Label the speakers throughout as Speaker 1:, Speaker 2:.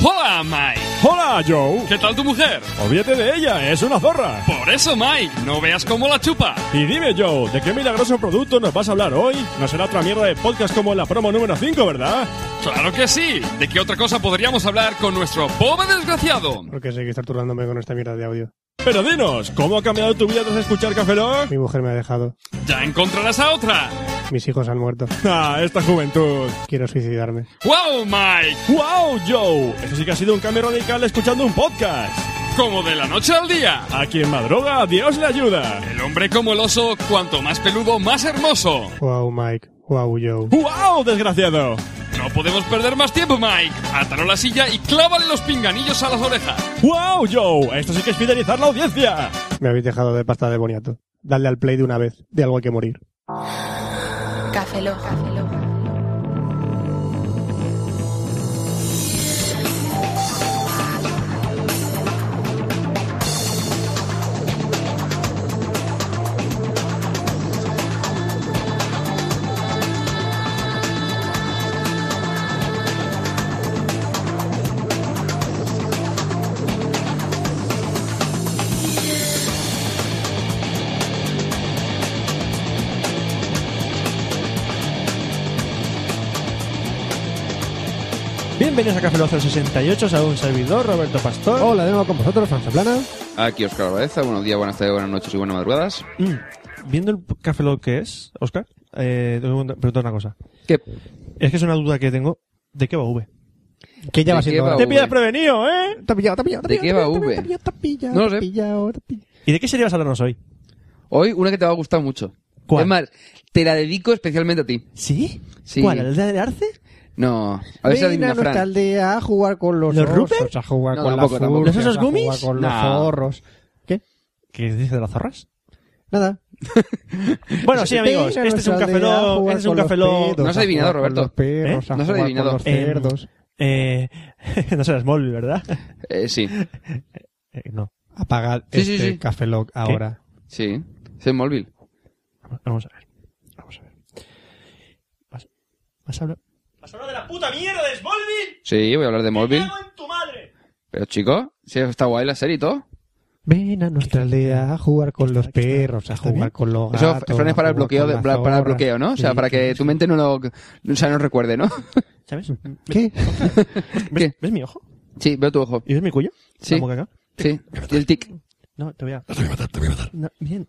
Speaker 1: Hola, Mike.
Speaker 2: ¡Hola, Joe!
Speaker 1: ¿Qué tal tu mujer?
Speaker 2: Olvídate de ella, es una zorra.
Speaker 1: Por eso, Mike, no veas cómo la chupa.
Speaker 2: Y dime, Joe, ¿de qué milagroso producto nos vas a hablar hoy? No será otra mierda de podcast como la promo número 5, ¿verdad?
Speaker 1: Claro que sí. ¿De qué otra cosa podríamos hablar con nuestro pobre desgraciado?
Speaker 3: Porque sé que estar turlándome con esta mierda de audio.
Speaker 2: Pero dinos, ¿cómo ha cambiado tu vida tras escuchar Café Lock?
Speaker 3: Mi mujer me ha dejado.
Speaker 1: Ya encontrarás a otra.
Speaker 3: Mis hijos han muerto.
Speaker 2: Ah, esta juventud.
Speaker 3: Quiero suicidarme.
Speaker 1: ¡Wow, Mike!
Speaker 2: ¡Wow, Joe! Eso sí que ha sido un cambio radical escuchando un podcast.
Speaker 1: Como de la noche al día.
Speaker 2: A quien madruga, Dios le ayuda.
Speaker 1: El hombre como el oso, cuanto más peludo, más hermoso.
Speaker 3: Wow, Mike. Wow, Joe.
Speaker 2: ¡Wow, desgraciado!
Speaker 1: No podemos perder más tiempo, Mike. Átalo a la silla y clávale los pinganillos a las orejas.
Speaker 2: ¡Wow, Joe! Esto sí que es fidelizar la audiencia.
Speaker 3: Me habéis dejado de pasta de boniato. Dadle al play de una vez. De algo hay que morir.
Speaker 4: Café Lock.
Speaker 5: Bienvenidos a Café Lock 068, a un servidor, Roberto Pastor.
Speaker 3: Hola de nuevo con vosotros, Franza Plana.
Speaker 6: Aquí Oscar Baeza, buenos días, buenas tardes, buenas noches y buenas madrugadas.
Speaker 5: Mm, Viendo el Café Lock que es, Oscar, eh, te voy a preguntar- preguntar una cosa.
Speaker 6: ¿Qué?
Speaker 5: Es que es una duda que tengo. ¿De qué va V?
Speaker 3: Que ya
Speaker 6: ¿De
Speaker 3: va
Speaker 6: qué
Speaker 3: siendo
Speaker 6: va
Speaker 3: hora.
Speaker 2: Te
Speaker 6: V?
Speaker 2: pillas prevenido, ¿eh?
Speaker 3: Te ha pillado, te ha pillado, te
Speaker 6: ¿De
Speaker 3: ha
Speaker 6: qué
Speaker 3: pillado,
Speaker 6: va
Speaker 3: te ha
Speaker 6: V?
Speaker 3: pillado, te ha pillado,
Speaker 6: No lo
Speaker 3: te ha
Speaker 6: sé.
Speaker 3: pillado, te ha pillado.
Speaker 5: ¿Y de qué serie vas a hablarnos hoy?
Speaker 6: Hoy una que te va a gustar mucho.
Speaker 5: ¿Cuál?
Speaker 6: Es más, te la dedico especialmente a ti.
Speaker 5: ¿Sí?
Speaker 6: Sí.
Speaker 5: ¿Cuál? ¿El del arce?
Speaker 6: No, a ver si
Speaker 3: Ven
Speaker 6: adivina
Speaker 3: a nuestra
Speaker 6: Fran.
Speaker 3: aldea a jugar con los,
Speaker 5: ¿Los
Speaker 3: osos,
Speaker 5: Rupert?
Speaker 3: a jugar
Speaker 6: No,
Speaker 3: con
Speaker 6: tampoco,
Speaker 3: las
Speaker 6: tampoco.
Speaker 3: furcias,
Speaker 5: ¿Los osos
Speaker 3: a jugar
Speaker 5: gummies?
Speaker 3: con
Speaker 6: No.
Speaker 3: los zorros.
Speaker 5: ¿Qué dice de las zorras?
Speaker 3: Nada.
Speaker 5: Bueno, sí, amigos,
Speaker 3: Ven a
Speaker 5: este es un
Speaker 3: nuestra
Speaker 5: Café
Speaker 3: aldea a
Speaker 5: Lock,
Speaker 3: jugar
Speaker 5: este es un
Speaker 3: con
Speaker 5: Café
Speaker 3: los
Speaker 5: Lock-
Speaker 3: cerdos,
Speaker 6: No has
Speaker 3: a
Speaker 6: adivinado,
Speaker 3: jugar con
Speaker 6: Roberto.
Speaker 3: los perros,
Speaker 5: ¿Eh?
Speaker 3: a
Speaker 6: No
Speaker 3: jugar
Speaker 6: has
Speaker 3: con
Speaker 6: adivinado.
Speaker 3: los
Speaker 5: Eh,
Speaker 3: cerdos.
Speaker 5: Eh, no será Smallville, ¿verdad?
Speaker 6: Eh, sí,
Speaker 5: Eh, no.
Speaker 3: Apagad
Speaker 6: Sí, sí,
Speaker 3: este
Speaker 6: sí.
Speaker 3: Café Lock ahora.
Speaker 6: sí. Es en móvil.
Speaker 5: Vamos a ver. Vamos a ver. ¿Vas, vas a hablar? ¿Vas a hablar de la puta mierda de Smallville?
Speaker 6: Sí, voy a hablar de móvil.
Speaker 5: en tu madre!
Speaker 6: Pero chicos, si está guay la serie y todo.
Speaker 3: Ven a nuestra aldea a jugar con los
Speaker 5: está,
Speaker 3: perros,
Speaker 5: está
Speaker 3: a jugar
Speaker 5: bien.
Speaker 3: con los
Speaker 6: Eso,
Speaker 3: gatos.
Speaker 6: Fran, es para
Speaker 3: a jugar
Speaker 6: el bloqueo,
Speaker 3: Ah, con
Speaker 6: de-
Speaker 3: las
Speaker 6: para, para el
Speaker 3: zorras.
Speaker 6: bloqueo, ¿no? O sea,
Speaker 3: Sí,
Speaker 6: para que
Speaker 3: sí,
Speaker 6: tu
Speaker 3: sí.
Speaker 6: mente no lo, o sea, no recuerde, ¿no?
Speaker 5: ¿Sabes?
Speaker 3: ¿Qué?
Speaker 5: ¿Ves,
Speaker 6: ¿Qué?
Speaker 5: ves mi ojo?
Speaker 6: Sí, veo tu ojo.
Speaker 5: ¿Y ves mi cuello?
Speaker 6: Sí.
Speaker 5: ¿La boca acá?
Speaker 6: Sí, y el tic.
Speaker 5: No, te voy a... No, bien.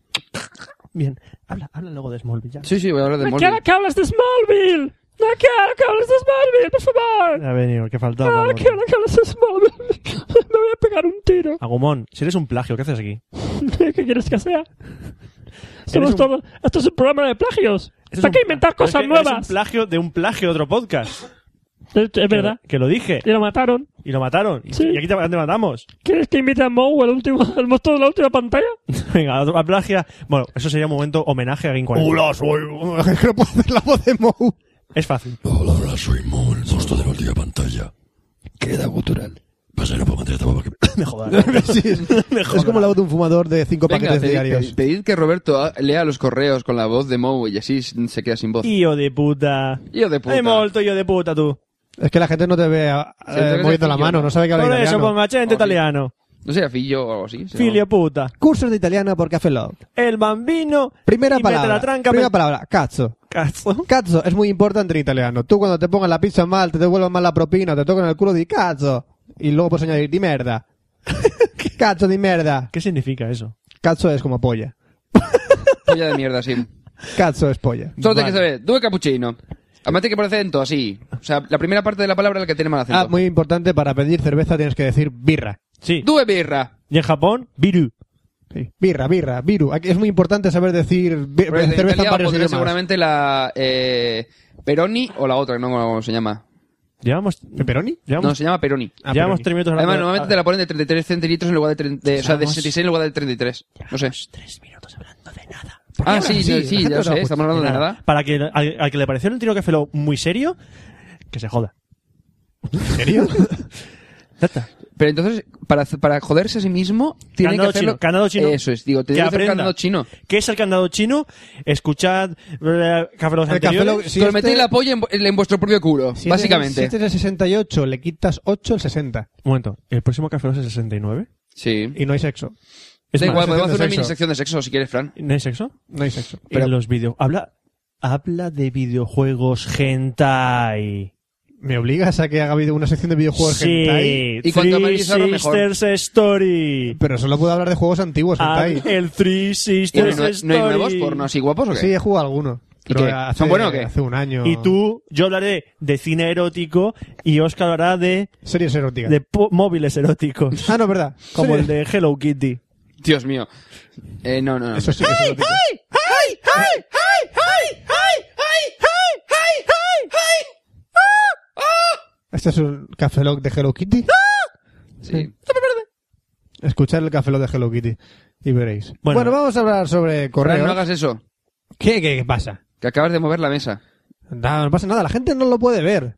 Speaker 5: Bien. Habla, habla luego de Smallville, ya.
Speaker 6: Sí, sí, voy a hablar de móvil.
Speaker 7: quiero que hables de Smallville. No quiero que hables de Smallville, por favor.
Speaker 5: Ha venido, que
Speaker 3: Ah,
Speaker 5: faltaba.
Speaker 7: No quiero que hables de Smallville. Me voy a pegar un tiro.
Speaker 5: Agumón, si eres un plagio, ¿qué haces aquí?
Speaker 7: ¿Qué quieres que sea? Somos
Speaker 5: un-
Speaker 7: todos- Esto es un programa de plagios.
Speaker 5: Eres
Speaker 7: Hay
Speaker 5: un-
Speaker 7: que inventar
Speaker 5: Pero es
Speaker 7: cosas
Speaker 5: que Eres un
Speaker 7: nuevas.
Speaker 5: plagio de un plagio de otro podcast.
Speaker 7: Es, es verdad.
Speaker 5: Que, lo dije.
Speaker 7: Y lo mataron.
Speaker 5: Y lo mataron. Y-
Speaker 7: Sí.
Speaker 5: Y aquí te, te matamos.
Speaker 7: ¿Quieres que invite a Moe, el, último, el monstruo de la última pantalla?
Speaker 5: Venga, otro- a plagia. Bueno, eso sería un momento homenaje a Green 40.
Speaker 3: Hola, soy... No puedo hacer la voz de Mou.
Speaker 5: Es fácil.
Speaker 8: Hola, hola, soy Mo, el monstruo de la última pantalla. Queda gutural. Pasaré por pantalla para que...
Speaker 5: Me jodas.
Speaker 3: Sí, es, es como la voz de un fumador de cinco
Speaker 6: Venga,
Speaker 3: paquetes
Speaker 6: pedid,
Speaker 3: diarios.
Speaker 6: pedid- pedid que Roberto ah, lea los correos con la voz de Moe y así s- se queda sin voz.
Speaker 5: Hijo de puta.
Speaker 6: Hijo de puta.
Speaker 5: Hai molto hijo de puta, tú.
Speaker 3: Es que la gente no te ve ah,
Speaker 6: Sí, creo
Speaker 3: eh,
Speaker 6: que es
Speaker 3: moviendo la
Speaker 6: italiano.
Speaker 3: mano, no sabe que habla
Speaker 5: Por eso,
Speaker 3: italiano.
Speaker 5: con machete
Speaker 6: Ojo.
Speaker 5: italiano.
Speaker 6: No sé, fillo o algo así. se
Speaker 5: Filio
Speaker 6: llama.
Speaker 5: puta.
Speaker 3: Cursos de italiano por Café Lock.
Speaker 5: El bambino.
Speaker 3: Primera
Speaker 5: y mete
Speaker 3: palabra.
Speaker 5: la tranca.
Speaker 3: primera
Speaker 5: me-
Speaker 3: palabra, cazzo.
Speaker 5: Cazzo.
Speaker 3: Cazzo es muy importante en italiano. Tú cuando te pongas la pizza mal, te devuelvan mal la propina, te tocan el culo, di cazzo. Y luego puedes añadir, di merda. cazzo di merda.
Speaker 5: ¿Qué significa eso?
Speaker 3: Cazzo es como polla.
Speaker 6: Polla de mierda, sí.
Speaker 3: Cazzo es polla. Ah,
Speaker 5: Vale.
Speaker 6: Solo tienes que saber, due cappuccino. Además tiene que poner acento, así. O sea, la primera parte de la palabra es la que tiene mal acento.
Speaker 3: Ah, muy importante, para pedir cerveza tienes que decir birra.
Speaker 5: Sí.
Speaker 6: Due birra.
Speaker 5: Y en Japón, Biru.
Speaker 3: Sí. Birra, birra, viru. Aquí es muy importante saber decir bi-
Speaker 6: Pero en
Speaker 3: cerveza en
Speaker 6: Italia
Speaker 3: varios
Speaker 6: pondré
Speaker 3: idiomas.
Speaker 6: seguramente la eh, Peroni o la otra, que no me acuerdo cómo se llama.
Speaker 5: Llevamos.
Speaker 3: ¿Pepperoni?
Speaker 6: No,
Speaker 5: Llevamos,
Speaker 6: se llama Peroni.
Speaker 3: Ah,
Speaker 5: llevamos
Speaker 3: Peroni.
Speaker 5: tres minutos hablando.
Speaker 6: Además, normalmente te la ponen de 33 centilitros en lugar de 30, de- o sea, de
Speaker 5: Llevamos-
Speaker 6: 66 en lugar de 33. No sé.
Speaker 5: tres minutos hablando de nada.
Speaker 6: Ah, sí,
Speaker 3: Sí,
Speaker 6: sí,
Speaker 3: la
Speaker 6: sí,
Speaker 3: gente no
Speaker 6: ya lo
Speaker 3: le
Speaker 6: sé,
Speaker 3: gusta
Speaker 6: estamos hablando de nada.
Speaker 5: Para que al, al que le pareció el tiro que feló muy serio, que se joda.
Speaker 3: ¿En serio?
Speaker 5: Ya está.
Speaker 6: Pero entonces, para, para joderse a sí mismo, tiene
Speaker 5: Candado
Speaker 6: que hacerlo.
Speaker 5: chino, candado chino.
Speaker 6: Eso es, digo, te
Speaker 5: que
Speaker 6: que hacer
Speaker 5: aprenda.
Speaker 6: candado chino.
Speaker 5: ¿Qué es el candado chino? Escuchad eh, Café Lock
Speaker 3: El Café
Speaker 5: anteriores.
Speaker 3: Lock- Si
Speaker 6: Pero
Speaker 3: este-
Speaker 6: metéis la polla en, vu- en vuestro propio culo,
Speaker 3: Si
Speaker 6: básicamente.
Speaker 3: Este es el 68, le quitas 8, el 60.
Speaker 5: Un momento, ¿el próximo Café Lock es el 69?
Speaker 6: sí.
Speaker 3: Y no hay sexo.
Speaker 5: Es
Speaker 6: da
Speaker 5: más,
Speaker 6: igual, podemos hacer
Speaker 3: sección de
Speaker 6: una mini
Speaker 3: sexo.
Speaker 6: sección de sexo si quieres, Fran.
Speaker 5: ¿No hay sexo?
Speaker 3: No hay sexo.
Speaker 5: Pero los video... Habla... Habla de videojuegos hentai.
Speaker 3: ¿Me obligas a que haga video- una sección de videojuegos
Speaker 5: sí.
Speaker 3: hentai?
Speaker 6: Y cuanto
Speaker 5: Three
Speaker 6: más bizarro, mejor.
Speaker 5: Sisters Story.
Speaker 3: Pero solo puedo hablar de juegos antiguos
Speaker 5: Ah,
Speaker 3: hentai.
Speaker 5: el Three
Speaker 6: ¿Y no,
Speaker 5: Sisters
Speaker 6: hay nue- no
Speaker 5: Story.
Speaker 6: hay nuevos porno así guapos o qué?
Speaker 3: Sí, he jugado alguno.
Speaker 6: ¿Y
Speaker 3: Pero
Speaker 6: qué?
Speaker 3: hace-
Speaker 6: ¿Son buenos o qué?
Speaker 3: Hace un año.
Speaker 5: Y tú, yo hablaré de cine erótico y Oscar hablará de,
Speaker 3: Series eróticas.
Speaker 5: de po- móviles eróticos.
Speaker 3: Ah, no, verdad.
Speaker 5: Como
Speaker 3: Sí.
Speaker 5: el de Hello Kitty.
Speaker 6: Dios mío. Eh, no, no, no.
Speaker 3: Eso sí que es erótico. Este es un Café Lock de Hello Kitty.
Speaker 6: Sí.
Speaker 3: Escuchar el Café Lock de Hello Kitty y veréis.
Speaker 5: Bueno.
Speaker 3: Bueno, vamos a hablar sobre
Speaker 6: Fran,
Speaker 3: correos.
Speaker 6: no hagas eso.
Speaker 3: ¿Qué, qué, qué pasa?
Speaker 6: Que acabas de mover la mesa.
Speaker 3: No, no pasa nada, la gente no lo puede ver.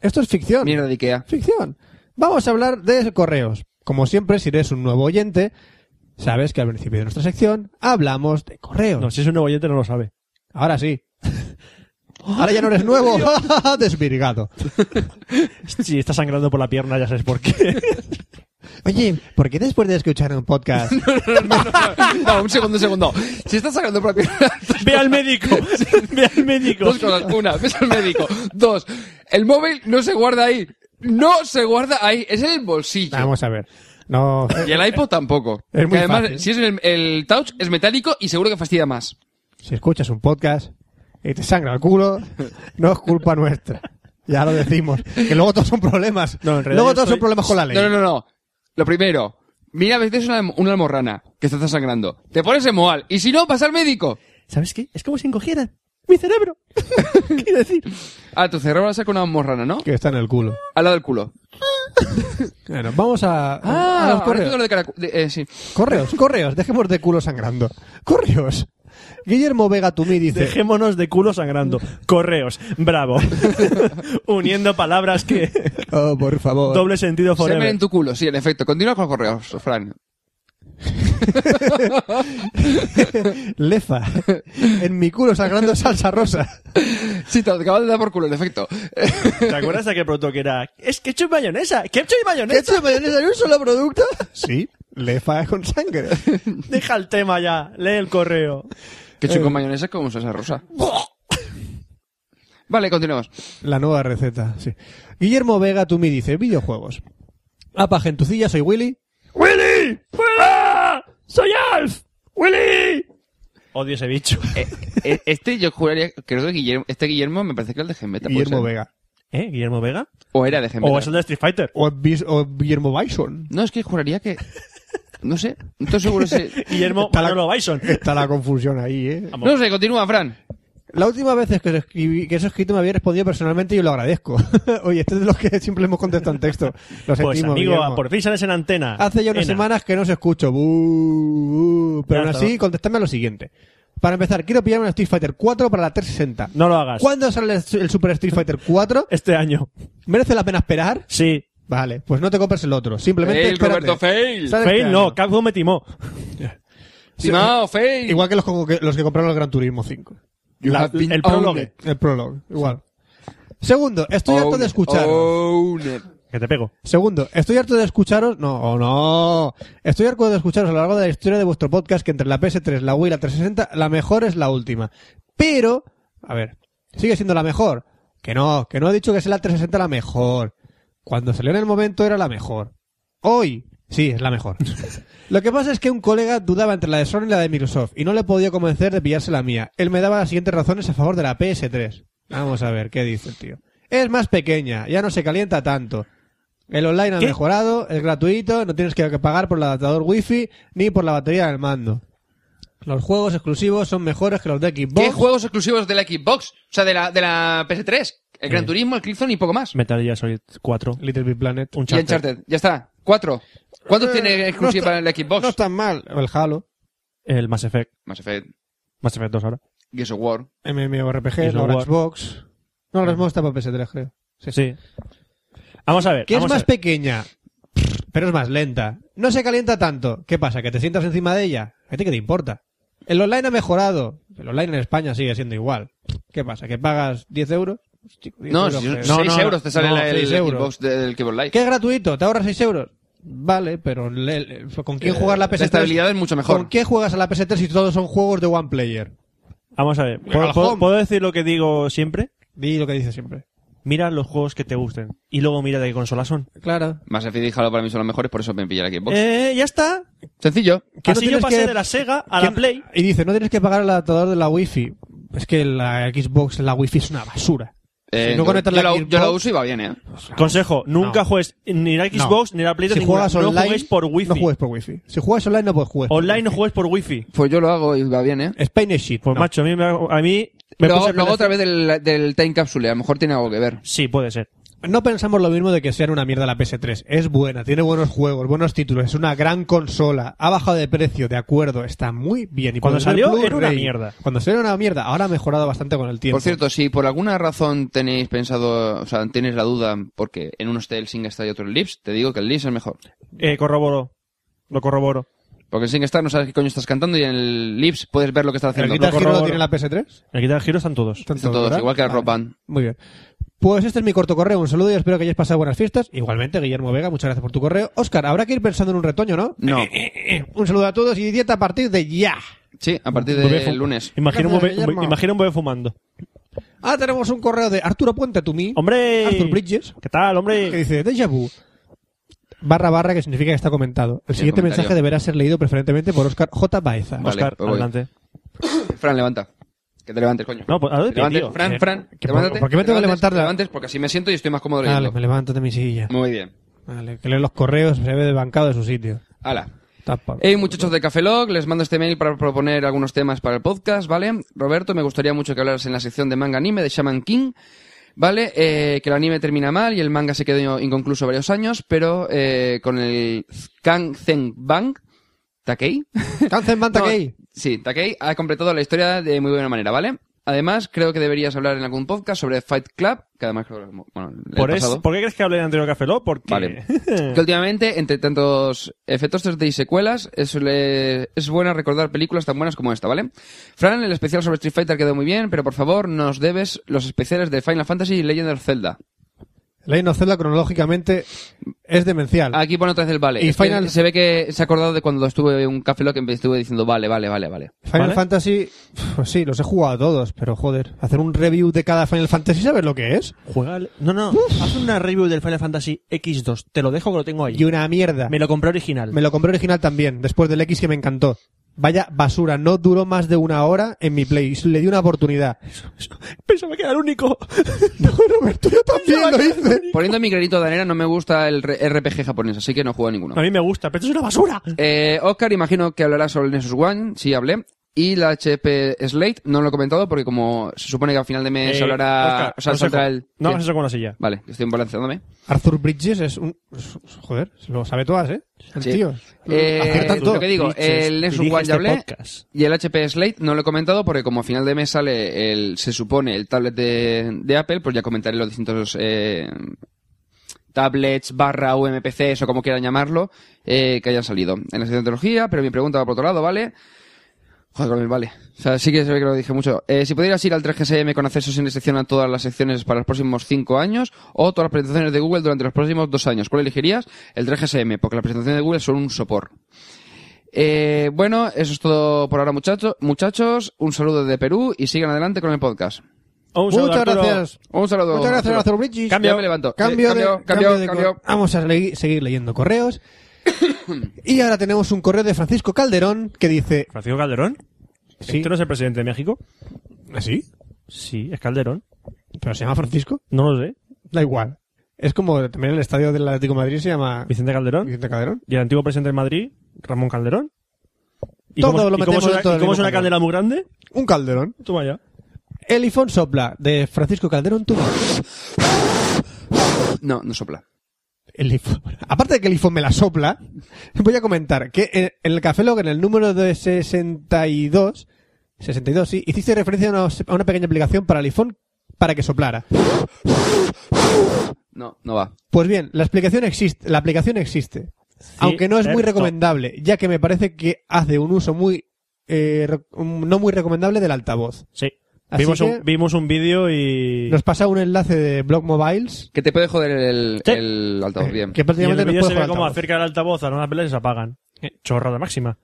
Speaker 3: Esto es ficción.
Speaker 6: Mierda de Ikea.
Speaker 3: Ficción. Vamos a hablar de correos. Como siempre, si eres un nuevo oyente, sabes que al principio de nuestra sección hablamos de correos.
Speaker 5: No, si es un nuevo oyente no lo sabe.
Speaker 3: Ahora sí. Ahora ya no eres nuevo. Desvirgado.
Speaker 5: Si está sangrando por la pierna ya sabes por qué.
Speaker 3: Oye, ¿por qué después de escuchar un podcast?
Speaker 6: No, un segundo, un segundo. Si estás sacando propio...
Speaker 5: Ve al médico. Ve al médico.
Speaker 6: Dos cosas. Una, ves al médico. Dos, el móvil no se guarda ahí. No se guarda ahí. Es en el bolsillo.
Speaker 3: Vamos a ver. No.
Speaker 6: Y el iPod tampoco.
Speaker 3: Es muy
Speaker 6: que además,
Speaker 3: fácil.
Speaker 6: si es el, el touch, es metálico y seguro que fastidia más.
Speaker 3: Si escuchas un podcast y te sangra el culo, no es culpa nuestra. Ya lo decimos. Que luego todos son problemas.
Speaker 5: No, en realidad
Speaker 3: luego
Speaker 5: yo
Speaker 3: todos
Speaker 5: estoy-
Speaker 3: son problemas con la ley.
Speaker 6: No, no, no, no. Lo primero, mira a veces una, una almorrana que te está sangrando. Te pones en moal. Y si no, vas al médico.
Speaker 5: ¿Sabes qué? Es como si encogieran mi cerebro. Quiero decir.
Speaker 6: Ah, tu cerebro la saca una almorrana, ¿no?
Speaker 3: Que está en el culo.
Speaker 6: Al lado del culo.
Speaker 3: Bueno, vamos a, a
Speaker 6: Ah,
Speaker 3: los
Speaker 6: ahora
Speaker 3: correos.
Speaker 6: tengo lo de caracu- de- eh, sí.
Speaker 3: Correos, correos, dejemos de culo sangrando. Correos. Guillermo Vega Tumí dice,
Speaker 5: Dejémonos de culo sangrando. Correos. Bravo. Uniendo palabras que...
Speaker 3: oh, por favor.
Speaker 5: Doble sentido
Speaker 6: Semen
Speaker 5: forever.
Speaker 6: en tu culo, sí, en efecto. Continúa con los correos, Fran.
Speaker 3: Lefa, en mi culo sangrando salsa rosa.
Speaker 6: Sí, te lo acabas de dar por culo, en efecto.
Speaker 5: ¿Te acuerdas de aquel producto que era? Es ketchup y mayonesa. Ketchup y mayonesa.
Speaker 3: ¿Ketchup y mayonesa en un solo producto? Sí, lefa con sangre.
Speaker 5: Deja el tema ya. Lee el correo.
Speaker 6: Que chico con mayonesa como salsa rosa. Vale, continuamos.
Speaker 3: La nueva receta, sí. Guillermo Vega Tumí dice, videojuegos. Apa, gentucilla, soy Willy.
Speaker 7: ¡Willy! ¡Fuera! ¡Soy Alf! ¡Willy!
Speaker 5: Odio ese bicho.
Speaker 6: Eh, eh, este yo juraría, creo que Guillermo, este Guillermo me parece que era el de Gembeta. ¿puede
Speaker 3: Guillermo
Speaker 6: ser?
Speaker 3: Vega.
Speaker 5: ¿Eh? ¿Guillermo Vega?
Speaker 6: O era de Gembeta.
Speaker 5: ¿O es el de Street Fighter?
Speaker 3: O, Bis- o Guillermo Bison.
Speaker 6: No, es que juraría que... No sé, no estoy seguro si...
Speaker 5: Guillermo
Speaker 3: Está la-
Speaker 5: Manolo Bison.
Speaker 3: Está la confusión ahí, ¿eh?
Speaker 6: No sé, continúa, Fran.
Speaker 3: La última vez que, os escribí, que os he escrito me había respondido personalmente y yo lo agradezco. Oye, este es de los que siempre hemos contestado en texto. Lo sentimos,
Speaker 5: Pues amigo,
Speaker 3: Guillermo.
Speaker 5: por fin sales en antena.
Speaker 3: Hace ya unas
Speaker 5: Ena.
Speaker 3: semanas que no os escucho. Bú, bú. pero
Speaker 5: Ya
Speaker 3: aún
Speaker 5: está.
Speaker 3: así, contestadme a lo siguiente. Para empezar, quiero pillarme una Street Fighter 4 para la 360.
Speaker 5: No lo hagas.
Speaker 3: ¿Cuándo sale el el Super Street Fighter 4?
Speaker 5: Este año.
Speaker 3: ¿Merece la pena esperar?
Speaker 5: Sí.
Speaker 3: Vale, pues no te compres el otro. Simplemente
Speaker 6: Fail,
Speaker 3: espérate.
Speaker 6: Roberto, fail.
Speaker 3: Sale este
Speaker 5: Fail no,
Speaker 3: año.
Speaker 5: Capcom me timó.
Speaker 6: Timao, fail.
Speaker 3: Igual que los, co- que los que compraron el Gran Turismo 5.
Speaker 6: You
Speaker 5: la-
Speaker 6: have been
Speaker 5: el prólogo.
Speaker 6: owned.
Speaker 3: El prólogo, igual. Segundo, estoy harto
Speaker 6: Owned,
Speaker 3: de escucharos.
Speaker 6: oh. owned.
Speaker 5: Que te pego.
Speaker 3: Segundo, estoy harto de escucharos. No, oh, no. Estoy harto de escucharos a lo largo de la historia de vuestro podcast que entre la PS3, la Wii y la 360, la mejor es la última. Pero, a ver, sigue siendo la mejor. Que no, que no he dicho que sea la 360 la mejor. Cuando salió en el momento era la mejor. Hoy, sí, es la mejor. Lo que pasa es que un colega dudaba entre la de Sony y la de Microsoft y no le podía convencer de pillarse la mía. Él me daba las siguientes razones a favor de la PS3. Vamos a ver, ¿qué dice el tío? Es más pequeña, ya no se calienta tanto. El online ha
Speaker 5: ¿Qué?
Speaker 3: mejorado, es gratuito, no tienes que pagar por el adaptador wifi ni por la batería del mando. Los juegos exclusivos son mejores que los de Xbox.
Speaker 6: ¿Qué juegos exclusivos de la Xbox? O sea, de la, de la PS3. El Gran
Speaker 5: Eh.
Speaker 6: Turismo, el Killzone y poco más.
Speaker 5: Metal Gear Solid 4.
Speaker 3: Little Big Planet.
Speaker 5: Un
Speaker 6: Y Uncharted. Ya está. Cuatro. ¿Cuántos
Speaker 3: Eh,
Speaker 6: tiene exclusiva
Speaker 3: no
Speaker 6: en la Xbox?
Speaker 3: No es tan mal. El Halo,
Speaker 5: El Mass Effect.
Speaker 6: Mass Effect,
Speaker 5: Mass Effect 2 ahora.
Speaker 6: Gears of War.
Speaker 3: MMORPG,
Speaker 5: Gears of
Speaker 3: no
Speaker 5: War.
Speaker 3: Xbox. No, ahora mismo está para PS3, creo.
Speaker 5: Sí. Vamos a ver.
Speaker 3: ¿Qué es
Speaker 5: vamos a
Speaker 3: más
Speaker 5: ver.
Speaker 3: pequeña? pero es más lenta. No se calienta tanto. ¿Qué pasa? ¿Que te sientas encima de ella? ¿A ti qué te importa? El online ha mejorado. El online en España sigue siendo igual. ¿Qué pasa? ¿Que pagas 10 euros? Pues, chico, 10
Speaker 6: No,
Speaker 3: euros,
Speaker 6: si-
Speaker 3: pero-
Speaker 6: seis
Speaker 3: No, no,
Speaker 6: euros te sale
Speaker 3: no,
Speaker 6: la- el,
Speaker 3: seis euros.
Speaker 6: Xbox del Keyboard Live.
Speaker 3: ¿Qué es gratuito? ¿Te ahorras 6 euros? Vale, pero le- le- ¿con quién jugar la
Speaker 6: Eh, la
Speaker 3: PS3?
Speaker 6: estabilidad es mucho mejor.
Speaker 3: ¿Con qué juegas a la PS3 si todos son juegos de one player?
Speaker 5: Vamos a ver. ¿Puedo,
Speaker 3: Al
Speaker 5: puedo-
Speaker 3: home.
Speaker 5: puedo decir lo que digo siempre?
Speaker 3: Di lo que dice siempre.
Speaker 5: Mira los juegos que te gusten. Y luego mira de qué consola son.
Speaker 3: Claro.
Speaker 6: Más Effect y Halo para mí son los mejores, por eso me pillé la Xbox.
Speaker 5: Eh, ya está.
Speaker 6: Sencillo.
Speaker 3: Que Ah, no
Speaker 5: Así yo
Speaker 3: tienes
Speaker 5: pasé
Speaker 3: que-
Speaker 5: de la Sega a la
Speaker 3: Que-
Speaker 5: Play.
Speaker 3: Y dice, no tienes que pagar el adaptador de la Wi-Fi. Es que la Xbox, la Wi-Fi es una basura.
Speaker 6: Eh,
Speaker 3: si no conectas
Speaker 6: yo,
Speaker 3: la
Speaker 6: la, yo la
Speaker 3: Xbox-
Speaker 6: uso y va bien, ¿eh?
Speaker 5: Consejo, nunca
Speaker 3: No.
Speaker 5: juegues ni la Xbox
Speaker 3: No.
Speaker 5: ni la Play. de
Speaker 3: Si
Speaker 5: ninguna.
Speaker 3: juegas
Speaker 5: no
Speaker 3: online,
Speaker 5: juegues por Wi-Fi.
Speaker 3: No juegues por Wi-Fi. Si juegas online, no puedes jugar. por
Speaker 5: Online no
Speaker 3: Wi-Fi.
Speaker 5: juegues por Wi-Fi.
Speaker 6: Pues yo lo hago y va bien, ¿eh?
Speaker 3: Spain is shit.
Speaker 5: Pues
Speaker 3: no.
Speaker 5: macho, a mí me, a mí me puse
Speaker 6: Lo hago, lo hago
Speaker 5: pedazo-
Speaker 6: otra vez del, del Time Capsule, a lo mejor tiene algo que ver.
Speaker 5: Sí, puede ser.
Speaker 3: No pensamos lo mismo de que sea una mierda la PS3. Es buena, tiene buenos juegos, buenos títulos, es una gran consola, ha bajado de precio, de acuerdo, está muy bien. Y
Speaker 5: Cuando
Speaker 3: podrás ver
Speaker 5: salió, era una
Speaker 3: Blu-ray.
Speaker 5: mierda.
Speaker 3: Cuando salió era una mierda, ahora ha mejorado bastante con el tiempo.
Speaker 6: Por cierto, si por alguna razón tenéis pensado, o sea, tenéis la duda porque en uno está el SingStar y otro el Lips, te digo que el Lips es mejor.
Speaker 5: Eh, corroboro. Lo corroboro.
Speaker 6: Porque en SingStar no sabes qué coño estás cantando y en el Lips puedes ver lo que estás
Speaker 3: ¿El
Speaker 6: haciendo.
Speaker 3: Guitar Hero lo
Speaker 5: corroboro.
Speaker 3: tiene la PS3?
Speaker 5: En el Guitar Hero están todos.
Speaker 3: Están
Speaker 6: Están todos,
Speaker 3: ¿verdad?
Speaker 6: igual que el
Speaker 5: Ah.
Speaker 3: Vale.
Speaker 6: Rock Band.
Speaker 3: Muy bien. Pues este es mi corto correo. Un saludo y espero que hayáis pasado buenas fiestas. Igualmente, Guillermo Vega, muchas gracias por tu correo. Oscar, habrá que ir pensando en un retoño, ¿no?
Speaker 6: No.
Speaker 3: Un saludo a todos y dieta a partir de ya.
Speaker 6: Sí, a partir
Speaker 5: Un bebé
Speaker 6: del
Speaker 5: fu-
Speaker 6: lunes.
Speaker 5: Imagina un,
Speaker 3: Gracias,
Speaker 5: bebé,
Speaker 3: Guillermo.
Speaker 5: imagina un bebé fumando.
Speaker 3: Ah, tenemos un correo de Arturo Puente Tumí.
Speaker 5: ¡Hombre!
Speaker 3: Arthur Bridges.
Speaker 5: ¿Qué tal,
Speaker 3: que
Speaker 5: hombre?
Speaker 3: dice Deja vu barra barra que significa que está comentado. El siguiente
Speaker 6: comentario.
Speaker 3: mensaje deberá ser leído preferentemente por Oscar J. Baeza.
Speaker 6: Vale,
Speaker 5: Oscar,
Speaker 6: pues voy.
Speaker 5: adelante.
Speaker 6: Fran, levanta. Que te levantes, coño.
Speaker 5: No, pues, ¿a dónde,
Speaker 6: Te levantes,
Speaker 5: tío?
Speaker 6: Fran,
Speaker 5: Eh,
Speaker 6: Fran,
Speaker 3: que por-
Speaker 6: levántate.
Speaker 3: ¿por qué me tengo que
Speaker 6: Te levantes,
Speaker 3: levantar
Speaker 6: te
Speaker 3: la-
Speaker 6: levantes porque así me siento y estoy más cómodo
Speaker 3: Vale,
Speaker 6: leyendo.
Speaker 5: pues.
Speaker 3: me levanto de mi silla.
Speaker 6: Muy bien.
Speaker 3: Vale, que lee los correos, se ve de bancado de su sitio.
Speaker 6: Hala.
Speaker 3: Tapa.
Speaker 6: Hey muchachos de Cafelog, les mando este mail para proponer algunos temas para el podcast, ¿vale? Roberto, me gustaría mucho que hablaras en la sección de manga anime de Shaman King, ¿vale? Eh, que el anime termina mal y el manga se quedó inconcluso varios años, pero eh, con el Kang Zen Bang, ¿Takei?
Speaker 3: Cáncer manta
Speaker 6: No,
Speaker 3: gay.
Speaker 6: Sí, Takei ha completado la historia de muy buena manera, ¿vale? Además, creo que deberías hablar en algún podcast sobre Fight Club, que además creo que... Bueno, el
Speaker 5: ¿Por,
Speaker 6: pasado.
Speaker 5: es- ¿Por qué crees que hablé de anterior Café Lock? Porque...
Speaker 6: Vale. que últimamente, entre tantos efectos 3D y secuelas, es, le- es buena recordar películas tan buenas como esta, ¿vale? Fran, el especial sobre Street Fighter quedó muy bien, pero por favor, nos debes los especiales de Final Fantasy y Legend of Zelda.
Speaker 3: La Inocela cronológicamente es demencial.
Speaker 6: Aquí pone otra vez el vale.
Speaker 3: Y
Speaker 6: Es que
Speaker 3: Final-
Speaker 6: Se ve que se ha acordado de cuando estuve en un café lo que me estuve diciendo vale, vale, vale, vale.
Speaker 3: Final
Speaker 5: ¿Vale?
Speaker 3: Fantasy, pues sí, los he jugado todos, pero joder, hacer un review de cada Final Fantasy, ¿sabes lo que es?
Speaker 5: Juega... al- No, no. Haz una review del Final Fantasy X2. Te lo dejo que lo tengo ahí.
Speaker 3: Y una mierda.
Speaker 5: Me lo compré original.
Speaker 3: Me lo compré original también, después del X que me encantó. Vaya basura, no duró más de una hora en mi play. Le di una oportunidad.
Speaker 5: Pensaba que era el único.
Speaker 3: No, Roberto, yo también lo hice.
Speaker 6: Poniendo mi granito de arena, no me gusta el re- RPG japonés, así que no juego a ninguno.
Speaker 5: A mí me gusta, pero esto es una basura.
Speaker 6: Eh, Oscar, imagino que hablará sobre el Nexus One, sí hablé. Y la HP Slate, no lo he comentado porque como se supone que a final de mes
Speaker 5: Eh,
Speaker 6: hablará...
Speaker 5: Oscar,
Speaker 6: o sea,
Speaker 5: consejo.
Speaker 6: saldrá el...
Speaker 5: No
Speaker 6: ¿Qué?
Speaker 5: hagas eso con la silla.
Speaker 6: Vale, estoy balanceándome.
Speaker 3: Arthur Bridges es un. Joder, se lo sabe todas, ¿eh? El
Speaker 6: Sí.
Speaker 3: tío.
Speaker 6: Eh,
Speaker 3: Mm, Acierta en
Speaker 6: lo
Speaker 3: todo.
Speaker 6: que digo,
Speaker 5: Biches,
Speaker 6: el Nexus
Speaker 5: dirige
Speaker 6: One
Speaker 5: este
Speaker 6: ya hablé.
Speaker 5: podcast.
Speaker 6: Y el HP Slate no lo he comentado porque como a final de mes sale el, se supone, el tablet de, de Apple, pues ya comentaré los distintos eh, tablets barra UMPCs o como quieran llamarlo eh, que hayan salido en la sección de tecnología, pero mi pregunta va por otro lado, ¿vale? Joder, con el vale. O sea, sí que se ve que lo dije mucho. Eh, si pudieras ir al 3GSM con acceso sin restricción a todas las secciones para los próximos 5 años o todas las presentaciones de Google durante los próximos 2 años, ¿cuál elegirías? El 3GSM, porque las presentaciones de Google son un sopor. Eh, bueno, eso es todo por ahora, muchachos. Muchachos, un saludo desde Perú y sigan adelante con el podcast.
Speaker 5: Un saludo,
Speaker 3: Muchas
Speaker 5: Arturo.
Speaker 3: gracias.
Speaker 6: Un saludo.
Speaker 3: Muchas gracias,
Speaker 6: Arturo.
Speaker 3: Arthur Bridges.
Speaker 5: Cambio.
Speaker 6: Ya me levanto.
Speaker 3: Cambio,
Speaker 6: Eh,
Speaker 3: de-
Speaker 6: cambio,
Speaker 3: cambio de
Speaker 6: cambio, cambio.
Speaker 3: cor- Vamos a le- seguir leyendo correos. y ahora tenemos un correo de Francisco Calderón que dice.
Speaker 5: Francisco Calderón.
Speaker 3: Sí. ¿Ah,
Speaker 5: ¿Este no es el presidente de México?
Speaker 3: ¿Así?
Speaker 5: Sí, es Calderón.
Speaker 3: ¿Pero se llama Francisco?
Speaker 5: No lo sé.
Speaker 3: Da igual. Es como también el estadio del Atlético de Madrid se llama
Speaker 5: Vicente Calderón.
Speaker 3: Vicente Calderón.
Speaker 5: Y el antiguo presidente de Madrid, Ramón Calderón. ¿Y
Speaker 3: Todo
Speaker 5: cómo,
Speaker 3: lo
Speaker 5: y cómo
Speaker 3: metemos
Speaker 5: es una,
Speaker 3: en todo
Speaker 5: y
Speaker 3: el
Speaker 5: cómo es
Speaker 3: mismo
Speaker 5: una caldera muy grande?
Speaker 3: Un Calderón.
Speaker 5: Tú vaya.
Speaker 3: El ifón sopla de Francisco Calderón Tuba.
Speaker 6: Ah, No, no sopla.
Speaker 3: El ifón- Aparte de que el ifón me la sopla, voy a comentar que en en el Café Log, en el número de 62, 62 sí, hiciste referencia a una, a una pequeña aplicación para el ifón para que soplara.
Speaker 6: No, no va.
Speaker 3: Pues bien, la explicación existe, la aplicación existe. aunque no es muy
Speaker 5: Cierto.
Speaker 3: recomendable, ya que me parece que hace un uso muy eh, re- un- no muy recomendable del altavoz.
Speaker 5: Sí.
Speaker 3: Así
Speaker 5: vimos,
Speaker 3: que-
Speaker 5: un, vimos un vídeo y...
Speaker 3: Nos pasa un enlace de Blog Mobiles eh,
Speaker 6: Que te puede joder el,
Speaker 5: Sí.
Speaker 6: el altavoz, bien.
Speaker 3: que
Speaker 5: y en
Speaker 3: prácticamente
Speaker 5: el
Speaker 3: nos
Speaker 5: vídeo se
Speaker 3: puede
Speaker 5: ve
Speaker 3: jugar
Speaker 5: cómo
Speaker 3: altavoz.
Speaker 5: acerca el altavoz a unas velas y se apagan. Eh, Chorrada máxima.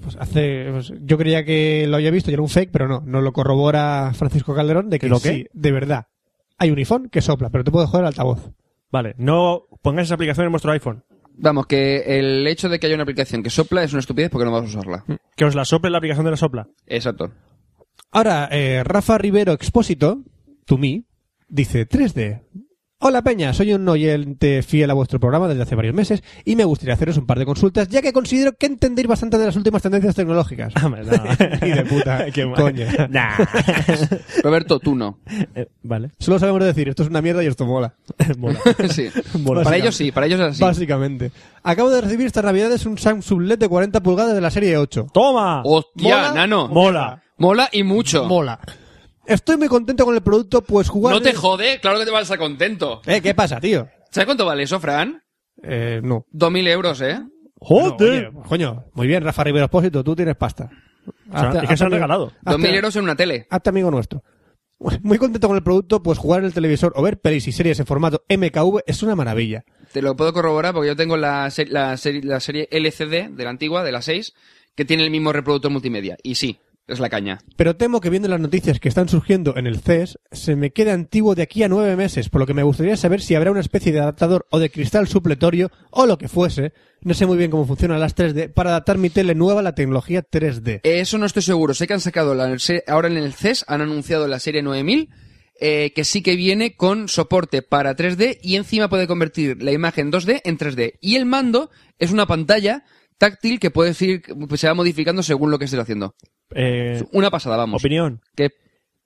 Speaker 3: Pues hace, pues, yo creía que lo había visto y era un fake, pero no, no lo corrobora Francisco Calderón de que
Speaker 5: ¿Lo qué?
Speaker 3: sí, de verdad. Hay un iPhone que sopla, pero te puede joder el altavoz.
Speaker 5: Vale, no pongáis esa aplicación en vuestro iPhone.
Speaker 6: Vamos, que el hecho de que haya una aplicación que sopla es una estupidez porque no vas a usarla.
Speaker 3: Mm.
Speaker 5: Que os la sople la aplicación de la sopla.
Speaker 6: Exacto.
Speaker 3: Ahora, eh, Rafa Rivero Expósito, to me, dice 3D. Hola Peña, soy un oyente fiel a vuestro programa desde hace varios meses y me gustaría haceros un par de consultas, ya que considero que entendéis bastante de las últimas tendencias tecnológicas.
Speaker 5: Hombre, no.
Speaker 3: Y de puta,
Speaker 5: Qué mal.
Speaker 3: coño.
Speaker 5: Nah.
Speaker 6: Roberto, tú no.
Speaker 5: Eh, vale.
Speaker 3: Solo sabemos decir, esto es una mierda y esto mola.
Speaker 5: Mola.
Speaker 6: Sí.
Speaker 5: Mola.
Speaker 6: Para ellos sí, para ellos es así.
Speaker 3: Básicamente. Acabo de recibir estas navidades un Samsung LED de 40 pulgadas de la serie 8.
Speaker 5: ¡Toma!
Speaker 6: ¡Hostia,
Speaker 3: ¿Mola?
Speaker 6: nano!
Speaker 5: Mola.
Speaker 6: Mola y mucho.
Speaker 3: Mola. Estoy muy contento con el producto, pues jugar...
Speaker 6: No te jode, claro que te vas a estar contento.
Speaker 3: Eh, ¿qué pasa, tío?
Speaker 6: ¿Sabes cuánto vale eso, Fran?
Speaker 3: Eh, no.
Speaker 6: 2.000 euros, ¿eh?
Speaker 5: ¡Joder!
Speaker 3: Oye, coño, muy bien, Rafa Rivero Espósito, tú tienes pasta.
Speaker 5: O sea, es que se han
Speaker 3: amigo-
Speaker 5: regalado.
Speaker 3: hazte-
Speaker 6: 2.000 euros en una tele.
Speaker 3: hazte amigo nuestro. Muy contento con el producto, pues jugar en el televisor o ver pelis y series en formato MKV es una maravilla.
Speaker 6: Te lo puedo corroborar porque yo tengo la, se- la, seri- la serie LCD de la antigua, de la 6, que tiene el mismo reproductor multimedia. Y sí, es la caña.
Speaker 3: Pero temo que viendo las noticias que están surgiendo en el CES, se me quede antiguo de aquí a nueve meses, por lo que me gustaría saber si habrá una especie de adaptador o de cristal supletorio o lo que fuese, no sé muy bien cómo funcionan las 3D, para adaptar mi tele nueva a la tecnología 3D.
Speaker 6: Eh, Eso no estoy seguro. Sé que han sacado la se- ahora en el CES, han anunciado la serie 9000, eh, que sí que viene con soporte para 3D y encima puede convertir la imagen 2D en 3D. Y el mando es una pantalla táctil que puede ir, pues, se va modificando según lo que estés haciendo.
Speaker 5: Eh,
Speaker 6: Una pasada, vamos.
Speaker 5: opinión.
Speaker 6: Que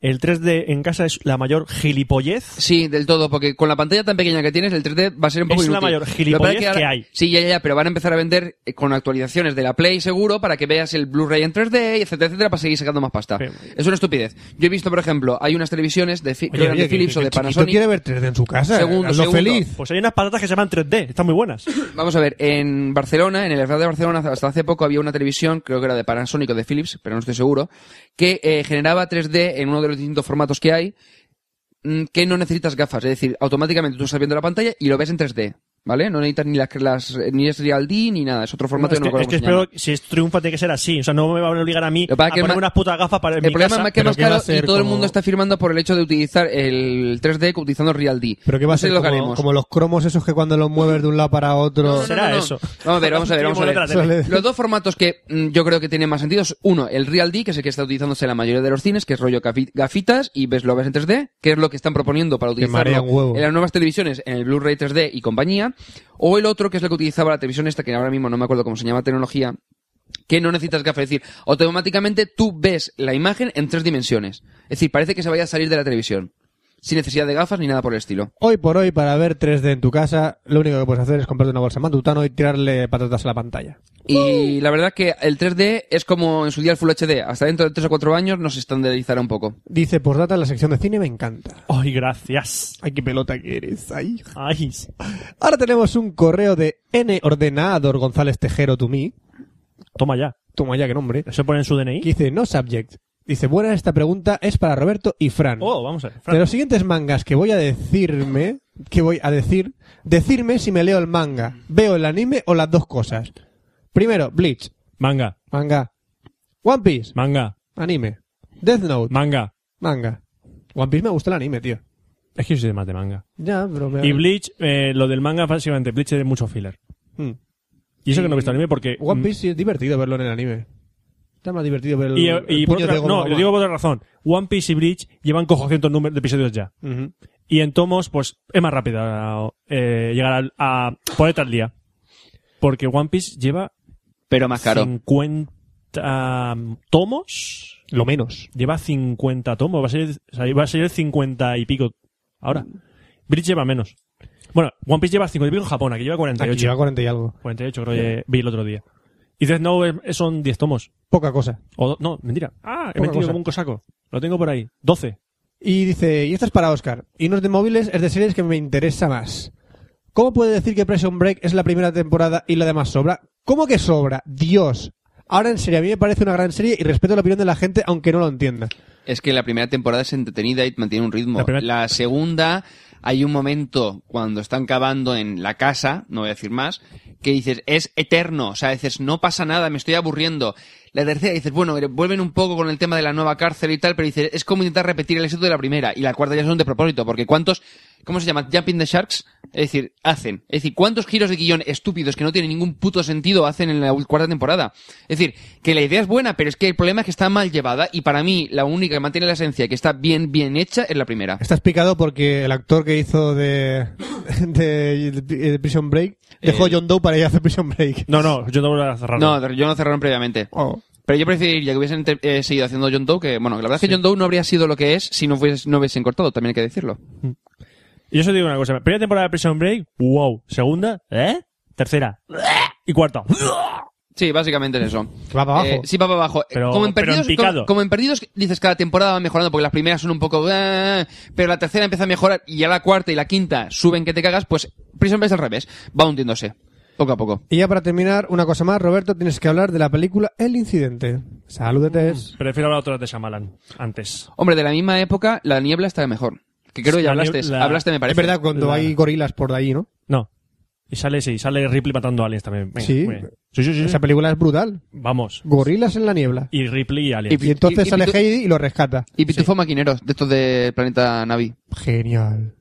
Speaker 5: El 3D en casa es la mayor gilipollez.
Speaker 6: Sí, del todo, porque con la pantalla tan pequeña que tienes, el 3D va a ser un poco
Speaker 5: Es la
Speaker 6: inútil.
Speaker 5: mayor
Speaker 6: Lo que
Speaker 5: gilipollez
Speaker 6: pasa es
Speaker 5: que hay.
Speaker 6: Sí, ya, ya, ya, pero van a empezar a vender eh, con actualizaciones de la Play seguro para que veas el Blu-ray en 3D, y etcétera, etcétera, para seguir sacando más pasta.
Speaker 5: Pero-
Speaker 6: Es una estupidez. Yo he visto, por ejemplo, hay unas televisiones de, fi- creo que eran de
Speaker 3: oye, que-
Speaker 6: Philips
Speaker 3: que
Speaker 6: o de
Speaker 3: el chiquito
Speaker 6: Panasonic.
Speaker 3: quiere ver 3D en su casa,
Speaker 6: Segundo,
Speaker 3: hazlo
Speaker 6: segundo.
Speaker 3: feliz.
Speaker 5: Pues hay unas patatas que se llaman 3D, están muy buenas.
Speaker 6: Vamos a ver, en Barcelona, en el Esfera de Barcelona, hasta hace poco había una televisión, creo que era de Panasonic o de Philips, pero no estoy seguro, que eh, generaba 3D en uno de los distintos formatos que hay, mm, que no necesitas gafas. Es decir, automáticamente tú estás viendo la pantalla y lo ves en 3D, ¿vale? No necesitas ni las, las ni es Real D ni nada, es otro formato
Speaker 5: es que,
Speaker 6: que no me
Speaker 5: es que
Speaker 6: acuerdo cómo
Speaker 5: espero
Speaker 6: se llama.
Speaker 5: que si es triunfa tiene que ser así. O sea, no me van a obligar a mí
Speaker 6: Lo que pasa
Speaker 5: a
Speaker 6: es que
Speaker 5: poner
Speaker 6: ma-
Speaker 5: unas putas gafas para en
Speaker 6: El
Speaker 5: mi
Speaker 6: problema
Speaker 5: casa.
Speaker 6: es que es
Speaker 3: pero
Speaker 6: más
Speaker 3: que va a
Speaker 6: caro y
Speaker 3: ser
Speaker 6: todo el
Speaker 3: como-
Speaker 6: mundo está firmando por el hecho de utilizar el 3D utilizando Real D.
Speaker 3: Pero que va a ser
Speaker 6: lo que
Speaker 3: como,
Speaker 6: haremos.
Speaker 3: como los cromos esos que cuando los mueves de un lado para otro...
Speaker 5: no, será eso.
Speaker 6: Vamos a ver, vamos a ver, vamos a
Speaker 5: Tío,
Speaker 6: ver.
Speaker 5: molétrate.
Speaker 3: Suele-
Speaker 6: Los dos formatos que mm, yo creo que tienen más sentido es uno, el Real D, que es el que está utilizándose en la mayoría de los cines, que es rollo gafi- gafitas y ves lo ves en 3D, que es lo que están proponiendo para utilizar
Speaker 3: marea un huevo.
Speaker 6: en las nuevas televisiones, en el Blu-ray 3D y compañía, o el otro que es lo que utilizaba la televisión esta, que ahora mismo no me acuerdo cómo se llama tecnología, que no necesitas gafas, es decir, automáticamente tú ves la imagen en tres dimensiones. Es decir, parece que se vaya a salir de la televisión, sin necesidad de gafas ni nada por el estilo.
Speaker 3: Hoy por hoy, para ver 3D en tu casa, lo único que puedes hacer es comprarte una bolsa de matutano y tirarle patatas a la pantalla.
Speaker 6: Y la verdad que el 3D es como en su día el Full HD. Hasta dentro de 3 o 4 años nos estandarizará un poco.
Speaker 3: Dice, postdata, la sección de cine me encanta.
Speaker 5: Ay, gracias.
Speaker 3: Ay, qué pelota que eres, ay.
Speaker 5: Ay.
Speaker 3: Ahora tenemos un correo de N ordenador González Tejero to me.
Speaker 5: Toma ya.
Speaker 3: Toma ya que nombre.
Speaker 5: ¿Eso pone en su DNI?
Speaker 3: Que dice, no subject. Dice, buena esta pregunta, es para Roberto y Fran.
Speaker 5: Oh, vamos a ver. Fran.
Speaker 3: De los siguientes mangas que voy a decirme, que voy a decir, decirme si me leo el manga, veo el anime o las dos cosas. Primero, Bleach,
Speaker 2: Manga,
Speaker 3: manga. One Piece,
Speaker 2: manga,
Speaker 3: anime. Death Note,
Speaker 2: manga.
Speaker 3: manga. One Piece me gusta el anime, tío.
Speaker 5: Es que yo soy de más de manga.
Speaker 3: Ya, pero me-
Speaker 5: Y Bleach, eh, lo del manga, básicamente, Bleach es mucho filler.
Speaker 3: Mm.
Speaker 5: Y eso que no he visto anime porque... mm,
Speaker 3: One Piece sí es divertido verlo en el anime. Está más divertido ver el,
Speaker 5: Y,
Speaker 3: el
Speaker 5: y por
Speaker 3: puño
Speaker 5: otra-
Speaker 3: de goma.
Speaker 5: no, lo digo por otra razón. One Piece y Bleach llevan cojocientos números de episodios ya.
Speaker 3: Ujú.
Speaker 5: Y en tomos, pues es más rápido eh, llegar al- a, ponerte al día. Porque One Piece lleva
Speaker 6: Pero más caro.
Speaker 5: 50 um, tomos.
Speaker 3: Lo menos.
Speaker 5: Lleva 50 tomos. Va a ser, o sea, va a ser 50 y pico ahora. Bleach lleva menos. Bueno, One Piece lleva 50 y pico en Japón. Aquí lleva
Speaker 3: Aquí
Speaker 5: 48.
Speaker 3: lleva 40 y algo.
Speaker 5: 48 creo que vi el otro día. Y Death Note es- son 10 tomos.
Speaker 3: Poca cosa.
Speaker 5: O do- no, mentira. Ah, he
Speaker 3: Poca
Speaker 5: mentido
Speaker 3: cosa.
Speaker 5: como un cosaco. Lo tengo por ahí. 12.
Speaker 3: Y dice, y esta es para Oscar. Y no es de móviles, es de series que me interesa más. ¿Cómo puede decir que Prison Break es la primera temporada y la demás sobra? ¿Cómo que sobra? Dios. Ahora en serio, a mí me parece una gran serie y respeto la opinión de la gente aunque no lo entienda.
Speaker 6: Es que la primera temporada es entretenida y mantiene un
Speaker 5: La
Speaker 6: ritmo. La,
Speaker 5: primera-
Speaker 6: segunda, hay un momento cuando están cavando en la casa, no voy a decir más, que dices, es eterno. O sea, dices, no pasa nada, me estoy aburriendo. La tercera dices, bueno, eh, vuelven un poco con el tema de la nueva cárcel y tal, pero dices, es como intentar repetir el éxito de la primera. Y la cuarta ya son de propósito, porque cuántos, ¿cómo se llama? Jumping the Sharks. Es decir, hacen. Es decir, cuántos giros de guión estúpidos que no tienen ningún puto sentido hacen en la ul- cuarta temporada. Es decir, que la idea es buena, pero es que el problema es que está mal llevada y para mí la única que mantiene la esencia y que está bien, bien hecha es la primera.
Speaker 3: Estás picado porque el actor que hizo de, de, de Prison Break dejó a John Doe para ir a hacer Prison Break.
Speaker 5: No, no, yo no voy a cerrar.
Speaker 6: No, yo no cerraron previamente.
Speaker 3: Oh.
Speaker 6: Pero yo preferiría que hubiesen te- eh, seguido haciendo John Doe, que bueno, la verdad es que John Doe no habría sido lo que es si no, fuese- no hubiesen cortado, también hay que decirlo.
Speaker 5: Y yo os digo una cosa. Primera temporada de Prison Break, wow. Segunda, ¿eh? Tercera, y cuarta.
Speaker 6: Sí, básicamente es eso.
Speaker 3: Va para abajo.
Speaker 6: Eh, sí, va para abajo. Eh,
Speaker 5: Pero-
Speaker 6: como en
Speaker 5: pero en
Speaker 6: perdidos,
Speaker 5: picado.
Speaker 6: como, como en perdidos, dices cada temporada va mejorando porque las primeras son un poco, "Ah", pero la tercera empieza a mejorar y ya la cuarta y la quinta suben que te cagas, pues Prison Break es al revés, va hundiéndose poco a poco.
Speaker 3: Y ya para terminar, una cosa más, Roberto, tienes que hablar de la película El Incidente. Salúdete.
Speaker 6: Mm.
Speaker 5: Prefiero hablar otra vez de Shyamalan antes.
Speaker 6: Hombre, de la misma época, la niebla está mejor. Que creo que ya
Speaker 5: La
Speaker 6: hablaste,
Speaker 5: niebla-
Speaker 6: hablaste me
Speaker 3: Es
Speaker 6: parece.
Speaker 3: verdad, cuando
Speaker 5: la-
Speaker 3: hay gorilas por ahí, ¿no?
Speaker 5: No. Y sale, sí, sale Ripley matando aliens también. Venga,
Speaker 3: Sí.
Speaker 5: muy bien. Sí,
Speaker 6: Mm.
Speaker 5: sí, sí.
Speaker 3: Esa película es brutal.
Speaker 5: Vamos.
Speaker 3: Gorilas en la niebla.
Speaker 5: Y Ripley y aliens.
Speaker 3: Y entonces
Speaker 6: y- y
Speaker 3: sale
Speaker 6: pitu-
Speaker 3: Heidi y lo rescata.
Speaker 6: Y Pitufo Maquineros, de estos de Planeta Navi.
Speaker 3: Genial.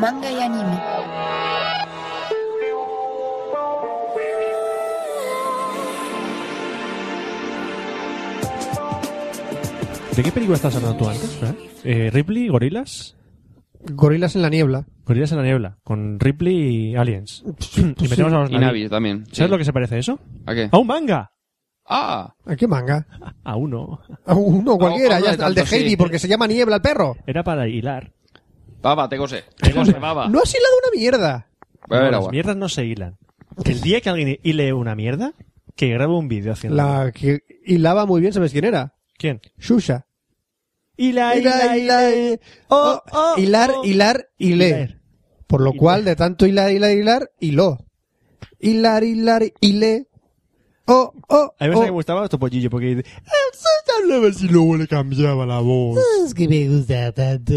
Speaker 4: Manga y anime.
Speaker 5: ¿De qué película estás hablando tú antes? Eh, Ripley, Gorilas.
Speaker 3: Gorilas en la niebla.
Speaker 5: Gorilas en la niebla. Con Ripley y aliens. y metemos a los
Speaker 6: Y Navi también.
Speaker 5: Pues ¿Sabes lo que se parece eso?
Speaker 6: ¿A qué?
Speaker 5: ¡A un manga!
Speaker 6: ¡Ah!
Speaker 3: ¿A qué manga?
Speaker 5: A uno.
Speaker 3: A uno cualquiera,
Speaker 6: a uno
Speaker 3: ya
Speaker 6: de
Speaker 3: está, al de
Speaker 6: tantos, sí.
Speaker 3: Heidi, porque se llama niebla el perro.
Speaker 5: Era para hilar.
Speaker 6: Baba, te cose. Te cose, baba.
Speaker 3: No has hilado una mierda.
Speaker 6: Voy a
Speaker 5: No,
Speaker 6: ver
Speaker 5: las
Speaker 6: agua.
Speaker 5: mierdas no se hilan. El día que alguien hile una mierda, que grabe un vídeo haciendo.
Speaker 3: La que hilaba muy bien, ¿sabes quién era?
Speaker 5: ¿Quién?
Speaker 3: Shusha.
Speaker 5: Hila, hila,
Speaker 3: Hila,
Speaker 5: hila.
Speaker 3: hila, oh,
Speaker 5: oh,
Speaker 3: hilar,
Speaker 5: oh.
Speaker 3: hilar, hilé.
Speaker 5: Hilar.
Speaker 3: Por lo
Speaker 5: Hilar.
Speaker 3: cual, de tanto hilar, hilar, hilar, hiló. Hilar, hilar, hilé. Oh, oh,
Speaker 5: A mí me
Speaker 3: oh.
Speaker 5: gustaba tu pollillo porque dice,
Speaker 3: si luego le cambiaba la voz.
Speaker 5: Ah.
Speaker 3: Es que me gusta tanto.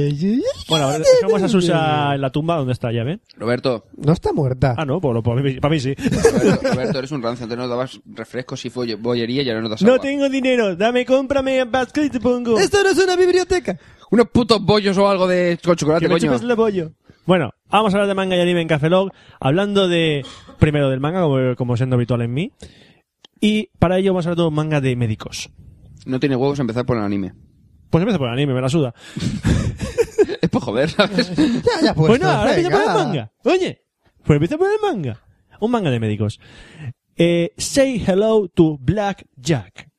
Speaker 5: Bueno, ahora dejamos a Susha en la tumba donde está, ¿ya ven?
Speaker 6: Roberto,
Speaker 3: No está muerta.
Speaker 5: Ah, no, por, por mí, para mí sí.
Speaker 6: Roberto, Roberto, eres un rancio. Antes no dabas refrescos y folle- bollería y ahora no das
Speaker 5: no
Speaker 6: agua.
Speaker 5: tengo dinero, dame, cómprame a Pascu y te pongo.
Speaker 3: Esto no es una biblioteca.
Speaker 6: Unos putos bollos o algo de con chocolate,
Speaker 5: que me
Speaker 6: coño.
Speaker 5: chupes el pollo. Bueno, vamos a hablar de manga y anime en Café Log, hablando de, primero del manga, como, como siendo habitual en mí, y para ello vamos a hablar de un manga de médicos.
Speaker 6: No tiene huevos empezar por el anime.
Speaker 5: Pues empieza por el anime, me la suda.
Speaker 6: Es por joder, ¿sabes?
Speaker 3: Ya, ya, pues.
Speaker 5: Bueno, ahora empieza por el manga. Oye, pues empieza por el manga. Un manga de médicos. Eh, say hello to Black Jack.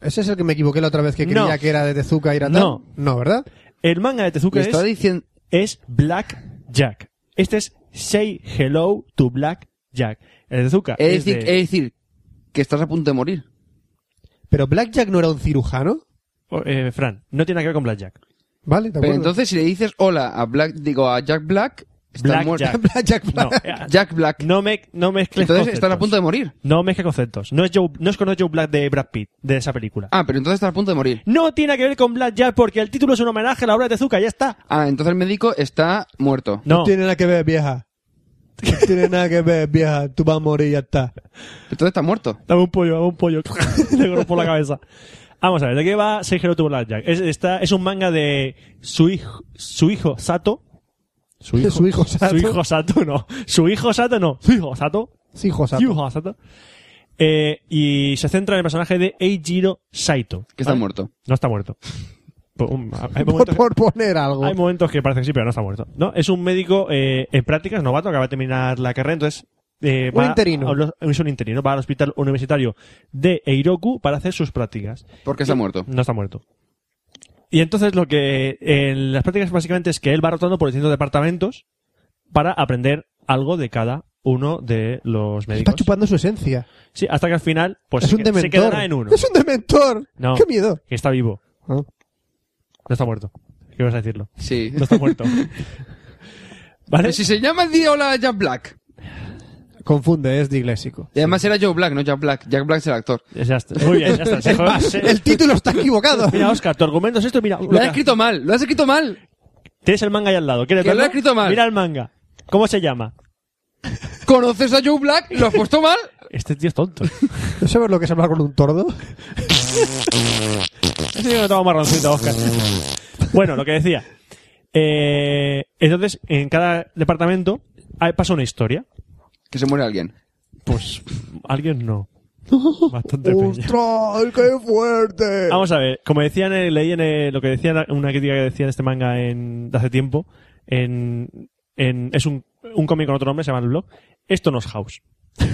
Speaker 3: Ese es el que me equivoqué la otra vez que creía
Speaker 5: No.
Speaker 3: que era de Tezuka y era
Speaker 5: No.
Speaker 3: tal. No, ¿verdad?
Speaker 5: El manga de Tezuka
Speaker 6: Me
Speaker 5: es,
Speaker 6: está diciendo...
Speaker 5: es Black Jack. Este es Say hello to Black Jack. El de Tezuka
Speaker 6: Es
Speaker 5: es
Speaker 6: decir,
Speaker 5: de-
Speaker 6: es decir, que estás a punto de morir.
Speaker 3: Pero Blackjack no era un cirujano.
Speaker 5: eh, Fran, no tiene nada que ver con Black Jack.
Speaker 3: Vale, de
Speaker 6: Pero
Speaker 3: acuerdo.
Speaker 6: entonces si le dices hola a Black, digo a Jack Black, estás
Speaker 5: Black
Speaker 6: muerto.
Speaker 5: Jack.
Speaker 3: Blackjack.
Speaker 5: No, eh,
Speaker 6: Jack Black.
Speaker 5: no, me, no mezcles
Speaker 6: Entonces
Speaker 5: conceptos.
Speaker 6: estás a punto de morir.
Speaker 5: No mezcles conceptos. No es, Joe, no es con Joe Black de Brad Pitt, de esa película.
Speaker 6: Ah, pero entonces estás a punto de morir.
Speaker 5: No tiene que ver con Black Jack porque el título es un homenaje a la obra de Tezuka, ya está.
Speaker 6: Ah, entonces el médico está muerto.
Speaker 5: No,
Speaker 3: tiene nada que ver, vieja. No tiene nada que ver, vieja. Tú vas a morir y ya está.
Speaker 6: Entonces está muerto.
Speaker 5: Dame un pollo, dame un pollo. Le corro por la cabeza. Vamos a ver, ¿de qué va Seijiro to Blackjack? Es, está, es un manga de su hijo, su hijo Sato. Su
Speaker 3: Su hijo Sato.
Speaker 5: Su hijo Sato, no. Su hijo Sato, no. Su hijo Sato.
Speaker 3: Sí, José.
Speaker 5: Su hijo Sato. Eh, y se centra en el personaje de Eijiro Saito.
Speaker 6: Que está
Speaker 5: ¿vale?
Speaker 6: muerto.
Speaker 5: No está muerto. Por un- hay, momentos
Speaker 3: Por,
Speaker 5: que,
Speaker 3: por poner algo.
Speaker 5: hay momentos que parece que sí, pero no está muerto. No, es un médico eh, en prácticas, novato, acaba de terminar la carrera, entonces... eh,
Speaker 3: Un
Speaker 5: va
Speaker 3: interino.
Speaker 5: a los- es un interino. Va al hospital universitario de Eiroku para hacer sus prácticas.
Speaker 6: Porque está muerto.
Speaker 5: No está muerto. Y entonces lo que en las prácticas básicamente es que él va rotando por distintos departamentos para aprender algo de cada uno de los
Speaker 3: Está
Speaker 5: médicos.
Speaker 3: chupando su esencia.
Speaker 5: Sí, hasta que al final, pues
Speaker 3: es
Speaker 5: se,
Speaker 3: un
Speaker 5: que- se
Speaker 3: dementor.
Speaker 5: quedará en uno.
Speaker 3: Es un dementor.
Speaker 5: No.
Speaker 3: Qué miedo.
Speaker 5: Que está vivo.
Speaker 3: Ah.
Speaker 5: No está muerto. ¿Qué vas a decirlo?
Speaker 6: Sí.
Speaker 5: No está muerto. ¿Vale?
Speaker 6: Pero Si se llama Diola Jack Black.
Speaker 3: Confunde, es diglésico.
Speaker 6: Y además era Joe Black, no Jack Black. Jack Black es el actor.
Speaker 5: Ya está. Muy bien, ya está. Se jod- se-
Speaker 3: Ah, El título está equivocado.
Speaker 5: Mira, Oscar, tu argumento es esto. Mira,
Speaker 6: Lo has
Speaker 5: Luca,
Speaker 6: escrito mal, lo has escrito mal.
Speaker 5: tienes el manga ahí al lado. ¿Quieres
Speaker 6: Que lo he
Speaker 5: verlo?
Speaker 6: escrito mal.
Speaker 5: Mira el manga. ¿Cómo se llama?
Speaker 6: ¿Conoces a Joe Black? ¿Lo has puesto mal?
Speaker 5: Este tío es tonto.
Speaker 3: ¿No sabes lo que es hablar con un tordo?
Speaker 5: Ese tío no toma marroncito, Oscar. Bueno, lo que decía. Eh, entonces, en cada departamento hay- pasa una historia.
Speaker 6: Que se muere alguien.
Speaker 5: Pues, alguien no. Bastante peña.
Speaker 3: ¡Ostras, qué fuerte!
Speaker 5: Vamos a ver, como decían, eh, leí en eh, lo que decía en la- una crítica que decía en este manga en, de hace tiempo, en, en- es un, un cómic con otro nombre, se llama el blog. Esto no es House.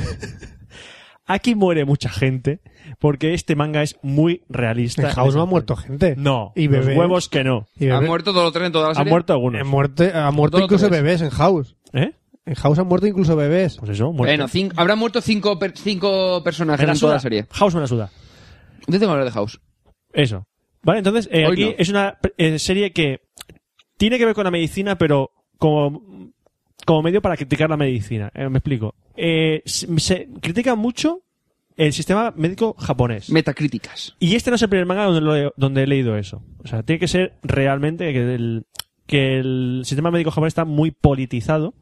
Speaker 5: Aquí muere mucha gente porque este manga es muy realista.
Speaker 3: En House no ha muerto gente.
Speaker 5: No,
Speaker 3: Y
Speaker 5: los
Speaker 3: bebés.
Speaker 5: huevos que no.
Speaker 3: Y
Speaker 6: Ha
Speaker 3: bebés.
Speaker 6: muerto todos los tres en toda la
Speaker 5: Han
Speaker 6: serie.
Speaker 5: muerto algunos.
Speaker 3: En muerte, ha muerto
Speaker 6: Todo
Speaker 3: incluso
Speaker 6: tres.
Speaker 3: bebés en House.
Speaker 5: ¿Eh?
Speaker 3: En House han muerto incluso bebés.
Speaker 5: Pues eso, muerto.
Speaker 6: Bueno, cin- habrán muerto cinco, per- cinco personajes
Speaker 5: Me la
Speaker 6: en toda
Speaker 5: suda.
Speaker 6: la serie.
Speaker 5: House me la suda.
Speaker 6: Yo tengo que hablar de House.
Speaker 5: Eso. Vale, entonces, eh,
Speaker 6: Hoy
Speaker 5: aquí
Speaker 6: no.
Speaker 5: es una eh, serie que tiene que ver con la medicina, pero como, como medio para criticar la medicina. Eh, me explico. Eh, se, se critica mucho el sistema médico japonés.
Speaker 6: Metacríticas.
Speaker 5: y este no es el primer manga donde, lo he, donde he leído eso. O sea, tiene que ser realmente que el, que el sistema médico japonés está muy politizado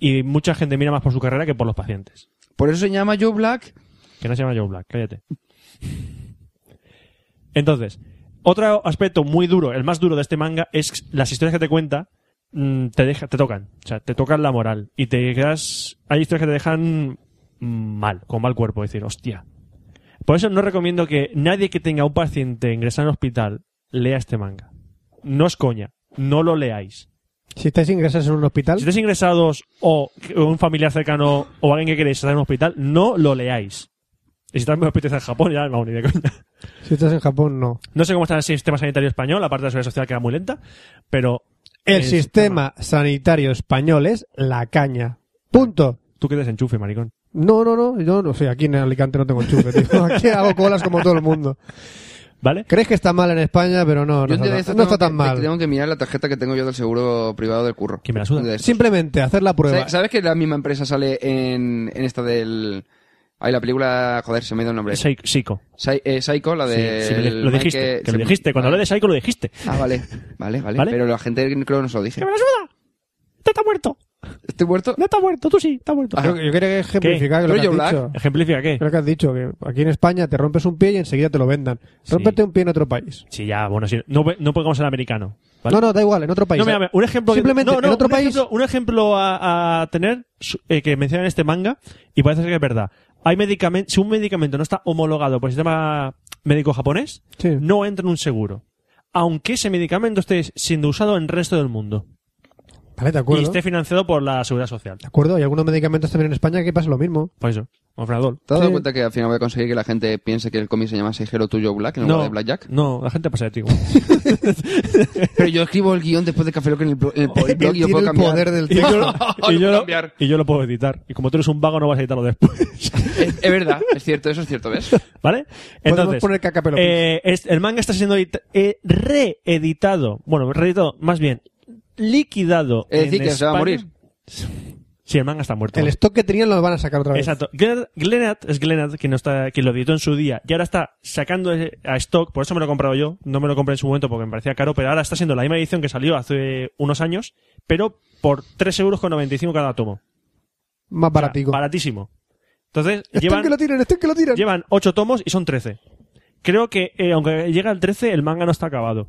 Speaker 5: y mucha gente mira más por su carrera que por los pacientes.
Speaker 6: Por eso se llama Joe Black.
Speaker 5: Que no se llama Joe Black, cállate. Entonces, otro aspecto muy duro, el más duro de este manga, es las historias que te cuenta mm, te, deja, te tocan. O sea, te tocan la moral. Y te quedas. Hay historias que te dejan mm, mal, con mal cuerpo. Es decir, hostia. Por eso no recomiendo que nadie que tenga un paciente ingresado en el hospital lea este manga. No es coña. No lo leáis.
Speaker 3: Si estáis ingresados en un hospital,
Speaker 5: Si estáis ingresados o un familiar cercano o alguien que queréis estar en un hospital, no lo leáis. Y si estáis en un hospital en Japón, ya no, ni de coña.
Speaker 3: si estás en Japón, no.
Speaker 5: No sé cómo está el sistema sanitario español, la parte de la seguridad social queda muy lenta, pero...
Speaker 3: El, sistema sanitario español es la caña. Punto.
Speaker 5: Tú que desenchufe, maricón.
Speaker 3: No, no, no. Yo no sé. Aquí en Alicante no tengo chupe, tío. Aquí hago colas como todo el mundo.
Speaker 5: ¿Vale?
Speaker 3: Crees que está mal en España, pero no. No,
Speaker 6: Yo un día de
Speaker 3: está,
Speaker 6: estos
Speaker 3: tan- no
Speaker 6: tengo
Speaker 3: está tan
Speaker 6: que-
Speaker 3: mal.
Speaker 6: Tengo que mirar la tarjeta que tengo yo del seguro privado del curro.
Speaker 5: Que me la suda.
Speaker 6: Un día de estos.
Speaker 3: Simplemente hacer la prueba.
Speaker 6: ¿Sabes- ¿Sabes que la misma empresa sale en, en esta del... Ahí la película... Joder, se me ha ido el nombre.
Speaker 5: Psy- Psycho.
Speaker 6: Sai- eh, Psycho, la
Speaker 5: Sí,
Speaker 6: de...
Speaker 5: sí, lo- lo dijiste. Que, lo dijiste. Cuando hablé de Psycho lo dijiste.
Speaker 6: Ah, vale, vale, vale,
Speaker 5: ¿Vale?
Speaker 6: Pero la gente creo que no se lo dije.
Speaker 5: ¡Que me la suda! ¡Te está muerto!
Speaker 6: ¿Estoy muerto?
Speaker 5: ¡No está muerto! Tú sí, está muerto.
Speaker 6: Ah.
Speaker 3: Yo, yo quería ejemplificar lo
Speaker 6: ¿Pero
Speaker 3: que
Speaker 6: yo
Speaker 3: has
Speaker 6: black?
Speaker 3: dicho.
Speaker 5: ¿Ejemplifica qué?
Speaker 3: Creo que has dicho que aquí en España te rompes un pie y enseguida te lo vendan.
Speaker 5: Sí.
Speaker 3: Rómpete un pie en otro país.
Speaker 5: Sí, ya, bueno, sí. No, ve- no pongamos el americano. ¿vale?
Speaker 3: No, no, da igual, en otro país.
Speaker 5: No, mira, mira, un ejemplo. que-
Speaker 3: Simplemente,
Speaker 5: no, no,
Speaker 3: en otro
Speaker 5: un
Speaker 3: país.
Speaker 5: ejemplo- un ejemplo a, a tener su- eh, que menciona en este manga, y parece ser que es verdad. Hay medicamen- si un medicamento no está homologado por el sistema médico japonés,
Speaker 3: Sí.
Speaker 5: no entra en un seguro. Aunque ese medicamento esté siendo usado en el resto del mundo
Speaker 3: Vale, de
Speaker 5: y
Speaker 6: este-
Speaker 3: acuerdo.
Speaker 5: esté financiado por la seguridad social.
Speaker 3: De acuerdo, hay algunos medicamentos también en España que pasa lo mismo.
Speaker 5: Por eso, Ofradol.
Speaker 6: ¿Te has dado
Speaker 3: Sí.
Speaker 6: cuenta que al final voy a conseguir que la gente piense que el cómic se llama Seijero Tuyo Black en lugar de Blackjack?
Speaker 5: no, la gente pasa de ti.
Speaker 6: Pero yo escribo el guión después de Café Lock en el, blo- en el
Speaker 3: Él
Speaker 6: blog y yo
Speaker 3: tiene
Speaker 6: puedo
Speaker 3: el
Speaker 6: cambiar.
Speaker 3: poder del
Speaker 5: Y yo, lo- y, yo lo,
Speaker 6: cambiar.
Speaker 5: y yo lo puedo editar. Y como tú eres un vago, no vas a editarlo después.
Speaker 6: Es, es verdad, es cierto, eso es cierto, ¿ves?
Speaker 5: ¿Vale?
Speaker 3: Podemos
Speaker 5: Entonces,
Speaker 3: poner caca pelo
Speaker 5: eh, es- el manga está siendo edit- eh, reeditado. Bueno, reeditado, más bien, liquidado.
Speaker 6: Es decir,
Speaker 5: en
Speaker 6: que se va a
Speaker 5: España.
Speaker 6: morir.
Speaker 5: Sí, el manga está muerto.
Speaker 3: El stock que tenían lo van a sacar otra vez.
Speaker 5: Pues Exacto. Glenad, Glenad- es Glenad quien, no está, quien lo editó en su día y ahora está sacando ese- a stock, por eso me lo he comprado yo, no me lo compré en su momento porque me parecía caro, pero ahora está siendo la misma edición que salió hace unos años, pero por 3,95 euros cada tomo.
Speaker 3: Más
Speaker 5: O sea,
Speaker 3: baratico.
Speaker 5: baratísimo. Entonces,
Speaker 3: Stock
Speaker 5: llevan,
Speaker 3: que lo tiran, stock que lo tiran.
Speaker 5: Llevan 8 tomos y son 13. Creo que, eh, aunque llega al 13, el manga no está acabado.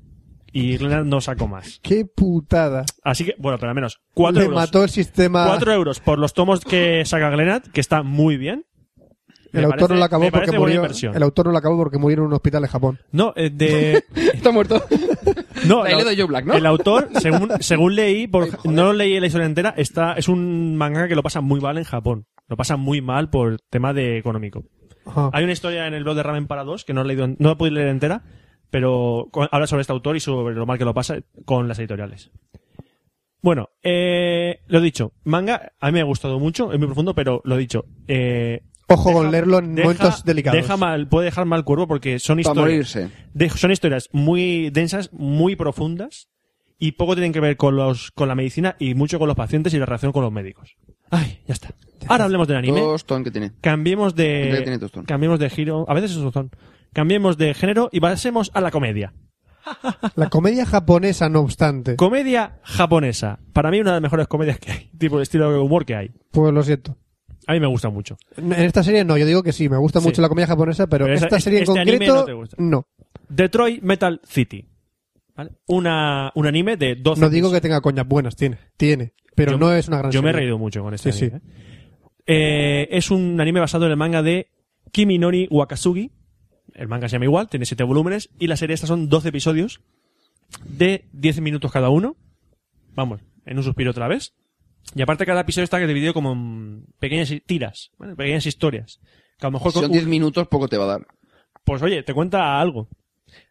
Speaker 5: Y Glenad no sacó más.
Speaker 3: Qué putada.
Speaker 5: Así que, bueno, pero al menos 4
Speaker 3: Le
Speaker 5: euros.
Speaker 3: mató el sistema.
Speaker 5: 4 euros por los tomos que saca Glenad, que está muy bien.
Speaker 3: el
Speaker 5: Me
Speaker 3: autor no
Speaker 5: parece-
Speaker 3: lo acabó
Speaker 5: me
Speaker 3: porque
Speaker 5: parece buena
Speaker 3: murió.
Speaker 5: inversión.
Speaker 3: El autor no lo acabó porque murió en un hospital de Japón.
Speaker 5: No, eh, de...
Speaker 6: Está muerto.
Speaker 5: No,
Speaker 6: La
Speaker 5: el,
Speaker 6: idea de Joe Black, ¿no?
Speaker 5: el autor, según, según leí, por- no leí la historia entera, está, es un manga que lo pasa muy mal en Japón. Lo pasa muy mal por tema de económico.
Speaker 3: Ajá.
Speaker 5: Hay una historia en el blog de Ramen para dos que no he leído, no la pude leer entera, pero co- habla sobre este autor y sobre lo mal que lo pasa con las editoriales. Bueno, eh, lo dicho, manga, a mí me ha gustado mucho, es muy profundo, pero lo dicho, eh,
Speaker 3: Ojo
Speaker 5: Deja-
Speaker 3: con leerlo en
Speaker 5: deja-
Speaker 3: momentos delicados.
Speaker 5: deja mal, puede dejar mal cuervo porque son
Speaker 6: Para
Speaker 5: historias,
Speaker 6: morirse.
Speaker 5: de- son historias muy densas, muy profundas y poco tienen que ver con los, con la medicina y mucho con los pacientes y la relación con los médicos. Ay, ya está. Ahora hablemos del anime.
Speaker 6: Tostón que tiene.
Speaker 5: Cambiemos
Speaker 6: Creo que
Speaker 5: de,
Speaker 6: tiene tostón.
Speaker 5: cambiemos de giro, a veces es tostón. Cambiemos de género y pasemos a la comedia.
Speaker 3: La comedia japonesa, no obstante.
Speaker 5: Comedia japonesa. Para mí una de las mejores comedias que hay, tipo de estilo de humor que hay.
Speaker 3: Pues lo siento.
Speaker 5: A mí me gusta mucho.
Speaker 3: En esta serie no, yo digo que sí, me gusta
Speaker 5: Sí.
Speaker 3: mucho la comedia japonesa, pero,
Speaker 5: Pero esa-
Speaker 3: esta serie en
Speaker 5: este anime
Speaker 3: concreto
Speaker 5: no te gusta.
Speaker 3: no.
Speaker 5: Detroit Metal City. ¿Vale? Una, un anime de 12
Speaker 3: No digo que tenga coñas buenas, tiene, tiene, pero
Speaker 5: Yo-
Speaker 3: no es una gran
Speaker 5: Yo me he
Speaker 3: serie.
Speaker 5: reído mucho con este
Speaker 3: Ah, Sí,
Speaker 5: anime. ¿eh? Eh, es un anime basado en el manga de Kimi Nori Wakasugi. El manga se llama igual, tiene 7 volúmenes. Y la serie esta son 12 episodios de 10 minutos cada uno. Vamos, en un suspiro otra vez. Y aparte cada episodio está dividido como en pequeñas hi- tiras, bueno, pequeñas historias. Que a lo mejor
Speaker 6: Si
Speaker 5: con-
Speaker 6: son 10 minutos, poco te va a dar.
Speaker 5: pues oye, te cuenta algo.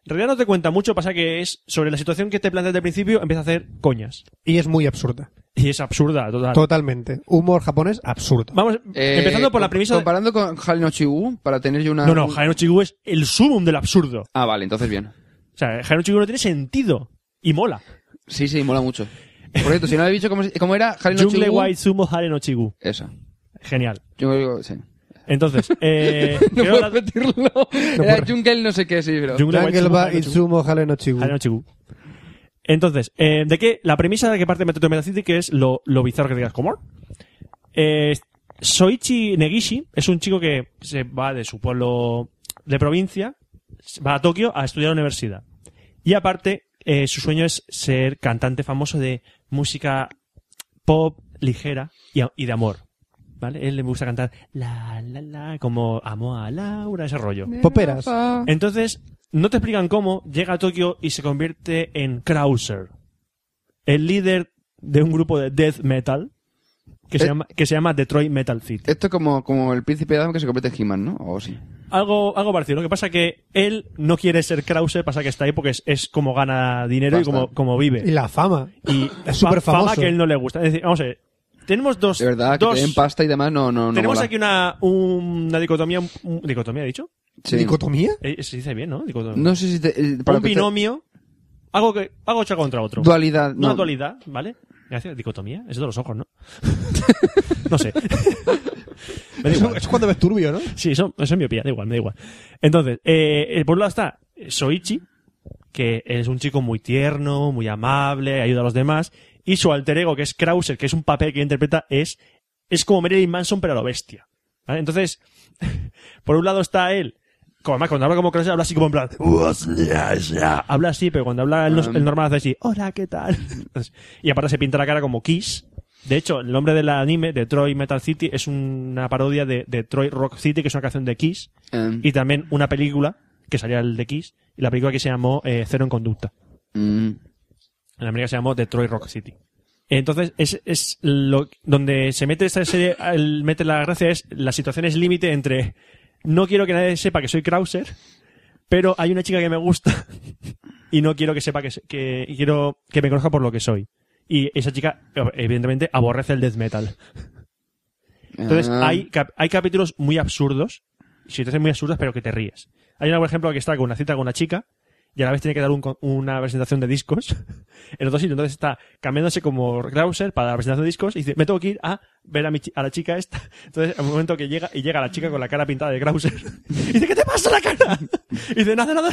Speaker 5: En realidad no te cuenta mucho, pasa que es sobre la situación que te planteas al principio, empieza a hacer coñas.
Speaker 3: Y es muy absurda.
Speaker 5: Y es absurda, total.
Speaker 3: Totalmente. Humor japonés absurdo.
Speaker 5: Vamos,
Speaker 6: Eh,
Speaker 5: empezando por la
Speaker 6: com-
Speaker 5: premisa... de-
Speaker 6: Comparando con Hal no Chigu, para tener yo una.
Speaker 5: No, no, Jairo Chigu es el sumum del absurdo.
Speaker 6: Ah, vale, entonces bien.
Speaker 5: O sea, Jairo Chigu no tiene sentido. Y mola.
Speaker 6: Sí, sí, mola mucho. Por cierto, si no lo he dicho, ¿cómo, se- cómo era? Hal no
Speaker 5: Jungle
Speaker 6: Chigu.
Speaker 5: White Sumo Jairo Chigu.
Speaker 6: Esa.
Speaker 5: Genial.
Speaker 6: Yo digo, sí. No
Speaker 5: Entonces, eh... creo
Speaker 6: puedo
Speaker 5: la-
Speaker 6: repetirlo. era Jungle no sé qué, sí, pero.
Speaker 5: Jungle White
Speaker 3: Jungle
Speaker 5: Sumo
Speaker 3: Ba
Speaker 5: Hare no Chigu.
Speaker 3: Itsumo Hale no Chigu.
Speaker 5: Hare no Chigu. Entonces, eh, ¿de qué? La premisa de que parte Metro Metacity, que es lo, lo bizarro que digas, ¿cómo? Eh, Soichi Negishi es un chico que se va de su pueblo de provincia, se va a Tokio a estudiar a la universidad. Y aparte, eh, su sueño es ser cantante famoso de música pop ligera y, a- y de amor. ¿Vale? Él le gusta cantar la, la, la, como amo a Laura, ese rollo.
Speaker 3: Poperas.
Speaker 5: Entonces, no te explican cómo llega a Tokio y se convierte en Krauser, el líder de un grupo de death metal que, se,
Speaker 6: Eh.
Speaker 5: llama, que se llama Detroit Metal City.
Speaker 6: Esto es como, como el príncipe Adam que se convierte en He-Man, ¿no? O sí.
Speaker 5: Algo, algo parecido. Lo que pasa que él no quiere ser Krauser, pasa que está ahí porque es, es como gana dinero y
Speaker 6: Basta.
Speaker 5: como, como vive.
Speaker 3: Y la fama.
Speaker 5: Y
Speaker 3: es
Speaker 5: fa-
Speaker 3: súper
Speaker 5: fama
Speaker 3: famoso.
Speaker 5: que él no le gusta. Es decir, vamos a ver. Tenemos dos.
Speaker 6: De verdad,
Speaker 5: dos-
Speaker 6: que te den pasta y demás, no, no, no.
Speaker 5: tenemos
Speaker 6: mola.
Speaker 5: aquí una, una dicotomía. un- ¿Dicotomía, he dicho?
Speaker 6: Sí.
Speaker 3: ¿Dicotomía?
Speaker 5: Eh, se dice bien, ¿no? Dicotomía.
Speaker 6: No sé si te. eh, para
Speaker 5: un
Speaker 6: lo que te-
Speaker 5: binomio, algo que algo hecho contra otro.
Speaker 6: Dualidad.
Speaker 5: Una
Speaker 6: No,
Speaker 5: dualidad, ¿vale? Gracias, dicotomía. Es de los ojos, ¿no? no sé. me da
Speaker 3: Eso,
Speaker 5: igual.
Speaker 3: es cuando ves turbio, ¿no?
Speaker 5: Sí, eso, eso es miopía, da igual, me da igual. Entonces, eh, eh, por un lado está Soichi, que es un chico muy tierno, muy amable, ayuda a los demás. Y su alter ego, que es Krauser, que es un papel que interpreta, es, es como Marilyn Manson, pero a lo bestia. ¿Vale? Entonces, por un lado está él, como además cuando habla como Krauser, habla así como en plan, habla así, pero cuando habla el, no- el normal hace así, hola, ¿qué tal? y aparte se pinta la cara como Kiss. De hecho, el nombre del anime, Detroit Metal City, es una parodia de Detroit Rock City, que es una canción de Kiss,
Speaker 6: eh,
Speaker 5: y también una película que salía el de Kiss, y la película que se llamó eh, Cero en Conducta.
Speaker 6: mm,
Speaker 5: En América se llamó Detroit Rock City. Entonces, es, es lo, donde se mete esta serie, el, mete la gracia es, la situación es límite entre, no quiero que nadie sepa que soy Krauser, pero hay una chica que me gusta y no quiero que sepa que, se- que y quiero que me conozca por lo que soy. Y esa chica, evidentemente, aborrece el death metal. Entonces,
Speaker 6: ah,
Speaker 5: hay, cap- hay capítulos muy absurdos, situaciones muy absurdas, pero que te ríes. Hay una, por ejemplo, que está con una cita con una chica y a la vez tiene que dar un con- una presentación de discos en otro sitio. Entonces está cambiándose como Krauser para la presentación de discos y dice, me tengo que ir a ver a, mi chi- a la chica esta. Entonces, al momento que llega, y llega la chica con la cara pintada de Krauser, y dice, ¿qué te pasa la cara? Y dice, nada, nada.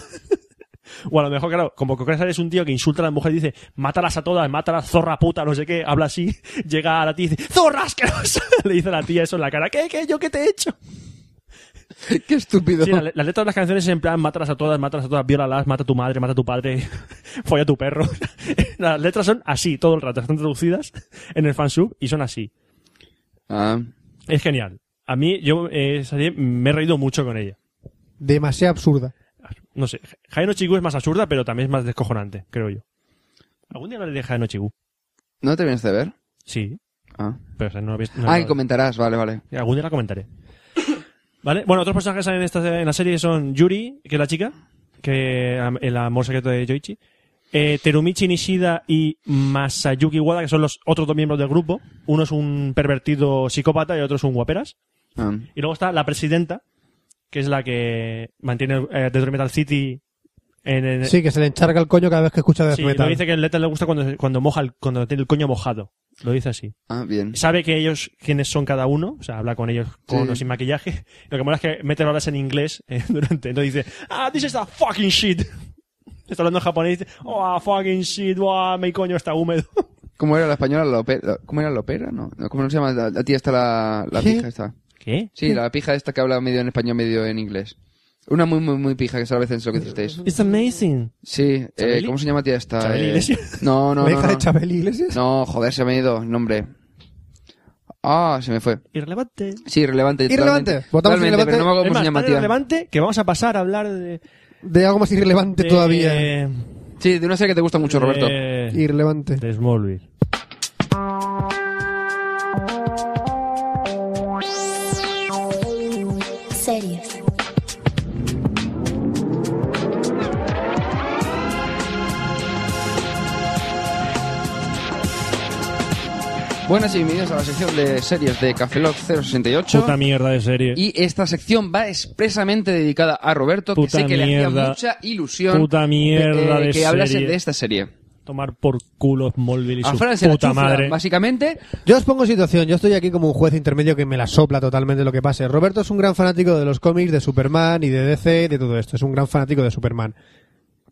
Speaker 5: O a lo mejor, claro, como que Krauser es un tío que insulta a la mujer y dice, mátalas a todas, mátalas, zorra puta, no sé qué, habla así, llega a la tía y dice, zorra asquerosa, le dice a la tía eso en la cara, ¿qué, qué, yo qué te he hecho?
Speaker 6: Qué estúpido.
Speaker 5: Sí, la, le- la letra de las canciones es en plan, mátalas a todas, mátalas a todas, viólalas, mata a tu madre, mata a tu padre, folla a tu perro. las letras son así todo el rato, están traducidas en el fansub y son así.
Speaker 6: Ah,
Speaker 5: Es genial. A mí, yo, eh, esa serie me he reído mucho con ella.
Speaker 3: Demasiado absurda.
Speaker 5: No sé, Jaino Chigu es más absurda, pero también es más descojonante, creo yo. ¿Algún día hablaré de Jaino Chigu?
Speaker 6: ¿No te vienes de ver?
Speaker 5: Sí,
Speaker 6: Ah,
Speaker 5: pero o sea, no habéis... no
Speaker 6: ah
Speaker 5: he
Speaker 6: y comentarás, vale, vale.
Speaker 5: Algún día la comentaré. ¿Vale? Bueno, otros personajes que salen en, esta, en la serie son Yuri, que es la chica, que am- el amor secreto de Yoichi. eh, Terumichi Nishida y Masayuki Wada, que son los otros dos miembros del grupo. Uno es un pervertido psicópata y el otro es un guaperas.
Speaker 6: Ah.
Speaker 5: Y luego está la presidenta, que es la que mantiene eh, Detroit Metal City en, en
Speaker 3: Sí, que se le encharca el coño cada vez que escucha Death
Speaker 5: sí,
Speaker 3: Metal.
Speaker 5: lo dice que el letra le gusta cuando, cuando moja el, cuando tiene el coño mojado. Lo dice así.
Speaker 6: Ah, bien.
Speaker 5: Sabe que ellos quiénes son cada uno, o sea, habla con ellos con
Speaker 6: Sí.
Speaker 5: o sin maquillaje. Lo que mola es que mete palabras en inglés eh, durante, no dice, ah, this is a fucking shit. Está hablando en japonés, dice, oh, ah, fucking shit, wow, mi coño está húmedo.
Speaker 6: ¿Cómo era la española? La ope- la- ¿Cómo era la opera? No, no, ¿cómo se llama? La, la tía está la, la
Speaker 3: ¿Qué?
Speaker 6: pija esta.
Speaker 5: ¿Qué?
Speaker 6: Sí, la pija esta que habla medio en español, medio en inglés. Una muy, muy, muy pija que sabe a veces lo que hicisteis.
Speaker 5: It's amazing.
Speaker 6: Sí, eh,
Speaker 5: ¿Chabeli?
Speaker 6: ¿cómo se llama tía esta?
Speaker 5: ¿Chabeli
Speaker 6: Eh,
Speaker 5: Iglesias?
Speaker 6: no, no,
Speaker 3: ¿La
Speaker 6: no.
Speaker 3: hija
Speaker 6: no.
Speaker 3: de Chabel Iglesias?
Speaker 6: No, joder, se me ha ido el nombre. Ah, se me fue.
Speaker 5: Irrelevante.
Speaker 6: Sí, irrelevante.
Speaker 3: Irrelevante.
Speaker 6: totalmente.
Speaker 3: Votamos
Speaker 6: Totalmente,
Speaker 3: irrelevante.
Speaker 6: pero no me acuerdo
Speaker 5: Es
Speaker 6: cómo
Speaker 5: más,
Speaker 6: se llama,
Speaker 5: tan
Speaker 6: tía.
Speaker 5: irrelevante que vamos a pasar a hablar de...
Speaker 3: De algo más irrelevante
Speaker 5: de-
Speaker 3: todavía. ¿eh?
Speaker 6: Sí, eh. de una serie que te gusta mucho, Roberto.
Speaker 5: de-
Speaker 3: Irrelevante.
Speaker 5: de Smallville.
Speaker 4: Series.
Speaker 6: Buenas y bienvenidos a la sección de series de Cafelot 068.
Speaker 5: Puta mierda de serie.
Speaker 6: Y esta sección va expresamente dedicada a Roberto, que
Speaker 5: Puta
Speaker 6: sé que le hacía
Speaker 5: mierda.
Speaker 6: mucha ilusión
Speaker 5: Puta mierda
Speaker 6: eh,
Speaker 5: de
Speaker 6: que hablase
Speaker 5: serie.
Speaker 6: de esta serie.
Speaker 5: Tomar por culo Smallville y
Speaker 6: A
Speaker 5: su
Speaker 6: Fran se la
Speaker 5: puta
Speaker 6: chufla,
Speaker 5: madre.
Speaker 6: básicamente.
Speaker 3: Yo os pongo en situación, yo estoy aquí como un juez intermedio que me la sopla totalmente lo que pase. Roberto es un gran fanático de los cómics, de Superman y de DC y de todo esto. Es un gran fanático de Superman.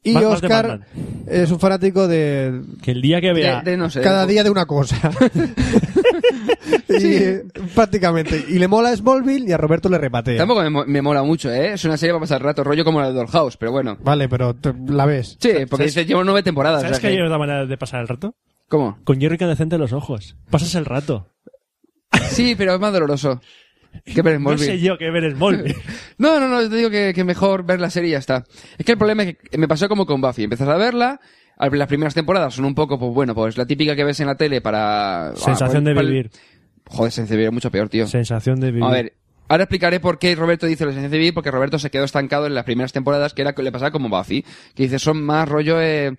Speaker 3: Y
Speaker 5: Más- más de
Speaker 3: Oscar
Speaker 5: Batman.
Speaker 3: es un fanático de
Speaker 5: Que el día que vea...
Speaker 6: de- de no sé,
Speaker 3: cada
Speaker 6: de-
Speaker 3: día de una cosa. Y, eh, prácticamente. Y le mola Smallville y a Roberto le repatea.
Speaker 6: Tampoco me, mo- me mola mucho, ¿eh? Es una serie para pasar rato, rollo como la de Dollhouse, pero bueno.
Speaker 3: Vale, pero te- la ves.
Speaker 6: Sí, porque dice, llevo nueve temporadas.
Speaker 5: ¿Sabes
Speaker 6: o
Speaker 5: que
Speaker 6: sea
Speaker 5: hay
Speaker 6: que-
Speaker 5: otra manera de pasar el rato?
Speaker 6: ¿Cómo?
Speaker 5: Con hierro incandescente en los ojos. Pasas el rato.
Speaker 6: Sí, pero es más doloroso. Que ver
Speaker 5: No
Speaker 6: Smallville.
Speaker 5: sé yo qué ver Smallville.
Speaker 6: No, no, no, te digo que, que mejor ver la serie y ya está. Es que el problema es que me pasó como con Buffy. Empezas a verla, al- las primeras temporadas son un poco, pues bueno, pues la típica que ves en la tele para... ah,
Speaker 5: Sensación
Speaker 6: para-
Speaker 5: de
Speaker 6: para-
Speaker 5: vivir.
Speaker 6: Joder, sensación de vivir mucho peor, tío.
Speaker 5: Sensación de vivir.
Speaker 6: A ver, ahora explicaré por qué Roberto dice la sensación de vivir, porque Roberto se quedó estancado en las primeras temporadas, que era le pasaba como Buffy, que dice, son más rollo... Eh,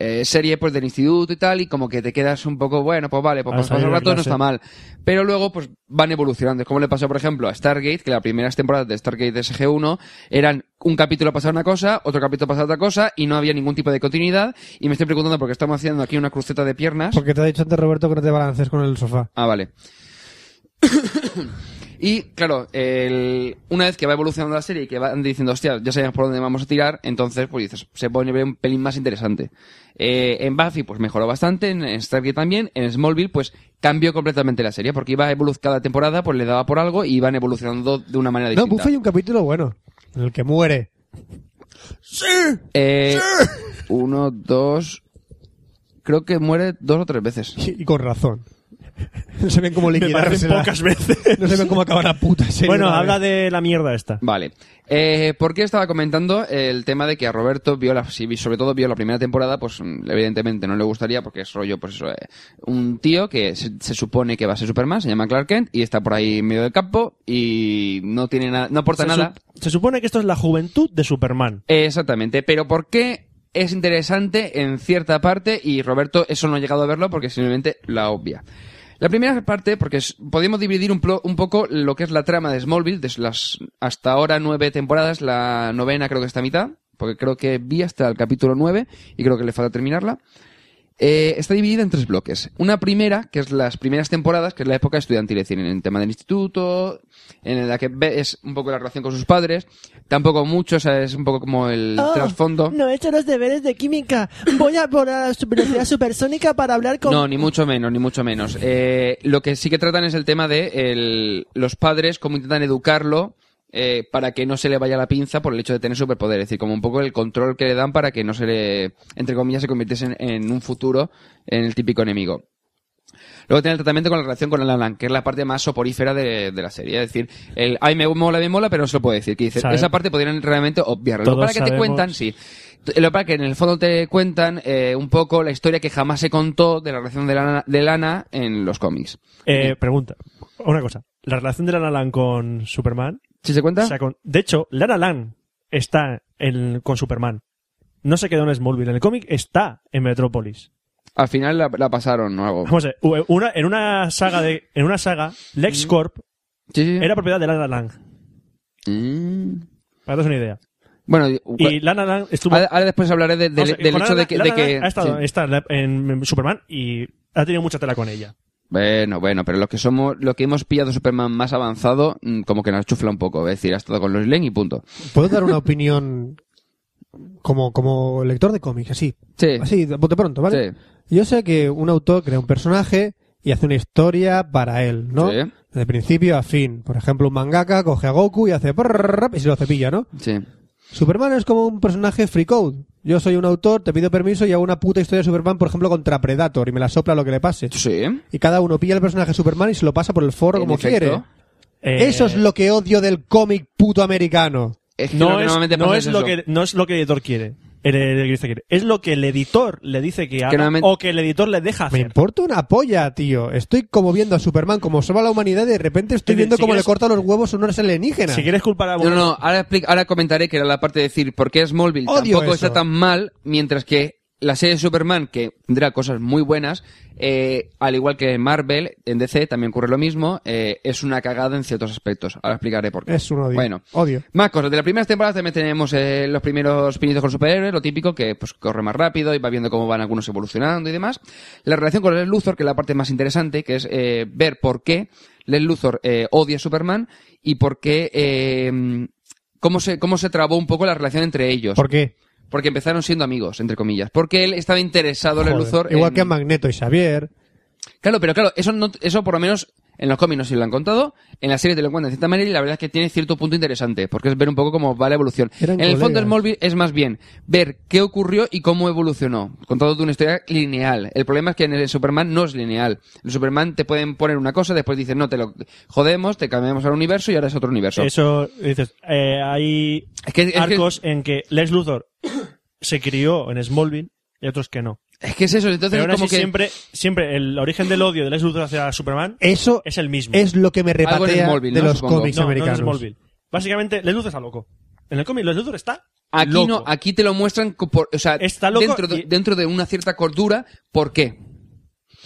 Speaker 6: eh, serie pues del instituto y tal y como que te quedas un poco bueno pues vale pues
Speaker 5: Ah,
Speaker 6: pasar
Speaker 5: salir
Speaker 6: un
Speaker 5: de
Speaker 6: rato no
Speaker 5: clase.
Speaker 6: está mal pero luego pues van evolucionando es como le pasó por ejemplo a Stargate que las primeras temporadas de Stargate SG1 eran un capítulo pasaba una cosa otro capítulo pasaba otra cosa y no había ningún tipo de continuidad y me estoy preguntando por qué estamos haciendo aquí una cruceta de piernas
Speaker 3: Porque te ha dicho antes Roberto que no te balances con el sofá.
Speaker 6: Ah, vale. y claro, el- una vez que va evolucionando la serie y que van diciendo, hostia, ya sabemos por dónde vamos a tirar, entonces pues dices, se pone un pelín más interesante. Eh, en Buffy pues mejoró bastante, en, en Stargate también, en Smallville pues cambió completamente la serie porque iba evolucionando cada temporada, pues le daba por algo y iban evolucionando de una manera
Speaker 3: No,
Speaker 6: distinta.
Speaker 3: Buffy hay un capítulo bueno, en el que muere.
Speaker 6: Eh, uno, dos, creo que muere dos o tres veces.
Speaker 3: Y, y con razón. No se ven cómo
Speaker 5: Me parecen
Speaker 3: liquidársela.
Speaker 5: pocas veces.
Speaker 3: No se ven cómo acaba la puta serie.
Speaker 5: bueno,
Speaker 3: otra
Speaker 5: habla
Speaker 3: vez.
Speaker 5: de la mierda esta.
Speaker 6: Vale. Eh, ¿Por qué estaba comentando el tema de que a Roberto vio la, si- sobre todo vio la primera temporada, pues mm, evidentemente no le gustaría porque es rollo, pues eso, eh, un tío que se, se supone que va a ser Superman, se llama Clark Kent y está por ahí en medio del campo y no tiene nada, no aporta
Speaker 5: se,
Speaker 6: nada.
Speaker 5: su- se supone que esto es la juventud de Superman.
Speaker 6: Eh, exactamente. Pero ¿por qué es interesante en cierta parte y Roberto eso no ha llegado a verlo porque simplemente la obvia? La primera parte, porque es- podemos dividir un, plo- un poco lo que es la trama de Smallville, de las hasta ahora nueve temporadas, la novena creo que está a mitad, porque creo que vi hasta el capítulo nueve y creo que le falta terminarla. Eh, está dividida en tres bloques. Una primera, que es las primeras temporadas, que es la época estudiantil, es decir, en el tema del instituto, en la que ves un poco la relación con sus padres, tampoco mucho, o sea, es un poco como el trasfondo.
Speaker 7: No he hecho los deberes de química. Voy a por la su- velocidad supersónica para hablar con...
Speaker 6: No, ni mucho menos, ni mucho menos. Eh, lo que sí que tratan es el tema de el- los padres, cómo intentan educarlo eh, para que no se le vaya la pinza por el hecho de tener superpoder. Es decir, como un poco el control que le dan para que no se le, entre comillas, se convirtiese en, en un futuro en el típico enemigo. Luego tiene el tratamiento con la relación con Alan, que es la parte más soporífera de, de la serie. Es decir, el ay, me mola, me mola, pero no se lo puede decir. Que dice,
Speaker 5: Sabe-
Speaker 6: esa parte podrían realmente obviarla. Lo
Speaker 5: Todos
Speaker 6: para que te
Speaker 5: sabemos-
Speaker 6: cuentan, sí. Lo para que en el fondo te cuentan eh, un poco la historia que jamás se contó de la relación de Lana, de Lana en los cómics.
Speaker 5: Eh, pregunta. Una cosa. La relación de Lana Lang con Superman.
Speaker 6: ¿Sí se cuenta?
Speaker 5: o sea, con- de hecho, Lana Lang está en- con Superman. no se quedó en Smallville. En el cómic está en Metrópolis.
Speaker 6: Al final la, la pasaron o algo.
Speaker 5: Vamos a ver, u- una, en una saga de, en una saga, LexCorp
Speaker 6: Sí, sí.
Speaker 5: era propiedad de Lana Lang.
Speaker 6: Mm.
Speaker 5: Para daros una idea.
Speaker 6: Bueno,
Speaker 5: Y Lana Lang estuvo.
Speaker 6: ahora, ahora después hablaré de- de-
Speaker 5: vamos a ver,
Speaker 6: del
Speaker 5: con
Speaker 6: hecho
Speaker 5: Lana-
Speaker 6: de que... de
Speaker 5: Lana
Speaker 6: que-
Speaker 5: Lang ha estado
Speaker 6: sí.
Speaker 5: está en este- la- en Superman y ha tenido mucha tela con ella.
Speaker 6: Bueno, bueno, pero los que somos, lo que hemos pillado Superman más avanzado, mm, como que nos chufla un poco. Es decir, ha estado con los Lane y punto.
Speaker 3: ¿Puedo dar una opinión como, como lector de cómics? Así.
Speaker 5: Ah,
Speaker 6: Sí.
Speaker 3: Así, de bote pronto, ¿vale?
Speaker 6: Sí.
Speaker 3: Yo sé que un autor crea un personaje y hace una historia para él, ¿no?
Speaker 6: Sí.
Speaker 3: De principio a fin. Por ejemplo, un mangaka coge a Goku y hace prrrrrap y se lo cepilla, ¿no?
Speaker 6: Sí.
Speaker 3: Superman es como un personaje free code. Yo soy un autor, te pido permiso y hago una puta historia de Superman, por ejemplo, contra Predator y me la sopla lo que le pase.
Speaker 6: Sí.
Speaker 3: Y cada uno pilla el personaje Superman y se lo pasa por el foro
Speaker 6: En
Speaker 3: como
Speaker 6: efecto.
Speaker 3: quiere.
Speaker 5: Eh,
Speaker 3: Eso es lo que odio del cómic puto americano.
Speaker 6: Es que lo
Speaker 5: no
Speaker 6: que
Speaker 5: es,
Speaker 6: normalmente
Speaker 5: no
Speaker 6: pasa
Speaker 5: es lo
Speaker 6: eso.
Speaker 5: que no es lo que el editor quiere. El, el guionista quiere. Es lo que el editor le dice que haga
Speaker 6: normalmente-
Speaker 5: o que el editor le deja
Speaker 3: Me
Speaker 5: hacer.
Speaker 3: importa una polla, tío. Estoy como viendo a Superman como salva a la humanidad y de repente estoy
Speaker 5: Si
Speaker 3: viendo
Speaker 5: quieres-
Speaker 3: cómo le corta los huevos a unos alienígenas.
Speaker 5: Si quieres culpar a
Speaker 6: No, no, ahora, expli- ahora comentaré que era la parte de decir por qué Smallville
Speaker 3: Odio
Speaker 6: tampoco
Speaker 3: eso.
Speaker 6: está tan mal, mientras que la serie de Superman, que tendrá cosas muy buenas, eh, al igual que en Marvel, en DC también ocurre lo mismo, eh, es una cagada en ciertos aspectos. Ahora explicaré por qué.
Speaker 3: Es un odio.
Speaker 6: Bueno,
Speaker 3: Odio.
Speaker 6: Más cosas. De las primeras temporadas también tenemos eh, los primeros pinitos con superhéroes, lo típico, que pues corre más rápido y va viendo cómo van algunos evolucionando y demás. La relación con Les Luthor, que es la parte más interesante, que es eh, ver por qué Les Luthor eh, odia a Superman y por qué... eh, cómo se, cómo se trabó un poco la relación entre ellos.
Speaker 3: ¿Por qué?
Speaker 6: Porque empezaron siendo amigos, entre comillas. Porque él estaba interesado, Les
Speaker 3: Joder,
Speaker 6: Luthor...
Speaker 3: Igual
Speaker 6: en-
Speaker 3: que a Magneto y Xavier.
Speaker 6: Claro, pero claro, eso no, eso por lo menos en los cómics no se lo han contado, en la serie te lo cuentan de cierta manera y la verdad es que tiene cierto punto interesante, porque es ver un poco cómo va la evolución.
Speaker 3: Eran
Speaker 6: en el fondo
Speaker 3: colegas.
Speaker 6: Smallville es más bien ver qué ocurrió y cómo evolucionó, contado de una historia lineal. El problema es que en el Superman no es lineal. En Superman te pueden poner una cosa, después dicen, no, te lo jodemos, te cambiamos al universo y ahora es otro universo.
Speaker 5: Eso dices, eh, hay
Speaker 6: Es que- es que-
Speaker 5: arcos en que Lex Luthor se crió en Smallville y otros que no.
Speaker 6: Es que es eso, entonces
Speaker 5: Pero aún
Speaker 6: es como
Speaker 5: así
Speaker 6: que...
Speaker 5: siempre, siempre el origen del odio de Lex Luthor hacia Superman
Speaker 3: Eso
Speaker 5: es el mismo.
Speaker 3: es lo que me
Speaker 6: Algo en
Speaker 3: repatea
Speaker 6: Smallville,
Speaker 3: de
Speaker 6: ¿no?
Speaker 3: los
Speaker 6: Supongo.
Speaker 5: no,
Speaker 3: cómics
Speaker 5: no en
Speaker 3: americanos.
Speaker 5: Smallville. Básicamente, Lex Luthor está loco. En el cómic, Lex Luthor está
Speaker 6: Aquí
Speaker 5: loco.
Speaker 6: no, aquí te lo muestran, co- por- o sea,
Speaker 5: Está loco
Speaker 6: dentro, de,
Speaker 5: y-
Speaker 6: dentro de una cierta cordura, ¿por qué?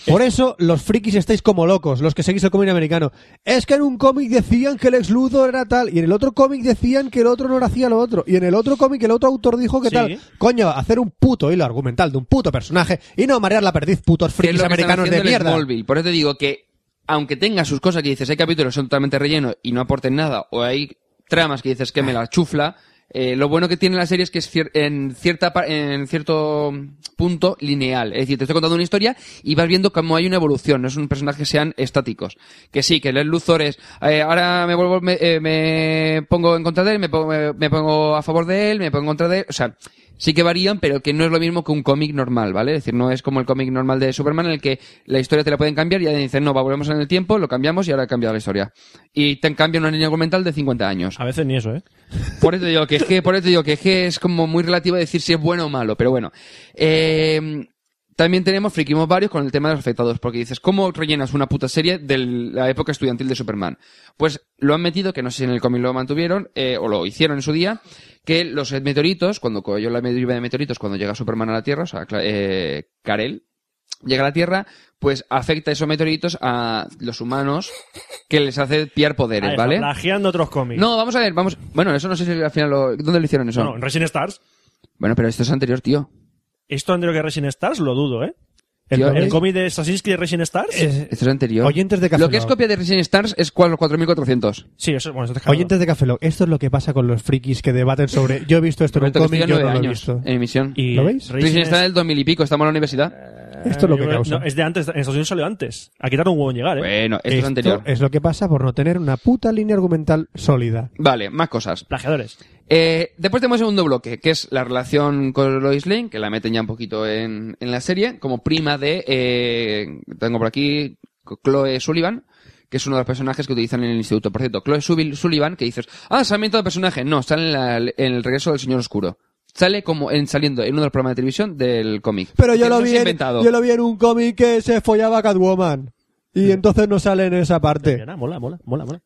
Speaker 3: Por eso los frikis estáis como locos, los que seguís el cómic americano. Es que en un cómic decían que el ex Luthor era tal, y en el otro cómic decían que el otro no era hacía lo otro, y en el otro cómic el otro autor dijo que
Speaker 5: Sí.
Speaker 3: tal. Coño, hacer un puto hilo argumental de un puto personaje y no marear la perdiz, putos
Speaker 6: que es
Speaker 3: frikis
Speaker 6: lo que están
Speaker 3: americanos de
Speaker 6: haciendo en
Speaker 3: mierda.
Speaker 6: Smallville. Por eso te digo que, aunque tenga sus cosas que dices, hay capítulos que son totalmente rellenos y no aporten nada, o hay tramas que dices que me la chufla, eh, lo bueno que tiene la serie es que es cier- en, cierta pa- en cierto punto lineal. Es decir, te estoy contando una historia y vas viendo cómo hay una evolución, no es un personaje que sean estáticos. Que sí, que Lex Luthor es, eh, ahora me vuelvo, me, eh, me pongo en contra de él, me pongo, me, me pongo a favor de él, me pongo en contra de él, o sea, sí que varían, pero que no es lo mismo que un cómic normal, ¿vale? Es decir, no es como el cómic normal de Superman en el que la historia te la pueden cambiar y ya dicen, no, va, volvemos en el tiempo, lo cambiamos y ahora ha cambiado la historia. Y te cambian una línea argumental de 50 años.
Speaker 5: A veces ni eso, ¿eh?
Speaker 6: Por eso digo que es que, por eso digo que es, que es como muy relativo decir si es bueno o malo, pero bueno. Eh, también tenemos friquimos varios con el tema de los afectados, porque dices, ¿cómo rellenas una puta serie de la época estudiantil de Superman? Pues lo han metido, que no sé si en el cómic lo mantuvieron, eh, o lo hicieron en su día, que los meteoritos, cuando cayó la lluvia de meteoritos, cuando llega Superman a la Tierra, o sea, Cla- eh, Karel, llega a la Tierra, pues afecta esos meteoritos a los humanos, que les hace pillar poderes,
Speaker 5: Ahí está,
Speaker 6: ¿vale?
Speaker 5: Plagiando otros cómics.
Speaker 6: No, vamos a ver, vamos. Bueno, eso no sé si al final lo. ¿Dónde lo hicieron eso?
Speaker 5: No, en Resident Stars.
Speaker 6: Bueno, pero esto es anterior, tío.
Speaker 5: Esto anterior que Resident Stars lo dudo, ¿eh? El,
Speaker 6: Yo-
Speaker 5: el
Speaker 6: es-
Speaker 5: cómic de Assassin's Creed Resident Stars.
Speaker 3: Eh,
Speaker 6: Esto es anterior.
Speaker 3: oyentes de Café
Speaker 6: Lo que es
Speaker 3: Lock.
Speaker 6: copia de Resident Stars es cuatro- 4400.
Speaker 5: sí, eso, bueno, eso te jala.
Speaker 3: Oyentes de Café Lock, esto es lo que pasa con los frikis que debaten sobre yo he visto esto en un
Speaker 6: Roberto Castillo,
Speaker 3: cómic, yo
Speaker 6: nueve
Speaker 3: no lo he
Speaker 6: años
Speaker 3: visto.
Speaker 6: en emisión.
Speaker 5: Y
Speaker 3: ¿Lo veis?
Speaker 6: Resident Stars del 2000 y pico, estamos en la universidad.
Speaker 3: Esto es lo que
Speaker 5: Eh, Yo creo-
Speaker 3: causa.
Speaker 5: no, es de antes, en Estados Unidos salió antes. Aquí tarda un huevo en llegar, ¿eh?
Speaker 6: Bueno, esto, es
Speaker 3: Esto
Speaker 6: anterior.
Speaker 3: es lo que pasa por no tener una puta línea argumental sólida.
Speaker 6: Vale, más cosas.
Speaker 5: Plagiadores.
Speaker 6: Eh, después tenemos el segundo bloque, que es la relación con Lois Lane, que la meten ya un poquito en, en la serie, como prima de, eh, tengo por aquí, Chloe Sullivan, que es uno de los personajes que utilizan en el instituto. Por cierto, Chloe Subil- Sullivan, que dices, ah, se ha inventado el personaje. No, sale en, la- en el regreso del Señor Oscuro. Sale como en saliendo en uno de los programas de televisión del cómic.
Speaker 3: Pero yo
Speaker 6: Que
Speaker 3: lo
Speaker 6: no se
Speaker 3: vi
Speaker 6: ha
Speaker 3: en,
Speaker 6: inventado.
Speaker 3: yo lo vi en un cómic que se follaba a Catwoman. Y entonces no sale en esa parte.
Speaker 5: Mira, mola, mola, mola, mola.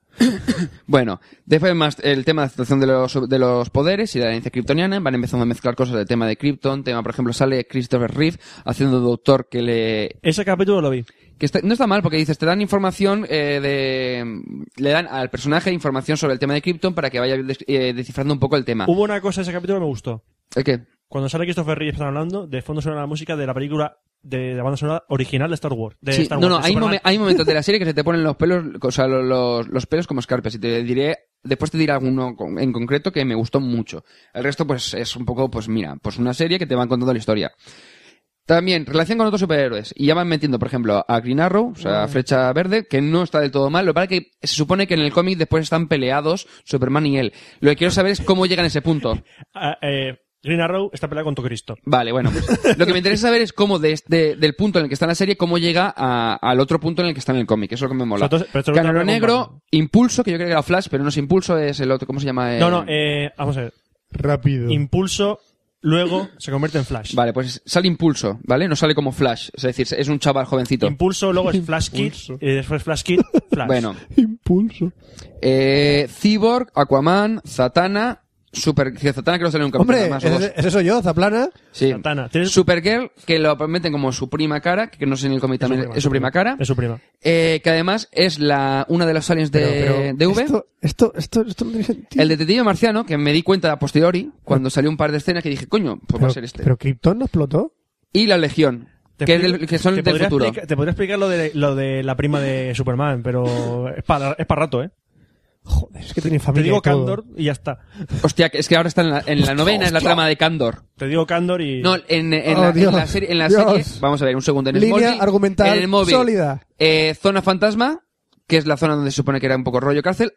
Speaker 6: Bueno, después más el tema de la situación de los, de los poderes y de la herencia kryptoniana, van empezando a mezclar cosas del tema de Krypton, tema, por ejemplo, sale Christopher Reeve haciendo de doctor que le...
Speaker 5: Ese capítulo lo vi.
Speaker 6: que está- no está mal porque dices, te dan información eh, de... le dan al personaje información sobre el tema de Krypton para que vaya des- eh, descifrando un poco el tema.
Speaker 5: Hubo una cosa, ese capítulo que me gustó.
Speaker 6: ¿El qué?
Speaker 5: Cuando sale Christopher Reeve están hablando, de fondo suena la música de la película de la banda sonora original de Star Wars. De
Speaker 6: Sí,
Speaker 5: Star
Speaker 6: no,
Speaker 5: Wars,
Speaker 6: no,
Speaker 5: de
Speaker 6: hay,
Speaker 5: Superman.
Speaker 6: momen- hay momentos de la serie que se te ponen los pelos, o sea, lo- los, los pelos como escarpias. Y te diré, después te diré alguno con- en concreto que me gustó mucho. El resto, pues, es un poco, pues mira, pues una serie que te van contando la historia. También, relación con otros superhéroes. Y ya van metiendo, por ejemplo, a Green Arrow, o sea, a Flecha Verde, que no está del todo mal. Lo que pasa es que se supone que en el cómic después están peleados Superman y él. Lo que quiero saber es cómo llegan a ese punto.
Speaker 5: Ah, eh, Green Arrow está peleado con Cristo.
Speaker 6: Vale, bueno, pues, lo que me interesa saber es cómo de, de- del punto en el que está la serie, cómo llega a- al otro punto en el que está en el cómic. Eso es lo que me mola.
Speaker 5: O sea, entonces, pero esto lo
Speaker 6: Canelo
Speaker 5: trata con
Speaker 6: Negro,
Speaker 5: Batman.
Speaker 6: Impulso, que yo creo que era Flash, pero no es Impulso, es el otro, ¿cómo se llama? Eh,
Speaker 5: No, no, eh, vamos a ver.
Speaker 3: Rápido.
Speaker 5: Impulso, luego se convierte en Flash.
Speaker 6: Vale, pues sale Impulso, ¿vale? No sale como Flash, es decir, es un chaval jovencito.
Speaker 5: Impulso, luego es Flash Kid,
Speaker 3: Impulso.
Speaker 5: y después Flash Kid, Flash.
Speaker 6: Bueno,
Speaker 3: Impulso.
Speaker 6: eh, Cyborg, Aquaman, Zatanna, Super... que Zatanna creo que sale en un capítulo
Speaker 3: Hombre,
Speaker 6: más o dos.
Speaker 3: ese, ese soy yo, Zaplana.
Speaker 6: Sí.
Speaker 5: Zatanna, ¿tienes-
Speaker 6: Supergirl, que lo prometen como su prima cara, que no sé en el cómic también es su prima cara.
Speaker 5: Es su prima.
Speaker 6: Eh, que además es la una de los aliens de, de V.
Speaker 3: Esto, esto, esto, esto no tiene sentido.
Speaker 6: El detective marciano, que me di cuenta a posteriori, cuando salió un par de escenas, que dije, coño, pues va a
Speaker 3: pero,
Speaker 6: ser este.
Speaker 3: pero Krypton no explotó.
Speaker 6: Y la Legión,
Speaker 5: Te
Speaker 6: que, es
Speaker 5: explico-
Speaker 6: del- que son
Speaker 5: te
Speaker 6: del
Speaker 5: podría
Speaker 6: futuro.
Speaker 5: explica- te podría explicar lo de, lo de la prima de Superman, pero es para, es para rato, ¿eh?
Speaker 3: Joder, es que tiene
Speaker 5: Te
Speaker 3: familia.
Speaker 5: digo
Speaker 3: y todo.
Speaker 5: Candor y ya está.
Speaker 6: Hostia, que es que ahora está en la, en la novena, es la trama de Candor.
Speaker 5: Te digo Candor y...
Speaker 6: No, en, en
Speaker 3: Oh,
Speaker 6: la, en
Speaker 3: Dios.
Speaker 6: la serie, en la
Speaker 3: Dios.
Speaker 6: serie- Vamos a ver, un segundo. En el
Speaker 3: Línea
Speaker 6: móvil-
Speaker 3: argumental
Speaker 6: en el móvil,
Speaker 3: sólida.
Speaker 6: eh, zona fantasma, que es la zona donde se supone que era un poco rollo cárcel.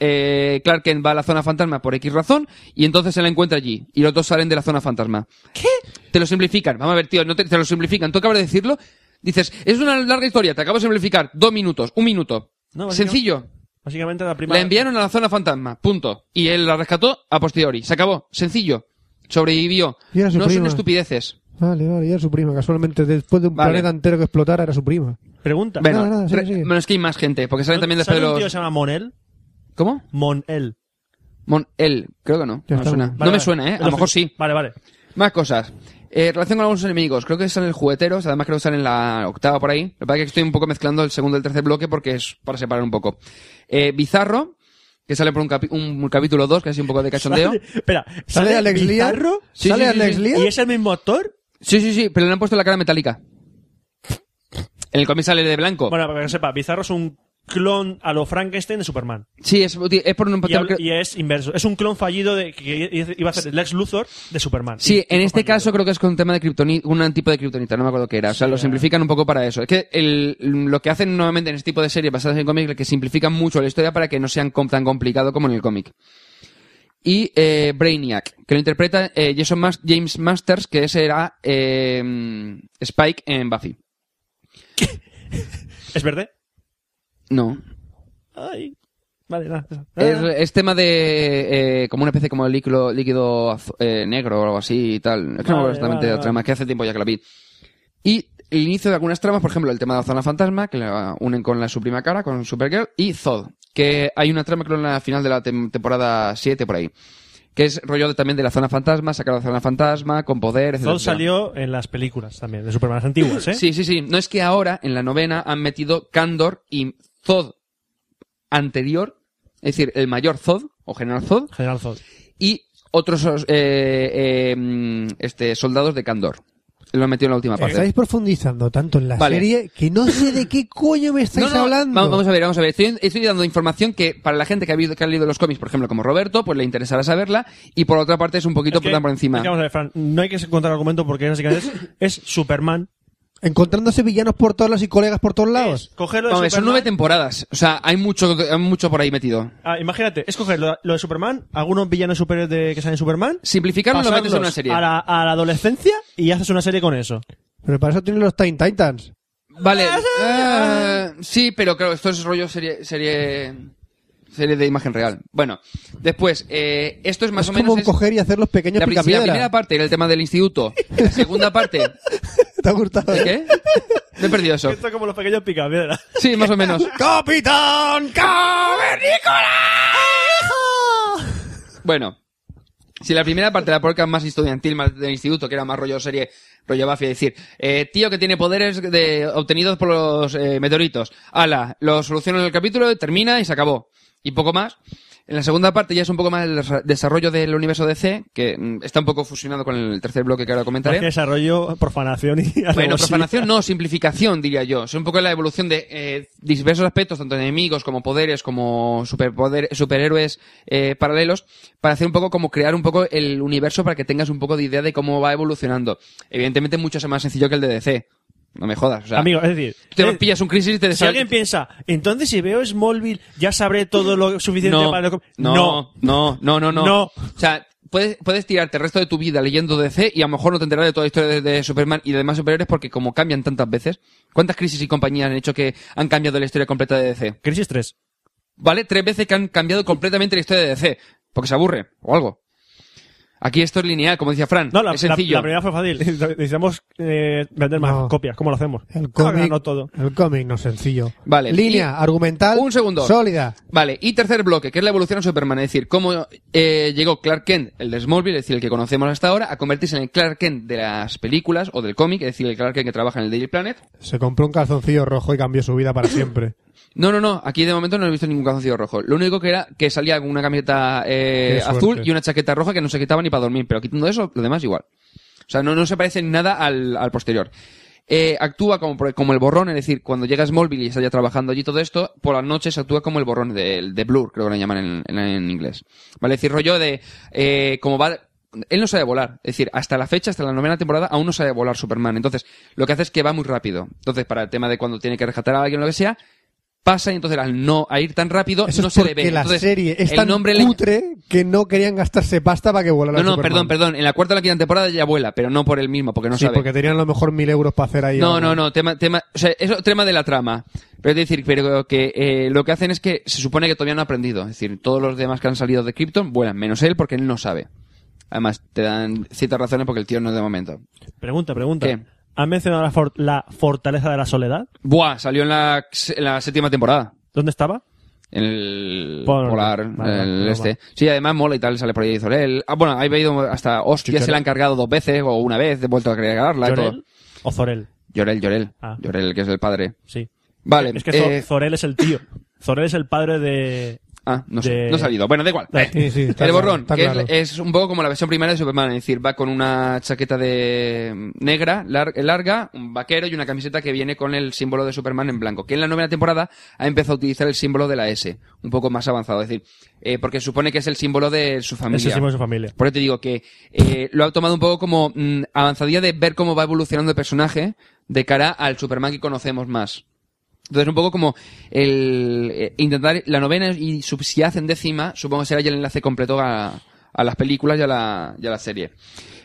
Speaker 6: Eh, Clark Kent va a la zona fantasma por X razón y entonces se la encuentra allí. Y los dos salen de la zona fantasma. ¿Qué? Te lo simplifican. Vamos a ver, tío, no te, te lo simplifican. Tú acabas de decirlo. Dices, es una larga historia, te acabo de simplificar. Dos minutos, un minuto.
Speaker 5: No, básicamente-
Speaker 6: Sencillo.
Speaker 5: Básicamente la prima...
Speaker 6: La enviaron a la zona fantasma, punto. Y él la rescató a posteriori. Se acabó. Sencillo. Sobrevivió.
Speaker 3: Y era su
Speaker 6: no son
Speaker 3: prima.
Speaker 6: estupideces.
Speaker 3: Vale, vale, era su prima. Casualmente, después de un
Speaker 6: Vale.
Speaker 3: planeta entero que explotara, era su prima.
Speaker 5: Pregunta.
Speaker 6: Bueno,
Speaker 3: Nada, nada, sigue,
Speaker 6: re-
Speaker 3: sigue.
Speaker 6: bueno, es que hay más gente, porque salen también después
Speaker 5: ¿Sabe un
Speaker 6: de
Speaker 5: tío que
Speaker 6: los...
Speaker 5: se llama Monel?
Speaker 6: ¿Cómo?
Speaker 5: Monel.
Speaker 6: Mon él, creo que no.
Speaker 3: Ya
Speaker 6: no, me
Speaker 3: está.
Speaker 6: suena.
Speaker 3: Vale,
Speaker 6: no me
Speaker 5: vale.
Speaker 6: suena, ¿eh? A lo
Speaker 5: Entonces-
Speaker 6: mejor sí.
Speaker 5: Vale, vale.
Speaker 6: Más cosas. Eh, relación con algunos enemigos. Creo que salen jugueteros, además creo que salen en la octava por ahí. Lo que pasa es que estoy un poco mezclando el segundo y el tercer bloque porque es para separar un poco. Eh, Bizarro, que sale por un, capi- un- un capítulo 2, que es un poco de cachondeo.
Speaker 5: Sale- Espera.
Speaker 3: ¿Sale, Alex Lía?
Speaker 5: Bizarro?
Speaker 6: Sí,
Speaker 3: ¿Sale
Speaker 6: sí, sí,
Speaker 3: Alex
Speaker 6: sí.
Speaker 3: Lía?
Speaker 5: ¿Y es el mismo actor?
Speaker 6: Sí, sí, sí, pero le han puesto la cara metálica. En el cómic sale de blanco.
Speaker 5: Bueno, para que sepa, Bizarro es un clon a lo Frankenstein de Superman.
Speaker 6: sí, es, es por un...
Speaker 5: Y, hab- y es inverso. Es un clon fallido de que que iba a ser Lex Luthor de Superman.
Speaker 6: Sí,
Speaker 5: Y-
Speaker 6: en este
Speaker 5: fallido.
Speaker 6: caso creo que es con tema de kriptonita, un tipo de kriptonita, no me acuerdo qué era. O sea, lo simplifican un poco para eso. Es que el- lo que hacen nuevamente en este tipo de series basadas en cómics es que simplifican mucho la historia para que no sean com- tan complicado como en el cómic. Y eh, Brainiac, que lo interpreta eh, Jason Mas- James Masters, que ese era eh, Spike en Buffy.
Speaker 5: ¿Es verde?
Speaker 6: No.
Speaker 5: Ay. Vale, nada. nada.
Speaker 6: Es, es tema de eh, como una especie de como líquido, líquido azu- eh, negro o algo así y tal. Es que no me acuerdo
Speaker 5: Vale,
Speaker 6: exactamente
Speaker 5: vale,
Speaker 6: de la
Speaker 5: vale.
Speaker 6: trama, que hace tiempo ya que la vi. Y el inicio de algunas tramas, por ejemplo, el tema de la zona fantasma, que la unen con la su prima cara, con Supergirl, y Zod, que hay una trama creo en la final de la tem- temporada 7 por ahí, que es rollo de- también de la zona fantasma, sacar la zona fantasma, con poder, etc.
Speaker 5: Zod salió en las películas también, de Superman antiguas, ¿eh?
Speaker 6: Sí, sí, sí. No es que ahora, en la novena, han metido Candor y Zod anterior, es decir, el mayor Zod, o General Zod,
Speaker 5: General Zod.
Speaker 6: y otros eh, eh, mm, este, soldados de Candor. Lo han metido en la última parte.
Speaker 3: Estáis profundizando tanto en la
Speaker 6: Vale.
Speaker 3: serie que no sé de qué coño me estáis
Speaker 6: No, no,
Speaker 3: hablando.
Speaker 6: Vamos, vamos a ver, vamos a ver. Estoy, estoy dando información que para la gente que ha, visto- que ha leído los cómics, por ejemplo, como Roberto, pues le interesará saberla. Y por otra parte es un poquito
Speaker 5: Es que-
Speaker 6: por encima.
Speaker 5: es que vamos a ver, Fran, no hay que encontrar argumento porque básicamente es, es Superman.
Speaker 3: Encontrándose villanos por todos lados y colegas por todos lados.
Speaker 5: Es coger lo de
Speaker 6: Vamos a ver, son
Speaker 5: Superman-
Speaker 6: nueve temporadas. O sea, hay mucho, hay mucho por ahí metido.
Speaker 5: Ah, imagínate, es coger lo, lo de Superman, algunos villanos superiores de, que salen en Superman,
Speaker 6: Simplificarlo lo metes en una
Speaker 5: pasarlos
Speaker 6: serie.
Speaker 5: A, la, a la adolescencia y haces una serie con eso.
Speaker 3: Pero para eso tienen los Teen Titans.
Speaker 6: Vale. eh, sí, pero claro, esto es rollo serie, serie, serie de imagen real. Bueno, después, eh, esto es más
Speaker 3: es
Speaker 6: o
Speaker 3: como
Speaker 6: menos... es-
Speaker 3: coger y hacer los pequeños
Speaker 6: La, pri- si la
Speaker 3: picapiedra.
Speaker 6: primera parte era el tema del instituto. La segunda parte.
Speaker 3: ¿Te ha gustado?
Speaker 6: ¿El qué? Me he perdido eso.
Speaker 5: Esto es como los pequeños picapiedras.
Speaker 6: Sí, más o menos.
Speaker 3: ¡Capitán Cavernícola!
Speaker 6: Bueno, si la primera parte de la porca más estudiantil, más del instituto, que era más rollo serie, rollo Buffy, decir, eh, tío que tiene poderes de, obtenidos por los eh, meteoritos, ala, lo soluciono en el capítulo, termina y se acabó. Y poco más. En la segunda parte ya es un poco más el desa- desarrollo del universo DC, que mm, está un poco fusionado con el tercer bloque que ahora comentaré.
Speaker 5: Más que desarrollo, profanación y
Speaker 6: Bueno,
Speaker 5: alevosía.
Speaker 6: profanación no, simplificación diría yo. Es un poco la evolución de eh, diversos aspectos, tanto enemigos como poderes, como superpoder, superhéroes eh, paralelos, para hacer un poco como crear un poco el universo para que tengas un poco de idea de cómo va evolucionando. Evidentemente mucho es más sencillo que el de DC. No me jodas. O sea,
Speaker 5: Amigo, es decir,
Speaker 6: tú te
Speaker 5: eh,
Speaker 6: pillas un crisis y te
Speaker 5: si
Speaker 6: desal-
Speaker 5: alguien piensa, entonces si veo Smallville ya sabré todo lo suficiente
Speaker 6: no,
Speaker 5: para... lo que-".
Speaker 6: no, no, no, no, no.
Speaker 5: No.
Speaker 6: O sea, puedes, puedes tirarte el resto de tu vida leyendo DC y a lo mejor no te enterarás de toda la historia de, de Superman y de demás superhéroes porque como cambian tantas veces, ¿cuántas crisis y compañías han hecho que han cambiado la historia completa de DC?
Speaker 5: Crisis 3.
Speaker 6: ¿Vale? Tres veces que han cambiado completamente la historia de DC porque se aburre o algo. Aquí esto es lineal, como decía Fran.
Speaker 5: No, la,
Speaker 6: es
Speaker 5: la-
Speaker 6: sencillo.
Speaker 5: la primera fue fácil. Necesitamos eh, vender más
Speaker 3: No.
Speaker 5: copias. ¿Cómo lo hacemos?
Speaker 3: El
Speaker 5: Cómo
Speaker 3: cómic,
Speaker 5: no todo.
Speaker 3: el cómic no sencillo.
Speaker 6: Vale,
Speaker 3: Línea
Speaker 6: y-
Speaker 3: argumental
Speaker 6: Un segundo.
Speaker 3: sólida.
Speaker 6: Vale, y tercer bloque, que es la evolución de Superman, es decir, cómo eh, llegó Clark Kent, el de Smallville, es decir, el que conocemos hasta ahora, a convertirse en el Clark Kent de las películas o del cómic, es decir, el Clark Kent que trabaja en el Daily Planet.
Speaker 3: Se compró un calzoncillo rojo y cambió su vida para siempre.
Speaker 6: No, no, no, aquí de momento no he visto ningún calzoncillo rojo. Lo único que era que salía con una camiseta eh,
Speaker 3: Qué suerte.
Speaker 6: azul y una chaqueta roja que no se quitaba ni para dormir, pero quitando eso, lo demás igual. O sea, no, no se parece en nada al, al posterior. Eh, actúa como, por- como el borrón, es decir, cuando llega Smallville y está ya trabajando allí todo esto, por las noches actúa como el borrón de, de Blur, creo que lo llaman en, en- en inglés. Vale, es decir, rollo de eh, como va... Él no sabe volar, es decir, hasta la fecha, hasta la novena temporada, aún no sabe volar Superman. Entonces, lo que hace es que va muy rápido. Entonces, para el tema de cuando tiene que rescatar a alguien o lo que sea, pasa y entonces al no a ir tan rápido
Speaker 3: Eso
Speaker 6: no
Speaker 3: es
Speaker 6: se le
Speaker 3: porque
Speaker 6: ve.
Speaker 3: la
Speaker 6: Entonces,
Speaker 3: serie es
Speaker 6: el
Speaker 3: tan
Speaker 6: nombre le-
Speaker 3: cutre que no querían gastarse pasta para que volara
Speaker 6: No, no,
Speaker 3: Superman.
Speaker 6: perdón, perdón. En la cuarta o la quinta temporada ya vuela, pero no por él mismo, porque no
Speaker 3: sí,
Speaker 6: sabe.
Speaker 3: porque tenían a lo mejor mil euros para hacer ahí.
Speaker 6: No,
Speaker 3: algo.
Speaker 6: no, no, tema, tema, o sea, eso, tema de la trama. Pero es decir, pero que eh, lo que hacen es que se supone que todavía no ha aprendido. Es decir, todos los demás que han salido de Krypton vuelan, menos él, porque él no sabe. Además, te dan ciertas razones porque el tío no es de momento.
Speaker 5: Pregunta, pregunta.
Speaker 6: ¿Qué?
Speaker 5: ¿Han mencionado la, for- la fortaleza de la soledad?
Speaker 6: Buah, salió en la, en la séptima temporada.
Speaker 5: ¿Dónde estaba?
Speaker 6: En el
Speaker 5: Por-
Speaker 6: polar,
Speaker 5: vale,
Speaker 6: el
Speaker 5: vale,
Speaker 6: este.
Speaker 5: vale.
Speaker 6: Sí, además mola y tal, sale por ahí y Zorel. Ah, bueno, ahí he ido hasta Ost, ya se la han cargado dos veces o una vez, he vuelto a cargarla y todo.
Speaker 5: ¿Llorel o Zorel?
Speaker 6: Llorel, Llorel.
Speaker 5: Ah.
Speaker 6: Llorel, que es el padre.
Speaker 5: Sí.
Speaker 6: Vale,
Speaker 5: Es que Zo-
Speaker 6: eh,
Speaker 5: Zorel es el tío. Zorel es el padre de...
Speaker 6: Ah, no sé,
Speaker 5: de-
Speaker 6: no ha salido. Bueno, da igual.
Speaker 5: Da-
Speaker 6: Eh.
Speaker 3: Sí, sí, está
Speaker 6: el
Speaker 3: claro,
Speaker 6: borrón,
Speaker 3: está
Speaker 6: que es-
Speaker 3: claro.
Speaker 6: es, un poco como la versión primera de Superman, es decir, va con una chaqueta de negra lar- larga, un vaquero y una camiseta que viene con el símbolo de Superman en blanco, que en la novena temporada ha empezado a utilizar el símbolo de la S, un poco más avanzado, es decir, eh, porque supone que es el símbolo de su
Speaker 5: Es el
Speaker 6: familia.
Speaker 5: símbolo de su familia.
Speaker 6: Por eso te digo que eh, lo ha tomado un poco como mm, avanzadilla de ver cómo va evolucionando el personaje de cara al Superman que conocemos más. Entonces, un poco como el eh, intentar la novena y sub- si hacen décima, supongo que será ya el enlace completo a, a las películas y a la, y a la serie.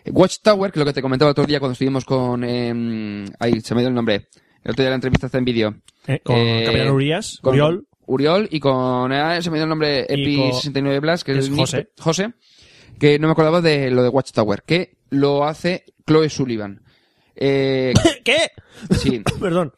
Speaker 6: Eh, Watchtower, que es lo que te comentaba el otro día cuando estuvimos con... eh, ahí, se me dio el nombre. El otro día la entrevista está en vídeo.
Speaker 5: Eh, con
Speaker 6: Eh,
Speaker 5: Capitán Urias,
Speaker 6: con
Speaker 5: Uriol.
Speaker 6: Uriol y con... ah, se me dio el nombre
Speaker 5: Y con-
Speaker 6: Epi69 Blas, que es,
Speaker 5: es
Speaker 6: el nick-
Speaker 5: José.
Speaker 6: José, que no me acordaba de lo de Watchtower, que lo hace Chloe Sullivan. Eh,
Speaker 5: ¿Qué?
Speaker 6: sí
Speaker 5: Perdón.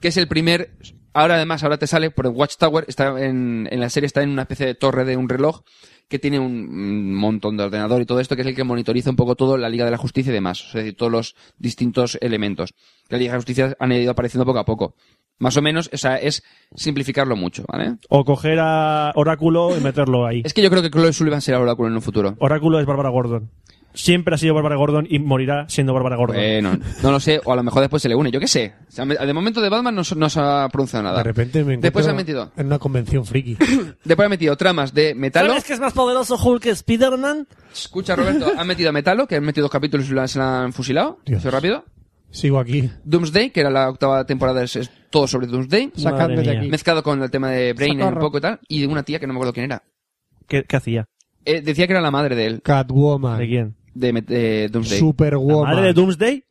Speaker 6: que es el primer. Ahora además, ahora te sale por el Watchtower, está en, en la serie está en una especie de torre de un reloj que tiene un mm, montón de ordenador y todo esto, que es el que monitoriza un poco todo la Liga de la Justicia y demás, o sea, es decir, todos los distintos elementos. La Liga de la Justicia han ido apareciendo poco a poco. Más o menos, o sea, es simplificarlo mucho, ¿vale?
Speaker 5: O coger a Oráculo y meterlo ahí.
Speaker 6: Es que yo creo que Chloe Sullivan será Oráculo en un futuro.
Speaker 5: Oráculo es Bárbara Gordon. Siempre ha sido Bárbara Gordon y morirá siendo Bárbara Gordon.
Speaker 6: Bueno, no lo sé, o a lo mejor después se le une, yo qué sé. O sea, de momento de Batman no, se- no se ha pronunciado nada.
Speaker 3: De repente me encuentro
Speaker 6: Después han metido,
Speaker 3: en una convención friki.
Speaker 6: después han metido tramas de Metalo.
Speaker 7: ¿Sabes que es más poderoso Hulk que Spider-Man?
Speaker 6: Escucha, Roberto, han metido a Metalo, que han metido dos capítulos y la- se la han fusilado.
Speaker 3: Dios.
Speaker 6: Eso rápido.
Speaker 3: Sigo aquí.
Speaker 6: Doomsday, que era la octava temporada, es, es todo sobre Doomsday.
Speaker 3: Sacadme de
Speaker 5: mía.
Speaker 3: aquí.
Speaker 6: Mezclado con el tema de Brain un
Speaker 3: Socorro.
Speaker 6: poco y tal. Y de una tía que no me acuerdo quién era.
Speaker 5: ¿Qué, qué hacía?
Speaker 6: Eh, decía que era la madre de él, Ah.
Speaker 5: ¿De
Speaker 3: Catwoman.
Speaker 5: quién?
Speaker 6: de, Met- de Doomsday.
Speaker 5: ¿La
Speaker 3: Superwoman.
Speaker 5: madre de Doomsday?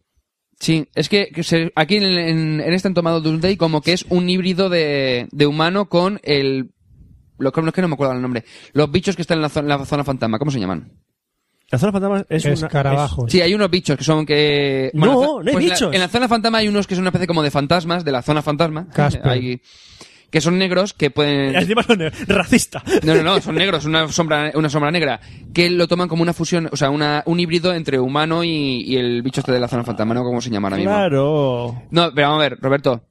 Speaker 6: Sí, es que, que se- aquí en, en, en este han tomado Doomsday como que es un híbrido de, de humano con el... Lo que, no es que no me acuerdo el nombre. Los bichos que están en la zona, la zona fantasma, ¿cómo se llaman?
Speaker 5: La zona fantasma es una...
Speaker 3: Escarabajos.
Speaker 6: Sí, hay unos bichos que son que...
Speaker 5: No,
Speaker 6: en la
Speaker 5: no hay
Speaker 6: zo- en la- En
Speaker 5: bichos.
Speaker 6: la, zona fantasma hay unos que son una especie como de fantasmas, de la zona fantasma.
Speaker 3: Casper.
Speaker 6: Hay- que son negros que
Speaker 5: es-
Speaker 6: pueden...
Speaker 5: Encima son ne- racista.
Speaker 6: No, no, no, son negros, una sombra, una sombra negra. Que lo toman como una fusión, o sea, una, un híbrido entre humano y, y el bicho este de la zona fantasma, ¿no? Como se llama ahora mismo.
Speaker 5: Claro.
Speaker 6: No, pero vamos a ver, Roberto.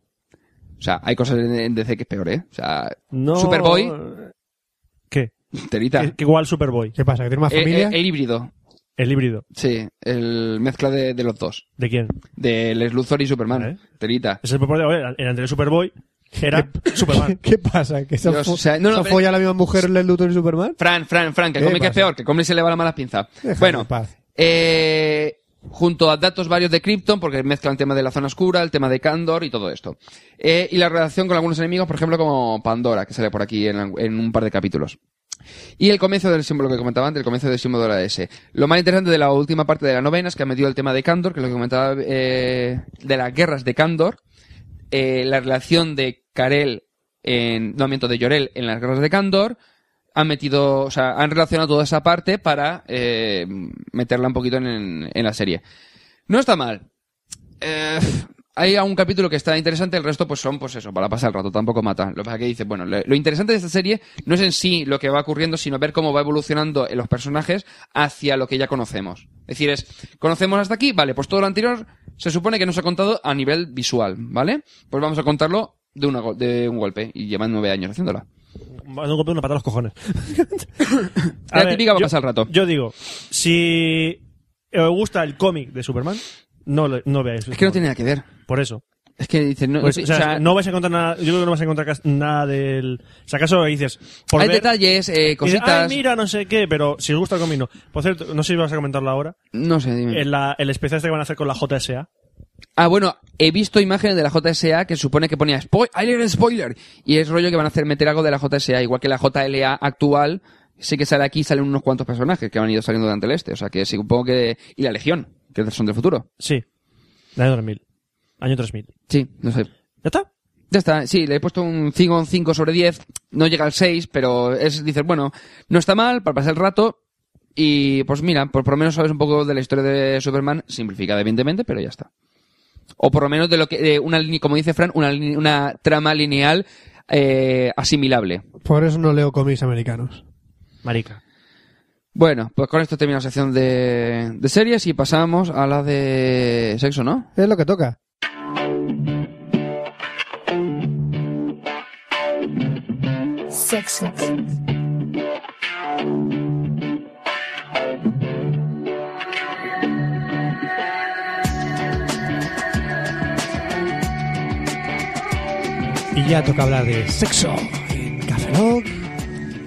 Speaker 6: O sea, hay cosas en en DC que es peor, ¿eh? O sea,
Speaker 5: No...
Speaker 6: Superboy,
Speaker 5: ¿Qué?
Speaker 6: Terita.
Speaker 5: ¿Qué- Igual Superboy.
Speaker 3: ¿Qué pasa? ¿Que tiene más
Speaker 6: Eh,
Speaker 3: familia?
Speaker 6: eh, el híbrido,
Speaker 5: El híbrido.
Speaker 6: sí, el mezcla de, de los dos,
Speaker 5: ¿De quién?
Speaker 6: de Les Luthor y Superman,
Speaker 5: ¿Eh?
Speaker 6: Terita.
Speaker 5: Es el Superboy. de- El anterior Superboy era Superman.
Speaker 3: ¿Qué pasa? ¿Que se,
Speaker 6: Dios,
Speaker 3: fo-
Speaker 6: o sea, no, no,
Speaker 3: se
Speaker 6: pero-
Speaker 3: folla la misma mujer Lex Luthor y Superman?
Speaker 6: Fran, Fran, Fran, que el
Speaker 3: ¿Qué
Speaker 6: cómic es
Speaker 3: pasa?
Speaker 6: peor, que el cómic se le va la mala pinza.
Speaker 3: Déjame en
Speaker 6: bueno,
Speaker 3: paz.
Speaker 6: eh, junto a datos varios de Krypton, porque mezclan el tema de la zona oscura, el tema de Kandor y todo esto. Eh, y la relación con algunos enemigos, por ejemplo, como Pandora, que sale por aquí en, en un par de capítulos. Y el comienzo del símbolo que comentaba antes, el comienzo del símbolo de la S. Lo más interesante de la última parte de la novena es que ha metido el tema de Kandor, que es lo que comentaba eh, de las guerras de Kandor, eh, la relación de Karel en no miento de Llorel en las guerras de Kandor han metido o sea han relacionado toda esa parte para eh, meterla un poquito en, en la serie no está mal Eh, hay un capítulo que está interesante el resto pues son pues eso para pasar el rato tampoco mata lo que pasa que dice bueno le- lo interesante de esta serie no es en sí lo que va ocurriendo sino ver cómo va evolucionando en los personajes hacia lo que ya conocemos es decir es conocemos hasta aquí vale pues todo lo anterior se supone que nos ha contado a nivel visual vale pues vamos a contarlo de, una go- de un golpe y llevan nueve años haciéndola
Speaker 5: Mando un golpe de una patada a los cojones.
Speaker 6: La típica va a pasar el rato.
Speaker 5: Yo digo, si os gusta el cómic de Superman, no, lo- no veáis.
Speaker 6: es que no tiene nada que ver
Speaker 5: Por eso.
Speaker 6: Es que dices, no,
Speaker 5: Por eso.
Speaker 6: sí,
Speaker 5: Pues, o sea,
Speaker 6: o sea,
Speaker 5: no vais a encontrar nada. Yo creo que no vais a encontrar cas- nada del. Si acaso dices. Por
Speaker 6: hay
Speaker 5: ver-
Speaker 6: detalles, eh,
Speaker 5: y dices,
Speaker 6: cositas.
Speaker 5: Ay, mira, no sé qué, pero si os gusta el cómic, no. Por cierto, no sé si vas a comentarlo ahora.
Speaker 6: no sé, dime.
Speaker 5: El, la- el especial este que van a hacer con la JSA.
Speaker 6: Ah, bueno, he visto imágenes de la JSA que supone que ponía spoiler, spoiler. Y es rollo que van a hacer meter algo de la JSA, igual que la JLA actual. Sí que sale aquí, salen unos cuantos personajes que han ido saliendo durante el este. O sea que sí, supongo que. Y la Legión, que son del futuro.
Speaker 5: Sí. El año 3000. Año 3000.
Speaker 6: Sí, no sé.
Speaker 5: ¿Ya está?
Speaker 6: Ya está, sí, le he puesto un 5, un 5 sobre 10, no llega al 6, pero es, dices, bueno, no está mal para pasar el rato y pues mira, por, por lo menos sabes un poco de la historia de Superman, simplificada evidentemente, pero ya está. O por lo menos de lo que, de una línea, como dice Fran, una, línea- una trama lineal eh, asimilable.
Speaker 3: Por eso no leo cómics americanos.
Speaker 5: Marica.
Speaker 6: Bueno, pues con esto termina la sección de, de series y pasamos a la de sexo, ¿no?
Speaker 3: Es lo que toca.
Speaker 4: Sexo.
Speaker 3: Y ya toca hablar de sexo en Café Lock.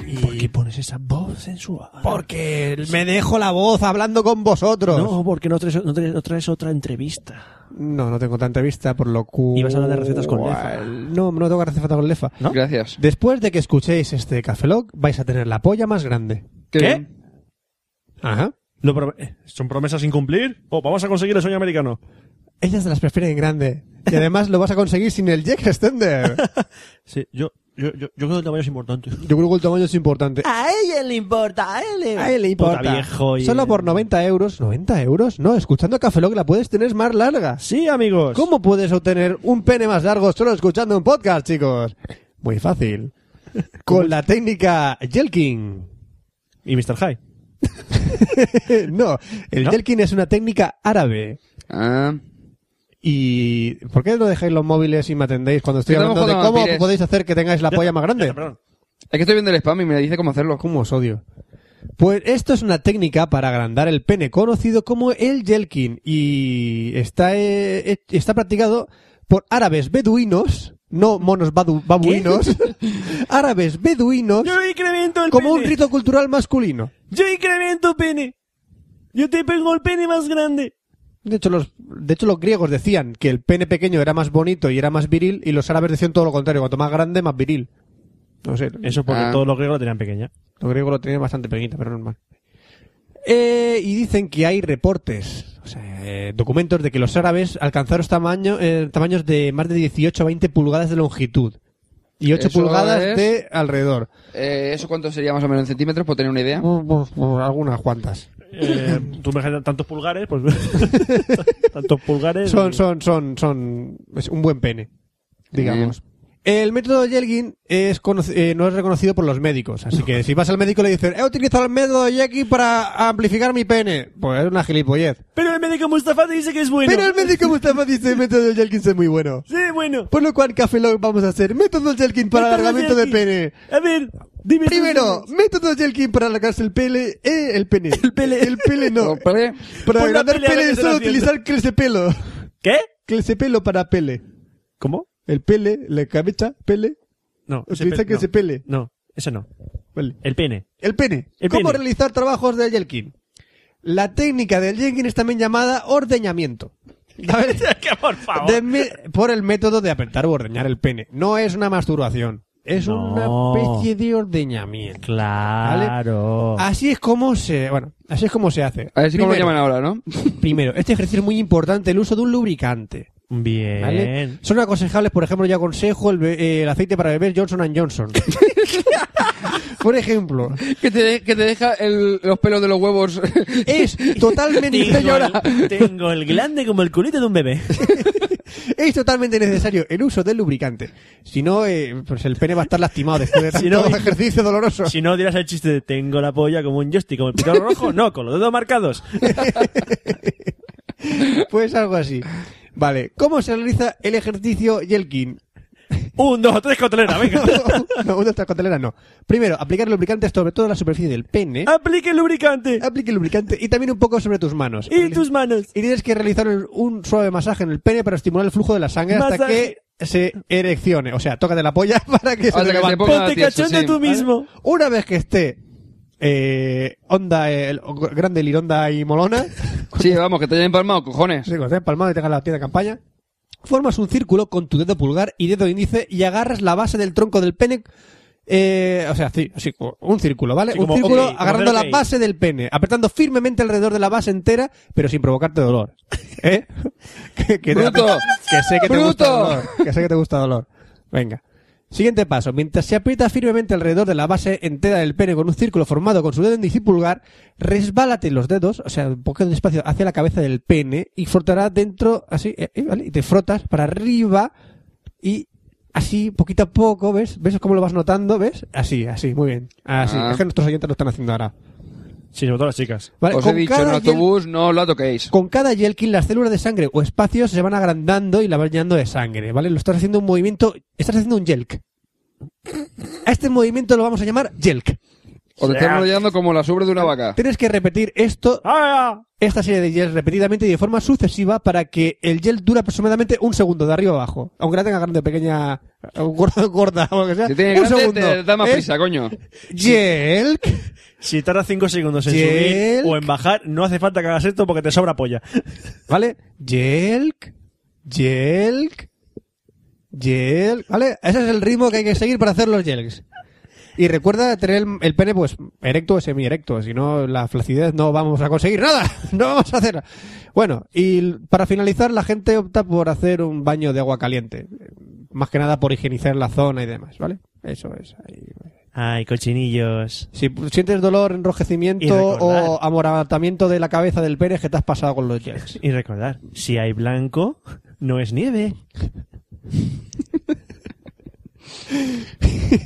Speaker 3: Y
Speaker 5: ¿Por qué pones esa voz sensual?
Speaker 3: Porque me dejo la voz hablando con vosotros.
Speaker 5: No, porque no traes, no traes- no traes otra entrevista.
Speaker 3: no, no tengo tanta vista, por lo cual...
Speaker 5: Y vas a hablar de recetas con lefa.
Speaker 3: No, no tengo recetas con lefa.
Speaker 5: ¿No?
Speaker 6: Gracias.
Speaker 3: Después de que escuchéis este Café Lock, vais a tener la polla más grande.
Speaker 5: ¿Qué?
Speaker 3: Ajá.
Speaker 5: Lo prom- eh, ¿Son promesas sin cumplir? ¿O vamos a conseguir el sueño americano?
Speaker 3: Ellas las prefieren en grande. Y además lo vas a conseguir sin el Jack Extender.
Speaker 5: Sí, yo, yo, yo, yo creo que el tamaño es importante.
Speaker 3: Yo creo que el tamaño es importante.
Speaker 7: A ella le importa, a él le
Speaker 3: A él le
Speaker 5: Puta
Speaker 3: importa.
Speaker 5: viejo, y-
Speaker 3: Solo por 90 euros. ¿90 euros? No, escuchando Café Lock la puedes tener más larga.
Speaker 5: Sí, amigos.
Speaker 3: ¿Cómo puedes obtener un pene más largo solo escuchando un podcast, chicos? Muy fácil. Con la técnica Jelking.
Speaker 5: Y Mr. High.
Speaker 3: no, el
Speaker 5: ¿No?
Speaker 3: Jelking es una técnica árabe.
Speaker 6: Ah,
Speaker 3: ¿Y por qué no dejáis los móviles y me atendéis cuando estoy
Speaker 6: Estamos
Speaker 3: hablando de
Speaker 6: jugando a
Speaker 3: cómo
Speaker 6: vampires.
Speaker 3: podéis hacer que tengáis la polla más grande?
Speaker 5: Perdón.
Speaker 6: es que estoy viendo el spam y me dice cómo hacerlo.
Speaker 3: ¿Cómo os odio? Pues esto es una técnica para agrandar el pene, conocido como el jelkin, y está, eh, eh, está practicado por árabes beduinos, no monos badu- babuinos, árabes beduinos,
Speaker 5: Yo incremento el
Speaker 3: como un
Speaker 5: pene.
Speaker 3: rito cultural masculino.
Speaker 5: Yo incremento pene. Yo te pongo el pene más grande.
Speaker 3: De hecho, los, de hecho, los griegos decían que el pene pequeño era más bonito y era más viril, y los árabes decían todo lo contrario, cuanto más grande, más viril. No sé,
Speaker 5: Eso porque
Speaker 6: Ah.
Speaker 5: todos los griegos la tenían pequeña.
Speaker 3: Los griegos lo tenían bastante pequeñita, pero normal. Eh, y dicen que hay reportes, o sea, eh, documentos de que los árabes alcanzaron tamaño, eh, tamaños de más de 18 a 20 pulgadas de longitud. y 8
Speaker 6: Eso
Speaker 3: pulgadas
Speaker 6: es-
Speaker 3: de alrededor.
Speaker 6: Eh, ¿Eso cuánto sería más o menos en centímetros? ¿Por tener una idea?
Speaker 3: Uh, uh, uh, Algunas cuantas.
Speaker 5: Eh, tú me dejas tantos pulgares, pues. tantos pulgares.
Speaker 3: Son,
Speaker 5: y-
Speaker 3: son, son, son. Es un buen pene, digamos. El método Yelgin es conoc- eh, no es reconocido por los médicos, así que si vas al médico y le dices, he utilizado el método Yelgin para amplificar mi pene, pues es una gilipollez.
Speaker 5: Pero el médico Mustafa te dice que es bueno.
Speaker 3: Pero el médico Mustafa dice, el método Yelgin es muy bueno.
Speaker 5: Sí, bueno.
Speaker 3: Por lo cual, Café Lock vamos a hacer método Yelgin para
Speaker 5: Método
Speaker 3: alargamiento de
Speaker 5: Yelkin.
Speaker 3: pene.
Speaker 5: A ver, dime.
Speaker 3: Primero, método Yelkin para alargarse el pele, eh, el pene. El pele. El pele no.
Speaker 6: Vale.
Speaker 3: Para
Speaker 5: Pon la
Speaker 3: agrandar
Speaker 5: pele a ver qué te
Speaker 3: pele solo
Speaker 5: está haciendo.
Speaker 3: utilizar clesepelo.
Speaker 5: ¿Qué?
Speaker 3: Clesepelo para pele.
Speaker 5: ¿Cómo?
Speaker 3: El pele, la cabeza, pele.
Speaker 5: No. ese
Speaker 3: Utiliza
Speaker 5: pe-
Speaker 3: que
Speaker 5: no.
Speaker 3: se pele.
Speaker 5: No, eso no.
Speaker 3: Vale.
Speaker 5: El pene.
Speaker 3: El pene.
Speaker 5: El
Speaker 3: ¿Cómo
Speaker 5: pene.
Speaker 3: realizar trabajos de Yelkin? La técnica del Yelkin es también llamada ordeñamiento. ¿Sabes?
Speaker 5: que por favor.
Speaker 3: De me- por el método de apretar o ordeñar el pene. No es una masturbación. Es
Speaker 5: No.
Speaker 3: una especie de ordeñamiento.
Speaker 5: Claro.
Speaker 3: Así es como se, bueno, así es como se hace.
Speaker 6: A ver si cómo lo
Speaker 3: Primero-
Speaker 6: llaman ahora, ¿no?
Speaker 3: Primero, este ejercicio es muy importante el uso de un lubricante.
Speaker 5: Bien.
Speaker 3: ¿vale? Son aconsejables, por ejemplo, yo aconsejo el, be- eh, el aceite para beber Johnson Johnson. por ejemplo,
Speaker 6: Que te, de- que te deja el- los pelos de los huevos.
Speaker 3: es totalmente
Speaker 5: Tengo
Speaker 3: necesario,
Speaker 5: el, tengo el glande como el culito de un bebé.
Speaker 3: es totalmente necesario el uso del lubricante. Si no, eh, pues el pene va a estar lastimado después de
Speaker 5: Si
Speaker 3: tanto
Speaker 5: no-
Speaker 3: ejercicio doloroso.
Speaker 5: Si no dirás el chiste de tengo la polla como un joystick, como el pitón rojo, no, con los dedos marcados.
Speaker 3: Pues algo así. Vale, ¿cómo se realiza el ejercicio Yelkin?
Speaker 5: Un, dos, tres, cotelera, venga.
Speaker 3: no, una trascotelera no. Primero, aplicar lubricante sobre toda la superficie del pene.
Speaker 5: Aplique el lubricante
Speaker 3: Aplique lubricante y también un poco sobre tus manos.
Speaker 5: y tus manos.
Speaker 3: Y tienes que realizar un, un suave masaje en el pene para estimular el flujo de la sangre hasta
Speaker 5: Masaje.
Speaker 3: que se ereccione. O sea, tócate la polla para que se
Speaker 6: Hasta
Speaker 3: te
Speaker 6: que se
Speaker 3: levante.
Speaker 6: Ponga
Speaker 5: Ponte
Speaker 6: tieso,
Speaker 5: cachondo
Speaker 6: sí.
Speaker 5: tú mismo.
Speaker 3: Una vez que esté eh, onda, el, grande, lironda y molona,
Speaker 6: sí, vamos, que te hayan empalmado, cojones.
Speaker 3: Sí, cuando estés empalmado y tengas la tienda de campaña. Formas un círculo con tu dedo pulgar y dedo índice y agarras la base del tronco del pene. eh, o sea, sí, así, como un círculo, ¿vale?
Speaker 5: Sí,
Speaker 3: un
Speaker 5: como,
Speaker 3: círculo
Speaker 5: ok, como
Speaker 3: agarrando
Speaker 5: hacer
Speaker 3: la
Speaker 5: ok.
Speaker 3: base del pene, apretando firmemente alrededor de la base entera, pero sin provocarte dolor. ¿Eh? que, que te-
Speaker 6: Bruto.
Speaker 3: que sé que te gusta
Speaker 6: Bruto.
Speaker 3: dolor. Que sé que te gusta dolor. Venga. Siguiente paso. Mientras se aprieta firmemente alrededor de la base entera del pene con un círculo formado con su dedo índice y pulgar, resbálate los dedos, o sea, un poco de espacio hacia la cabeza del pene y frotará dentro, así, eh, eh, ¿vale? Y te frotas para arriba y así, poquito a poco, ¿ves? ¿Ves cómo lo vas notando? ¿Ves? Así, así, muy bien. Así.
Speaker 6: Ah.
Speaker 3: Es que nuestros oyentes lo están haciendo ahora.
Speaker 5: Sí, sobre todo las chicas.
Speaker 3: ¿Vale?
Speaker 6: Os he
Speaker 3: Con
Speaker 6: dicho, en
Speaker 3: cada
Speaker 6: el
Speaker 3: yel-
Speaker 6: autobús no la toquéis.
Speaker 3: con cada yelkin las células de sangre o espacios se van agrandando y la van llenando de sangre, ¿vale? Lo estás haciendo un movimiento, estás haciendo un yelk. A este movimiento lo vamos a llamar yelk.
Speaker 6: O te están rodeando como la sobre de una vaca.
Speaker 3: Tienes que repetir esto,
Speaker 5: ¡Ah!
Speaker 3: esta serie de yelks repetidamente y de forma sucesiva para que el yelk dure aproximadamente un segundo de arriba a abajo. Aunque la tenga grande, pequeña, o gorda, gorda o lo que sea.
Speaker 6: Si tienes
Speaker 3: un
Speaker 6: grande,
Speaker 3: segundo.
Speaker 6: te da más
Speaker 3: Es
Speaker 6: prisa, coño.
Speaker 3: Yelk.
Speaker 5: Si tarda 5 segundos en
Speaker 3: Yelk.
Speaker 5: subir o en bajar, no hace falta que hagas esto porque te sobra polla.
Speaker 3: ¿Vale? Yelk, yelk, yelk. ¿Vale? Ese es el ritmo que hay que seguir para hacer los yelks. Y recuerda tener el, el pene, pues, erecto o semi-erecto. Si no, la flacidez no vamos a conseguir nada. No vamos a hacer. Bueno, y l- para finalizar, la gente opta por hacer un baño de agua caliente. Más que nada por higienizar la zona y demás, ¿vale? Eso es. ahí.
Speaker 5: Ay, cochinillos.
Speaker 3: Si p- sientes dolor,
Speaker 5: Y
Speaker 3: enrojecimiento
Speaker 5: recordar.
Speaker 3: o amoratamiento de la cabeza del pene, es que te has pasado con los yelks.
Speaker 5: Y recordar, si hay blanco, no es nieve.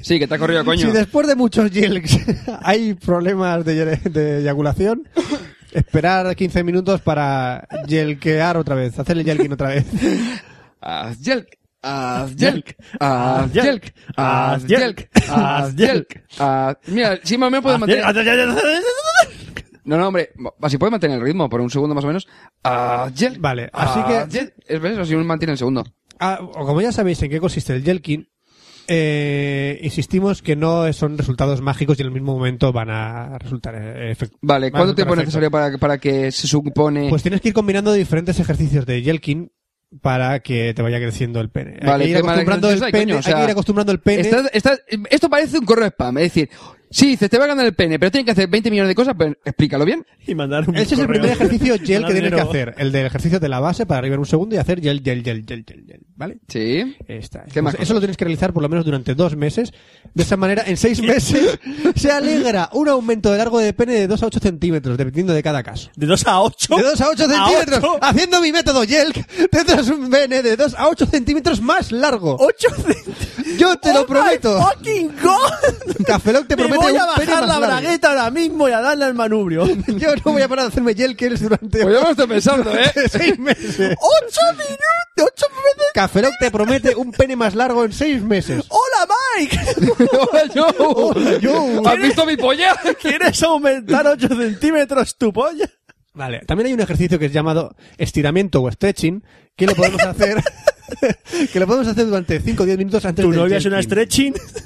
Speaker 6: Sí, que te ha corrido, coño.
Speaker 3: Si después de muchos yelks hay problemas de, de eyaculación, esperar 15 minutos para yelkear otra vez, hacer el yelking otra vez.
Speaker 6: Haz yelk, haz yelk, haz yelk, haz
Speaker 5: haz
Speaker 6: yelk, haz yelk. haz- Mira, si más o menos
Speaker 5: Ah,
Speaker 6: puedes mantener... No, no, hombre, así puedes mantener el ritmo por un segundo más o menos. Haz yelk.
Speaker 3: Vale, así
Speaker 6: haz
Speaker 3: que-
Speaker 6: yelk. Es verdad, así mantiene el segundo.
Speaker 3: Ah, o como ya sabéis en qué consiste el yelking, eh, insistimos que no son resultados mágicos y en el mismo momento van a resultar eh, efectivos.
Speaker 6: Vale, ¿cuánto tiempo es necesario para, para que se supone...
Speaker 3: Pues tienes que ir combinando diferentes ejercicios de yelking para que te vaya creciendo el pene. Hay
Speaker 6: Vale,
Speaker 3: que ir
Speaker 6: tema de
Speaker 3: acostumbrando el
Speaker 6: ejercicios hay,
Speaker 3: pene,
Speaker 6: coño, o
Speaker 3: hay que
Speaker 6: sea,
Speaker 3: ir acostumbrando el pene.
Speaker 6: Estás- estás- esto parece un correo spam, es decir, Sí, dices, te va a ganar el pene, pero tienen que hacer 20 millones de cosas, pero explícalo bien.
Speaker 5: Y mandar un
Speaker 3: Ese es el
Speaker 5: correo.
Speaker 3: primer ejercicio gel que tienes que
Speaker 5: Dinero.
Speaker 3: hacer. El del ejercicio de la base para arriba en un segundo y hacer gel, gel, gel, gel, gel, gel. ¿Vale?
Speaker 6: Sí.
Speaker 3: Esta.
Speaker 6: ¿Qué más
Speaker 3: Entonces,
Speaker 6: cosas?
Speaker 3: eso lo tienes que realizar por lo menos durante dos meses. De esa manera, en seis meses se alegra un aumento de largo de pene de 2 a 8 centímetros, dependiendo de cada caso.
Speaker 5: De 2 a 8.
Speaker 7: Oh,
Speaker 3: De 2 a 8 centímetros.
Speaker 5: ocho?
Speaker 3: Haciendo mi método Yelk, tendrás un pene de 2 a 8 centímetros más largo.
Speaker 7: 8 centímetros.
Speaker 3: Yo
Speaker 5: Oh
Speaker 3: te lo prometo.
Speaker 7: Oh, My fucking God.
Speaker 3: Cafeloc te
Speaker 7: Me
Speaker 3: promete
Speaker 7: voy
Speaker 3: un
Speaker 7: a
Speaker 3: pene
Speaker 7: bajar
Speaker 3: más
Speaker 7: la
Speaker 3: largo.
Speaker 7: bragueta ahora mismo y a darle al manubrio. ¡8
Speaker 3: Yo no voy a parar de hacerme Yelkers durante
Speaker 6: Pues yo me lo estoy pensando, ¿eh?
Speaker 3: seis meses.
Speaker 7: minutos! ¡8 minutos!
Speaker 3: Cafeloc te promete un pene más largo en seis meses. Oh,
Speaker 7: ¡Hola, Mike!
Speaker 6: Hola,
Speaker 3: Hola, Joe.
Speaker 6: Joe. ¿Has visto mi polla?
Speaker 7: ¿Quieres aumentar 8 centímetros tu polla?
Speaker 3: Vale, también hay un ejercicio que es llamado estiramiento o stretching, que lo podemos hacer, que lo podemos hacer durante 5 o 10 minutos antes
Speaker 5: Tu
Speaker 3: del
Speaker 5: novia es una
Speaker 3: jerking.
Speaker 5: stretching.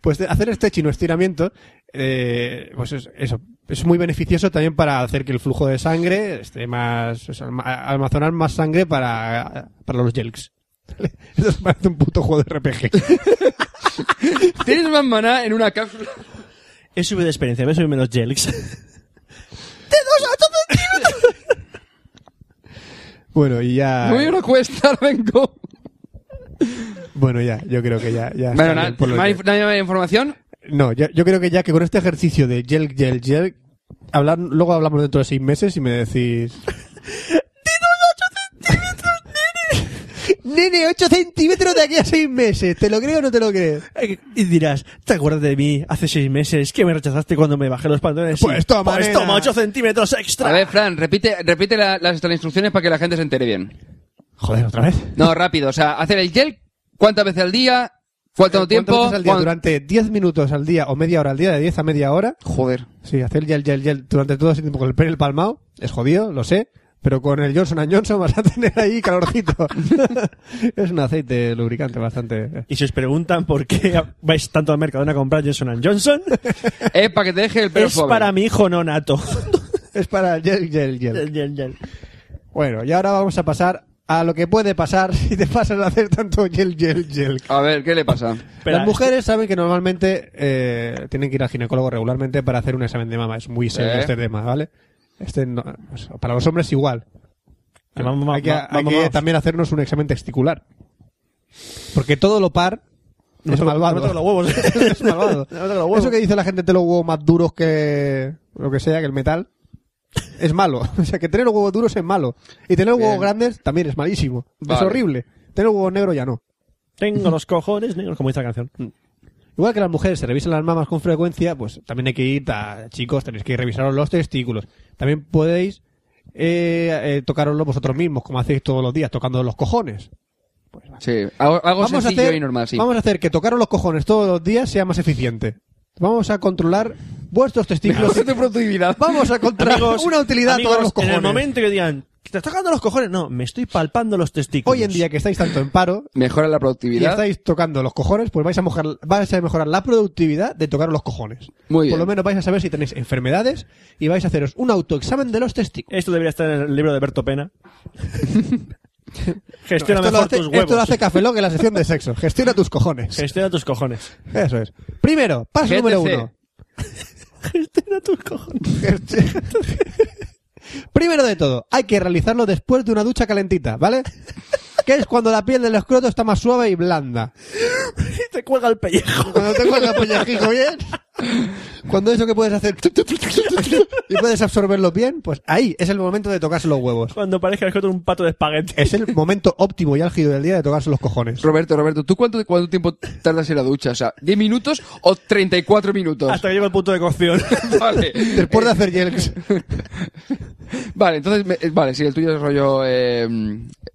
Speaker 3: Pues de- hacer stretching o estiramiento, eh, pues es, eso, es muy beneficioso también para hacer que el flujo de sangre esté más, o sea, alma- almacenar más sangre para, para los yelks. Vale, Eso se parece un puto juego de RPG.
Speaker 6: Tienes más maná en una cápsula.
Speaker 5: He subido de experiencia, me he subido menos jelks.
Speaker 3: Bueno, y ya,
Speaker 6: No me una cuesta, vengo.
Speaker 3: bueno, ya, yo creo que ya, ya.
Speaker 6: Bueno,
Speaker 3: está
Speaker 6: nada,
Speaker 3: bien por los
Speaker 6: ¿no hay
Speaker 3: yelks.
Speaker 6: no hay más información?
Speaker 3: No, yo, yo creo que ya que con este ejercicio de yelk, yelk, yelk, hablar, luego hablamos dentro de seis meses y me decís... Nene, 8 centímetros de aquí a seis meses. ¿Te lo creo o no te lo crees?
Speaker 5: Eh, Y dirás, ¿te acuerdas de mí hace seis meses que me rechazaste cuando me bajé los pantalones?
Speaker 3: Pues
Speaker 5: Sí.
Speaker 3: toma,
Speaker 5: pues
Speaker 3: nena.
Speaker 5: toma 8 centímetros
Speaker 6: A
Speaker 5: extra.
Speaker 6: ver, Fran, repite, repite la- las, las instrucciones para que la gente se entere bien.
Speaker 3: Joder, otra vez.
Speaker 6: No, rápido. O sea, hacer el gel, cuántas veces al día, cuánto tiempo.
Speaker 3: veces al día?
Speaker 6: cuán-
Speaker 3: Durante 10 minutos al día o media hora al día, de 10 a media hora.
Speaker 6: Joder.
Speaker 3: Sí, hacer gel, gel, gel durante todo ese tiempo con el pene palmado es jodido, lo sé. Pero con el Johnson Johnson vas a tener ahí calorcito. es un aceite lubricante bastante...
Speaker 5: Y si os preguntan por qué vais tanto al Mercadona a comprar Johnson Johnson,
Speaker 6: Es para que te deje el pelo
Speaker 5: es
Speaker 6: suave.
Speaker 5: para mi hijo no nato.
Speaker 3: Es para el gel, gel, gel. Bueno, y ahora vamos a pasar a lo que puede pasar si te pasas a hacer tanto gel, gel, gel.
Speaker 6: A ver, ¿qué le pasa?
Speaker 5: Espera,
Speaker 3: Las mujeres saben que normalmente eh, tienen que ir al ginecólogo regularmente para hacer un examen de mama. Es muy serio
Speaker 6: Eh.
Speaker 3: este tema, ¿vale? Este no- para los hombres igual.
Speaker 5: Que Ah, vamos, vamos,
Speaker 3: hay que, hay
Speaker 5: vamos,
Speaker 3: que
Speaker 5: vamos.
Speaker 3: también hacernos un examen testicular. Porque todo lo par
Speaker 5: No
Speaker 3: es
Speaker 5: toco-
Speaker 3: malvado.
Speaker 5: no toco los huevos.
Speaker 3: es malvado.
Speaker 5: No toco los huevos.
Speaker 3: Eso que dice la gente de los huevos más duros que lo que sea, que el metal, es malo. O sea, que tener los huevos duros es malo. Y tener
Speaker 6: Bien.
Speaker 3: huevos grandes también es malísimo. Es
Speaker 6: Vale.
Speaker 3: horrible. Tener huevos negros ya no.
Speaker 5: Tengo los cojones negros, como dice la canción.
Speaker 3: Igual que las mujeres se revisan las mamas con frecuencia, pues también hay que ir, a, chicos, tenéis que revisaros los testículos. También podéis eh, eh, tocaroslo vosotros mismos, como hacéis todos los días, tocando los cojones.
Speaker 6: Sí, algo, algo
Speaker 3: vamos, a
Speaker 6: sencillo
Speaker 3: hacer,
Speaker 6: y normal, sí.
Speaker 3: vamos a hacer que tocaros los cojones todos los días sea más eficiente. Vamos a controlar vuestros testículos.
Speaker 6: de productividad.
Speaker 3: Vamos a encontrar
Speaker 5: Amigos,
Speaker 3: una utilidad a
Speaker 5: amigos,
Speaker 3: tocar los cojones.
Speaker 5: En el momento que digan, ¿te estás tocando los cojones? No, me estoy palpando los testículos.
Speaker 3: Hoy en día que estáis tanto en paro
Speaker 6: Mejora la
Speaker 3: y
Speaker 6: productividad.
Speaker 3: estáis tocando los cojones, pues vais a, mojar- vais a mejorar la productividad de tocar los cojones.
Speaker 6: Muy
Speaker 3: Por
Speaker 6: bien.
Speaker 3: lo menos vais a saber si tenéis enfermedades y vais a haceros un autoexamen de los testículos.
Speaker 5: Esto debería estar en el libro de Berto Pena. Gestiona
Speaker 3: esto, lo
Speaker 5: mejor
Speaker 3: hace,
Speaker 5: tus huevos.
Speaker 3: esto lo hace Café Lock en la sección de sexo. Gestiona tus cojones.
Speaker 5: Gestiona tus cojones.
Speaker 3: Eso es. Primero, paso
Speaker 6: GTC.
Speaker 3: número uno.
Speaker 5: Gestiona tus cojones.
Speaker 3: Primero de todo, hay que realizarlo después de una ducha calentita, ¿vale? Que es cuando la piel del escroto está más suave y blanda.
Speaker 5: Y te cuelga el pellejo.
Speaker 3: Cuando te cuelga el pellejico bien. Cuando eso que puedes hacer y puedes absorberlo bien, pues ahí es el momento de tocarse los huevos.
Speaker 5: Cuando parezca el un pato de espagueti.
Speaker 3: Es el momento óptimo y álgido del día de tocarse los cojones.
Speaker 6: Roberto, Roberto, ¿tú cuánto, cuánto tiempo tardas en la ducha? O sea, ¿10 minutos o 34 minutos?
Speaker 5: Hasta que llega el punto de cocción.
Speaker 6: Vale.
Speaker 3: Después de hacer yelks.
Speaker 6: Vale, entonces, me- eh, vale, sí, el tuyo es rollo eh,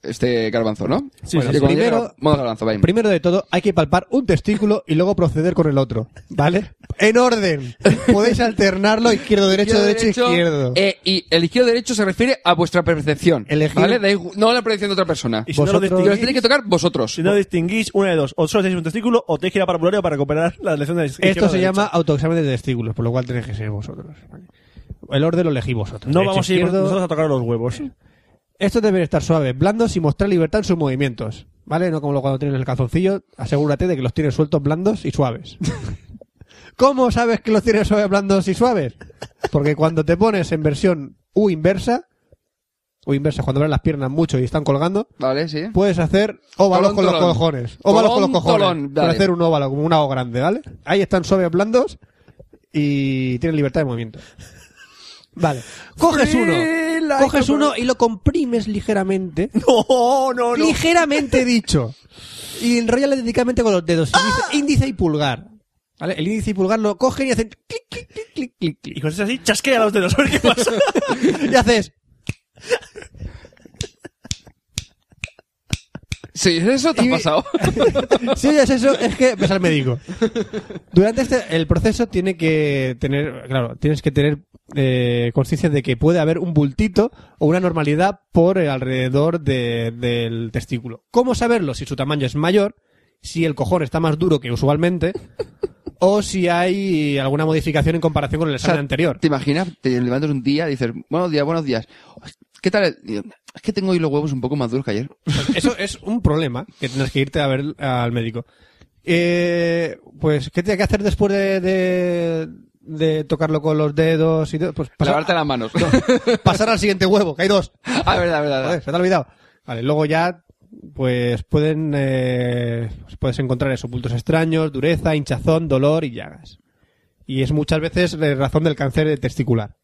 Speaker 6: este garbanzo, ¿no?
Speaker 5: Sí,
Speaker 6: Bueno,
Speaker 5: sí,
Speaker 6: y cuando llega-
Speaker 3: primero-
Speaker 6: modo garbanzo, va.
Speaker 3: Primero de todo, hay que palpar un testículo y luego proceder con el otro, ¿vale? En orden. Podéis alternarlo izquierdo, derecho,
Speaker 6: Izquierdo,
Speaker 3: derecho, izquierdo.
Speaker 6: eh, y el izquierdo derecho se refiere a vuestra percepción.
Speaker 3: Elegir-
Speaker 6: ¿Vale? Da igu- no la percepción de otra persona.
Speaker 5: Y
Speaker 6: Y
Speaker 5: si no lo
Speaker 3: Vosotros-
Speaker 6: los
Speaker 5: distinguís,
Speaker 6: tenéis que tocar vosotros.
Speaker 5: si no distinguís, una de dos. O solo tenéis un testículo o tenéis que ir a parapolario para recuperar la elección de izquierda
Speaker 3: Esto
Speaker 5: o
Speaker 3: se
Speaker 5: derecha.
Speaker 3: llama autoexamen de testículos, por lo cual tenéis que ser vosotros. ¿vale? El orden lo elegís vosotros.
Speaker 5: No
Speaker 3: Derecho,
Speaker 5: vamos a ir
Speaker 3: izquierdo.
Speaker 5: nosotros a tocar los huevos.
Speaker 3: Estos deben estar suaves, blandos y mostrar libertad en sus movimientos. ¿Vale? No como lo cuando tienes el calzoncillo, asegúrate de que los tienes sueltos, blandos y suaves. ¿Cómo sabes que los tienes suaves, blandos y suaves? Porque cuando te pones en versión U inversa, U inversa, cuando abres las piernas mucho y están colgando,
Speaker 6: Vale, sí.
Speaker 3: puedes hacer óvalos
Speaker 6: Tolón,
Speaker 3: con los
Speaker 6: tolón.
Speaker 3: cojones. Óvalos con los
Speaker 6: Tolón,
Speaker 3: cojones.
Speaker 6: tolón,
Speaker 3: Para
Speaker 6: dale.
Speaker 3: hacer un óvalo, como un O grande, ¿vale? Ahí están suaves, blandos y tienen libertad de movimiento. Vale. Coges uno. Coges uno y lo comprimes ligeramente.
Speaker 7: No, no, no.
Speaker 3: Ligeramente dicho. Y enrollas dedicadamente con los
Speaker 7: ¡Ah!
Speaker 3: dedos. Índice, índice y pulgar. ¿Vale? El índice y pulgar lo cogen y hacen clic, clic, clic, clic, clic, clic.
Speaker 5: Y cosas así, chasquea los dedos, a ver qué pasa.
Speaker 3: Y haces.
Speaker 6: Sí, eso te
Speaker 3: Y-
Speaker 6: ha pasado.
Speaker 3: Si oyes eso, es que ves al médico. Durante este, el proceso tiene que tener, claro, tienes que tener eh, conciencia de que puede haber un bultito o una normalidad por el alrededor de- del testículo. ¿Cómo saberlo? Si su tamaño es mayor, si el cojón está más duro que usualmente, o si hay alguna modificación en comparación con el
Speaker 6: O sea,
Speaker 3: examen anterior.
Speaker 6: ¿Te imaginas? Te levantas un día y dices, buenos días, buenos días. ¿Qué tal? el-?" Digo, Es que tengo hoy los huevos un poco más duros que ayer.
Speaker 3: Eso es un problema que tienes que irte a ver al médico. Eh, pues, ¿qué tiene que hacer después de, de, de tocarlo con los dedos? y todo? Pues
Speaker 6: Lavarte
Speaker 3: pasar,
Speaker 6: las manos.
Speaker 3: pasar al siguiente huevo, que hay dos.
Speaker 6: ah, verdad, verdad.
Speaker 3: Joder, se te ha olvidado. Vale, luego ya, pues pueden, eh, pues, puedes encontrar esos puntos extraños, dureza, hinchazón, dolor y llagas. Y es muchas veces eh, razón del cáncer testicular.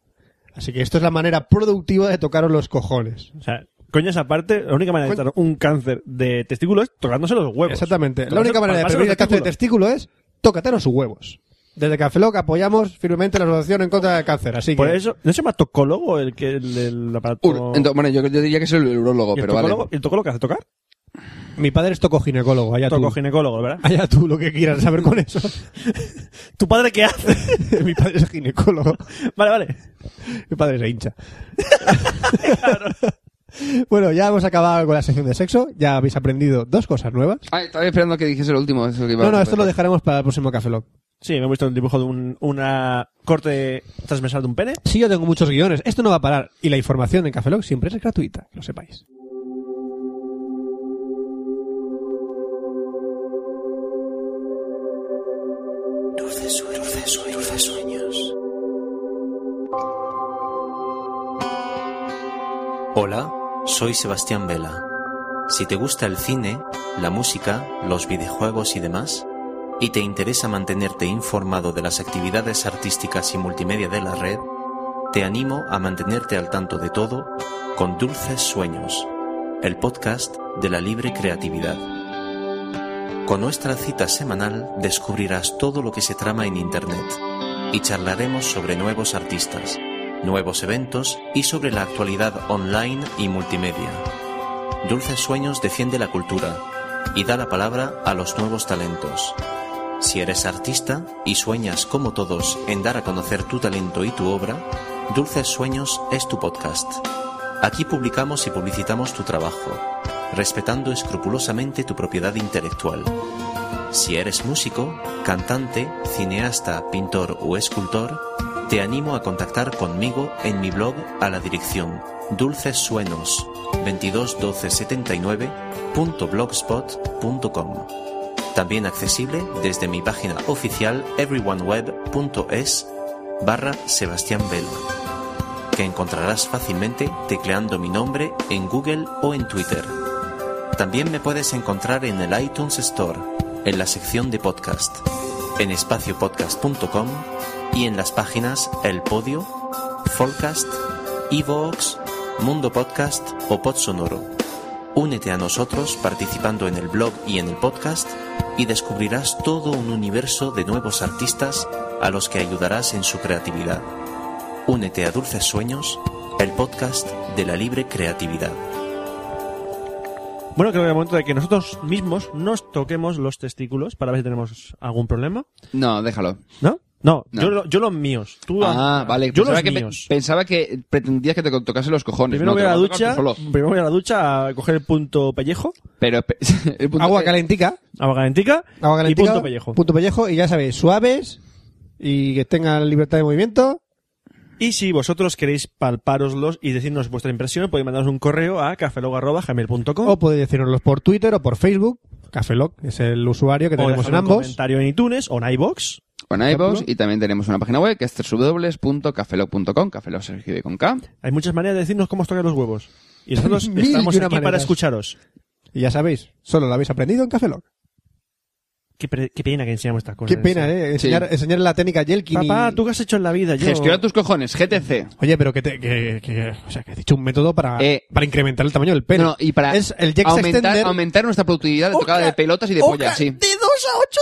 Speaker 3: Así que esto es la manera productiva de tocaros los cojones.
Speaker 5: O sea, coño, esa parte, la única manera de evitar un cáncer de testículo es tocándose los huevos.
Speaker 3: Exactamente. La
Speaker 5: Tocarse-
Speaker 3: única manera de
Speaker 5: palparse
Speaker 3: prevenir el
Speaker 5: los
Speaker 3: cáncer de
Speaker 5: testículos.
Speaker 3: testículo es tócate los huevos. Desde Café Lock apoyamos firmemente la asociación en contra del cáncer. Así que
Speaker 5: Por eso, ¿no se llama tocólogo el que el, el aparato?
Speaker 6: Ur- ento- bueno, yo, yo diría que es el urólogo,
Speaker 5: Pues- ¿Y el
Speaker 6: pero vale.
Speaker 5: tocólogo- ¿El tocólogo qué hace tocar?
Speaker 3: mi padre es tocoginecólogo. Allá tú.
Speaker 5: Tocoginecólogo, ¿verdad?
Speaker 3: Allá tú lo que quieras saber con eso.
Speaker 5: ¿Tu padre qué hace?
Speaker 3: mi padre es ginecólogo.
Speaker 5: vale, vale.
Speaker 3: Mi padre se hincha. bueno, ya hemos acabado con la sección de sexo. Ya habéis aprendido dos cosas nuevas.
Speaker 6: Ah, estaba esperando que dijese lo último. eso que iba
Speaker 3: No,
Speaker 6: a-
Speaker 3: no, esto lo dejaremos para el próximo Café Lock.
Speaker 5: Sí, me he visto un dibujo de un, una corte transversal de un pene.
Speaker 3: Sí, yo tengo muchos guiones. Esto no va a parar. Y la información en Café Lock siempre es gratuita, que lo sepáis.
Speaker 9: Hola, soy Sebastián Vela. Si te gusta el cine, la música, los videojuegos y demás, y te interesa mantenerte informado de las actividades artísticas y multimedia de la red, te animo a mantenerte al tanto de todo con Dulces Sueños, el podcast de la libre creatividad. Con nuestra cita semanal descubrirás todo lo que se trama en Internet y charlaremos sobre nuevos artistas, nuevos eventos y sobre la actualidad online y multimedia. Dulces Sueños defiende la cultura y da la palabra a los nuevos talentos. Si eres artista y sueñas como todos en dar a conocer tu talento y tu obra, Dulces Sueños es tu podcast. Aquí publicamos y publicitamos tu trabajo, respetando escrupulosamente tu propiedad intelectual. Si eres músico, cantante, cineasta, pintor o escultor, te animo a contactar conmigo en mi blog a la dirección Dulces Suenos 221279.blogspot.com. También accesible desde mi página oficial everyoneweb.es barra Sebastián Vela, que encontrarás fácilmente tecleando mi nombre en Google o en Twitter. También me puedes encontrar en el iTunes Store, en la sección de podcast, en espaciopodcast.com y en las páginas El Podio, Folcast, Evox, Mundo Podcast o Podsonoro. Únete a nosotros participando en el blog y en el podcast y descubrirás todo un universo de nuevos artistas a los que ayudarás en su creatividad. Únete a Dulces Sueños, el podcast de la libre creatividad.
Speaker 5: Bueno, creo que es el momento de que nosotros mismos nos toquemos los testículos para ver si tenemos algún problema.
Speaker 6: No, déjalo.
Speaker 5: ¿No? No,
Speaker 6: No.
Speaker 5: Yo, lo- yo los míos. Tú,
Speaker 6: Ah, vale.
Speaker 5: Yo los
Speaker 6: pensaba, que, pe-
Speaker 5: míos.
Speaker 6: pensaba que pretendías que te tocase los cojones.
Speaker 5: Primero
Speaker 6: no,
Speaker 5: voy
Speaker 6: te
Speaker 5: a la
Speaker 6: lo vas tocar
Speaker 5: ducha,
Speaker 6: tú solo.
Speaker 5: primero voy a la ducha a coger el punto pellejo,
Speaker 6: Pero pe- el punto
Speaker 3: Agua
Speaker 6: es-
Speaker 3: calentica.
Speaker 5: agua calentica,
Speaker 3: Agua calentica,
Speaker 5: y punto pellejo.
Speaker 3: Punto pellejo, y ya sabéis, suaves y que tengan libertad de movimiento.
Speaker 5: Y si vosotros queréis palparoslos y decirnos vuestra impresión, podéis mandaros un correo a cafelog.gmail.com
Speaker 3: O podéis decirnoslo por Twitter o por Facebook. Cafeloc es el usuario que tenemos en
Speaker 5: dejar un
Speaker 3: ambos.
Speaker 5: comentario en iTunes o en iBox
Speaker 6: con iVoox y también tenemos una página web que es www.cafelog.com, cafelog se escribe con K.
Speaker 5: Hay muchas maneras de decirnos cómo os tocan los huevos. Y nosotros
Speaker 3: Mil y
Speaker 5: estamos
Speaker 3: una
Speaker 5: aquí para
Speaker 3: maneras.
Speaker 5: escucharos.
Speaker 3: Y ya sabéis, solo lo habéis aprendido en Café Lock.
Speaker 5: Qué, pre- qué pena que enseñamos estas cosas.
Speaker 3: Qué pena, ¿eh? Enseñar,
Speaker 6: Sí.
Speaker 3: enseñar la técnica Yelkin. y-
Speaker 5: Pues Papá, ¿tú qué has hecho en la vida? Yo...
Speaker 6: Gestiona tus cojones, GTC.
Speaker 3: Oye, pero que, te, que, que- o sea, que he dicho un método para,
Speaker 6: Eh.
Speaker 3: para incrementar el tamaño del pelo.
Speaker 6: No, no, y para
Speaker 3: es el Jex
Speaker 6: aumentar,
Speaker 3: Extender
Speaker 6: aumentar nuestra productividad de tocada de pelotas y de pollas, sí.
Speaker 7: De 2 a 8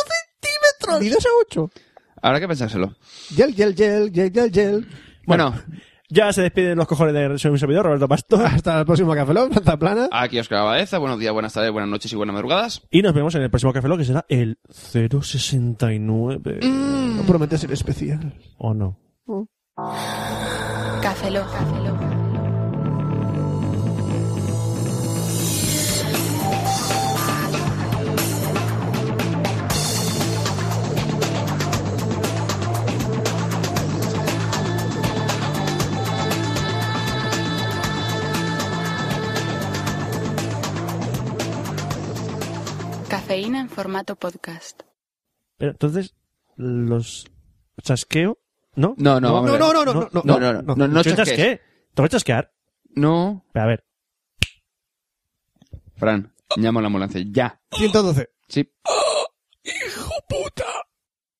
Speaker 7: centímetros.
Speaker 3: de 2 a 8.
Speaker 6: Habrá que pensárselo.
Speaker 3: Yel, yel, yel, yel, yel, yel.
Speaker 6: Bueno,
Speaker 5: Ya se despiden los cojones de soy un servidor, Roberto Pastor.
Speaker 3: Hasta el próximo Café Lock, Planta Plana.
Speaker 6: aquí os Abadeza, buenos días, buenas tardes, buenas noches y buenas madrugadas.
Speaker 5: Y nos vemos en el próximo Café Lock, que será el 069.
Speaker 3: No promete ser especial.
Speaker 5: ¿O no?
Speaker 4: Café Lock. Cafeína en formato podcast.
Speaker 5: Pero entonces, los chasqueo, ¿no?
Speaker 6: No, no, vamos a ver.
Speaker 3: no, no, no, no,
Speaker 6: no, no, no, no, no
Speaker 5: ¿Yo
Speaker 6: chasquees.
Speaker 5: chasqueé? ¿Te voy a chasquear?
Speaker 6: No,
Speaker 5: Pero a ver,
Speaker 6: Fran, llama a la ambulancia, ya.
Speaker 3: 112.
Speaker 6: Sí.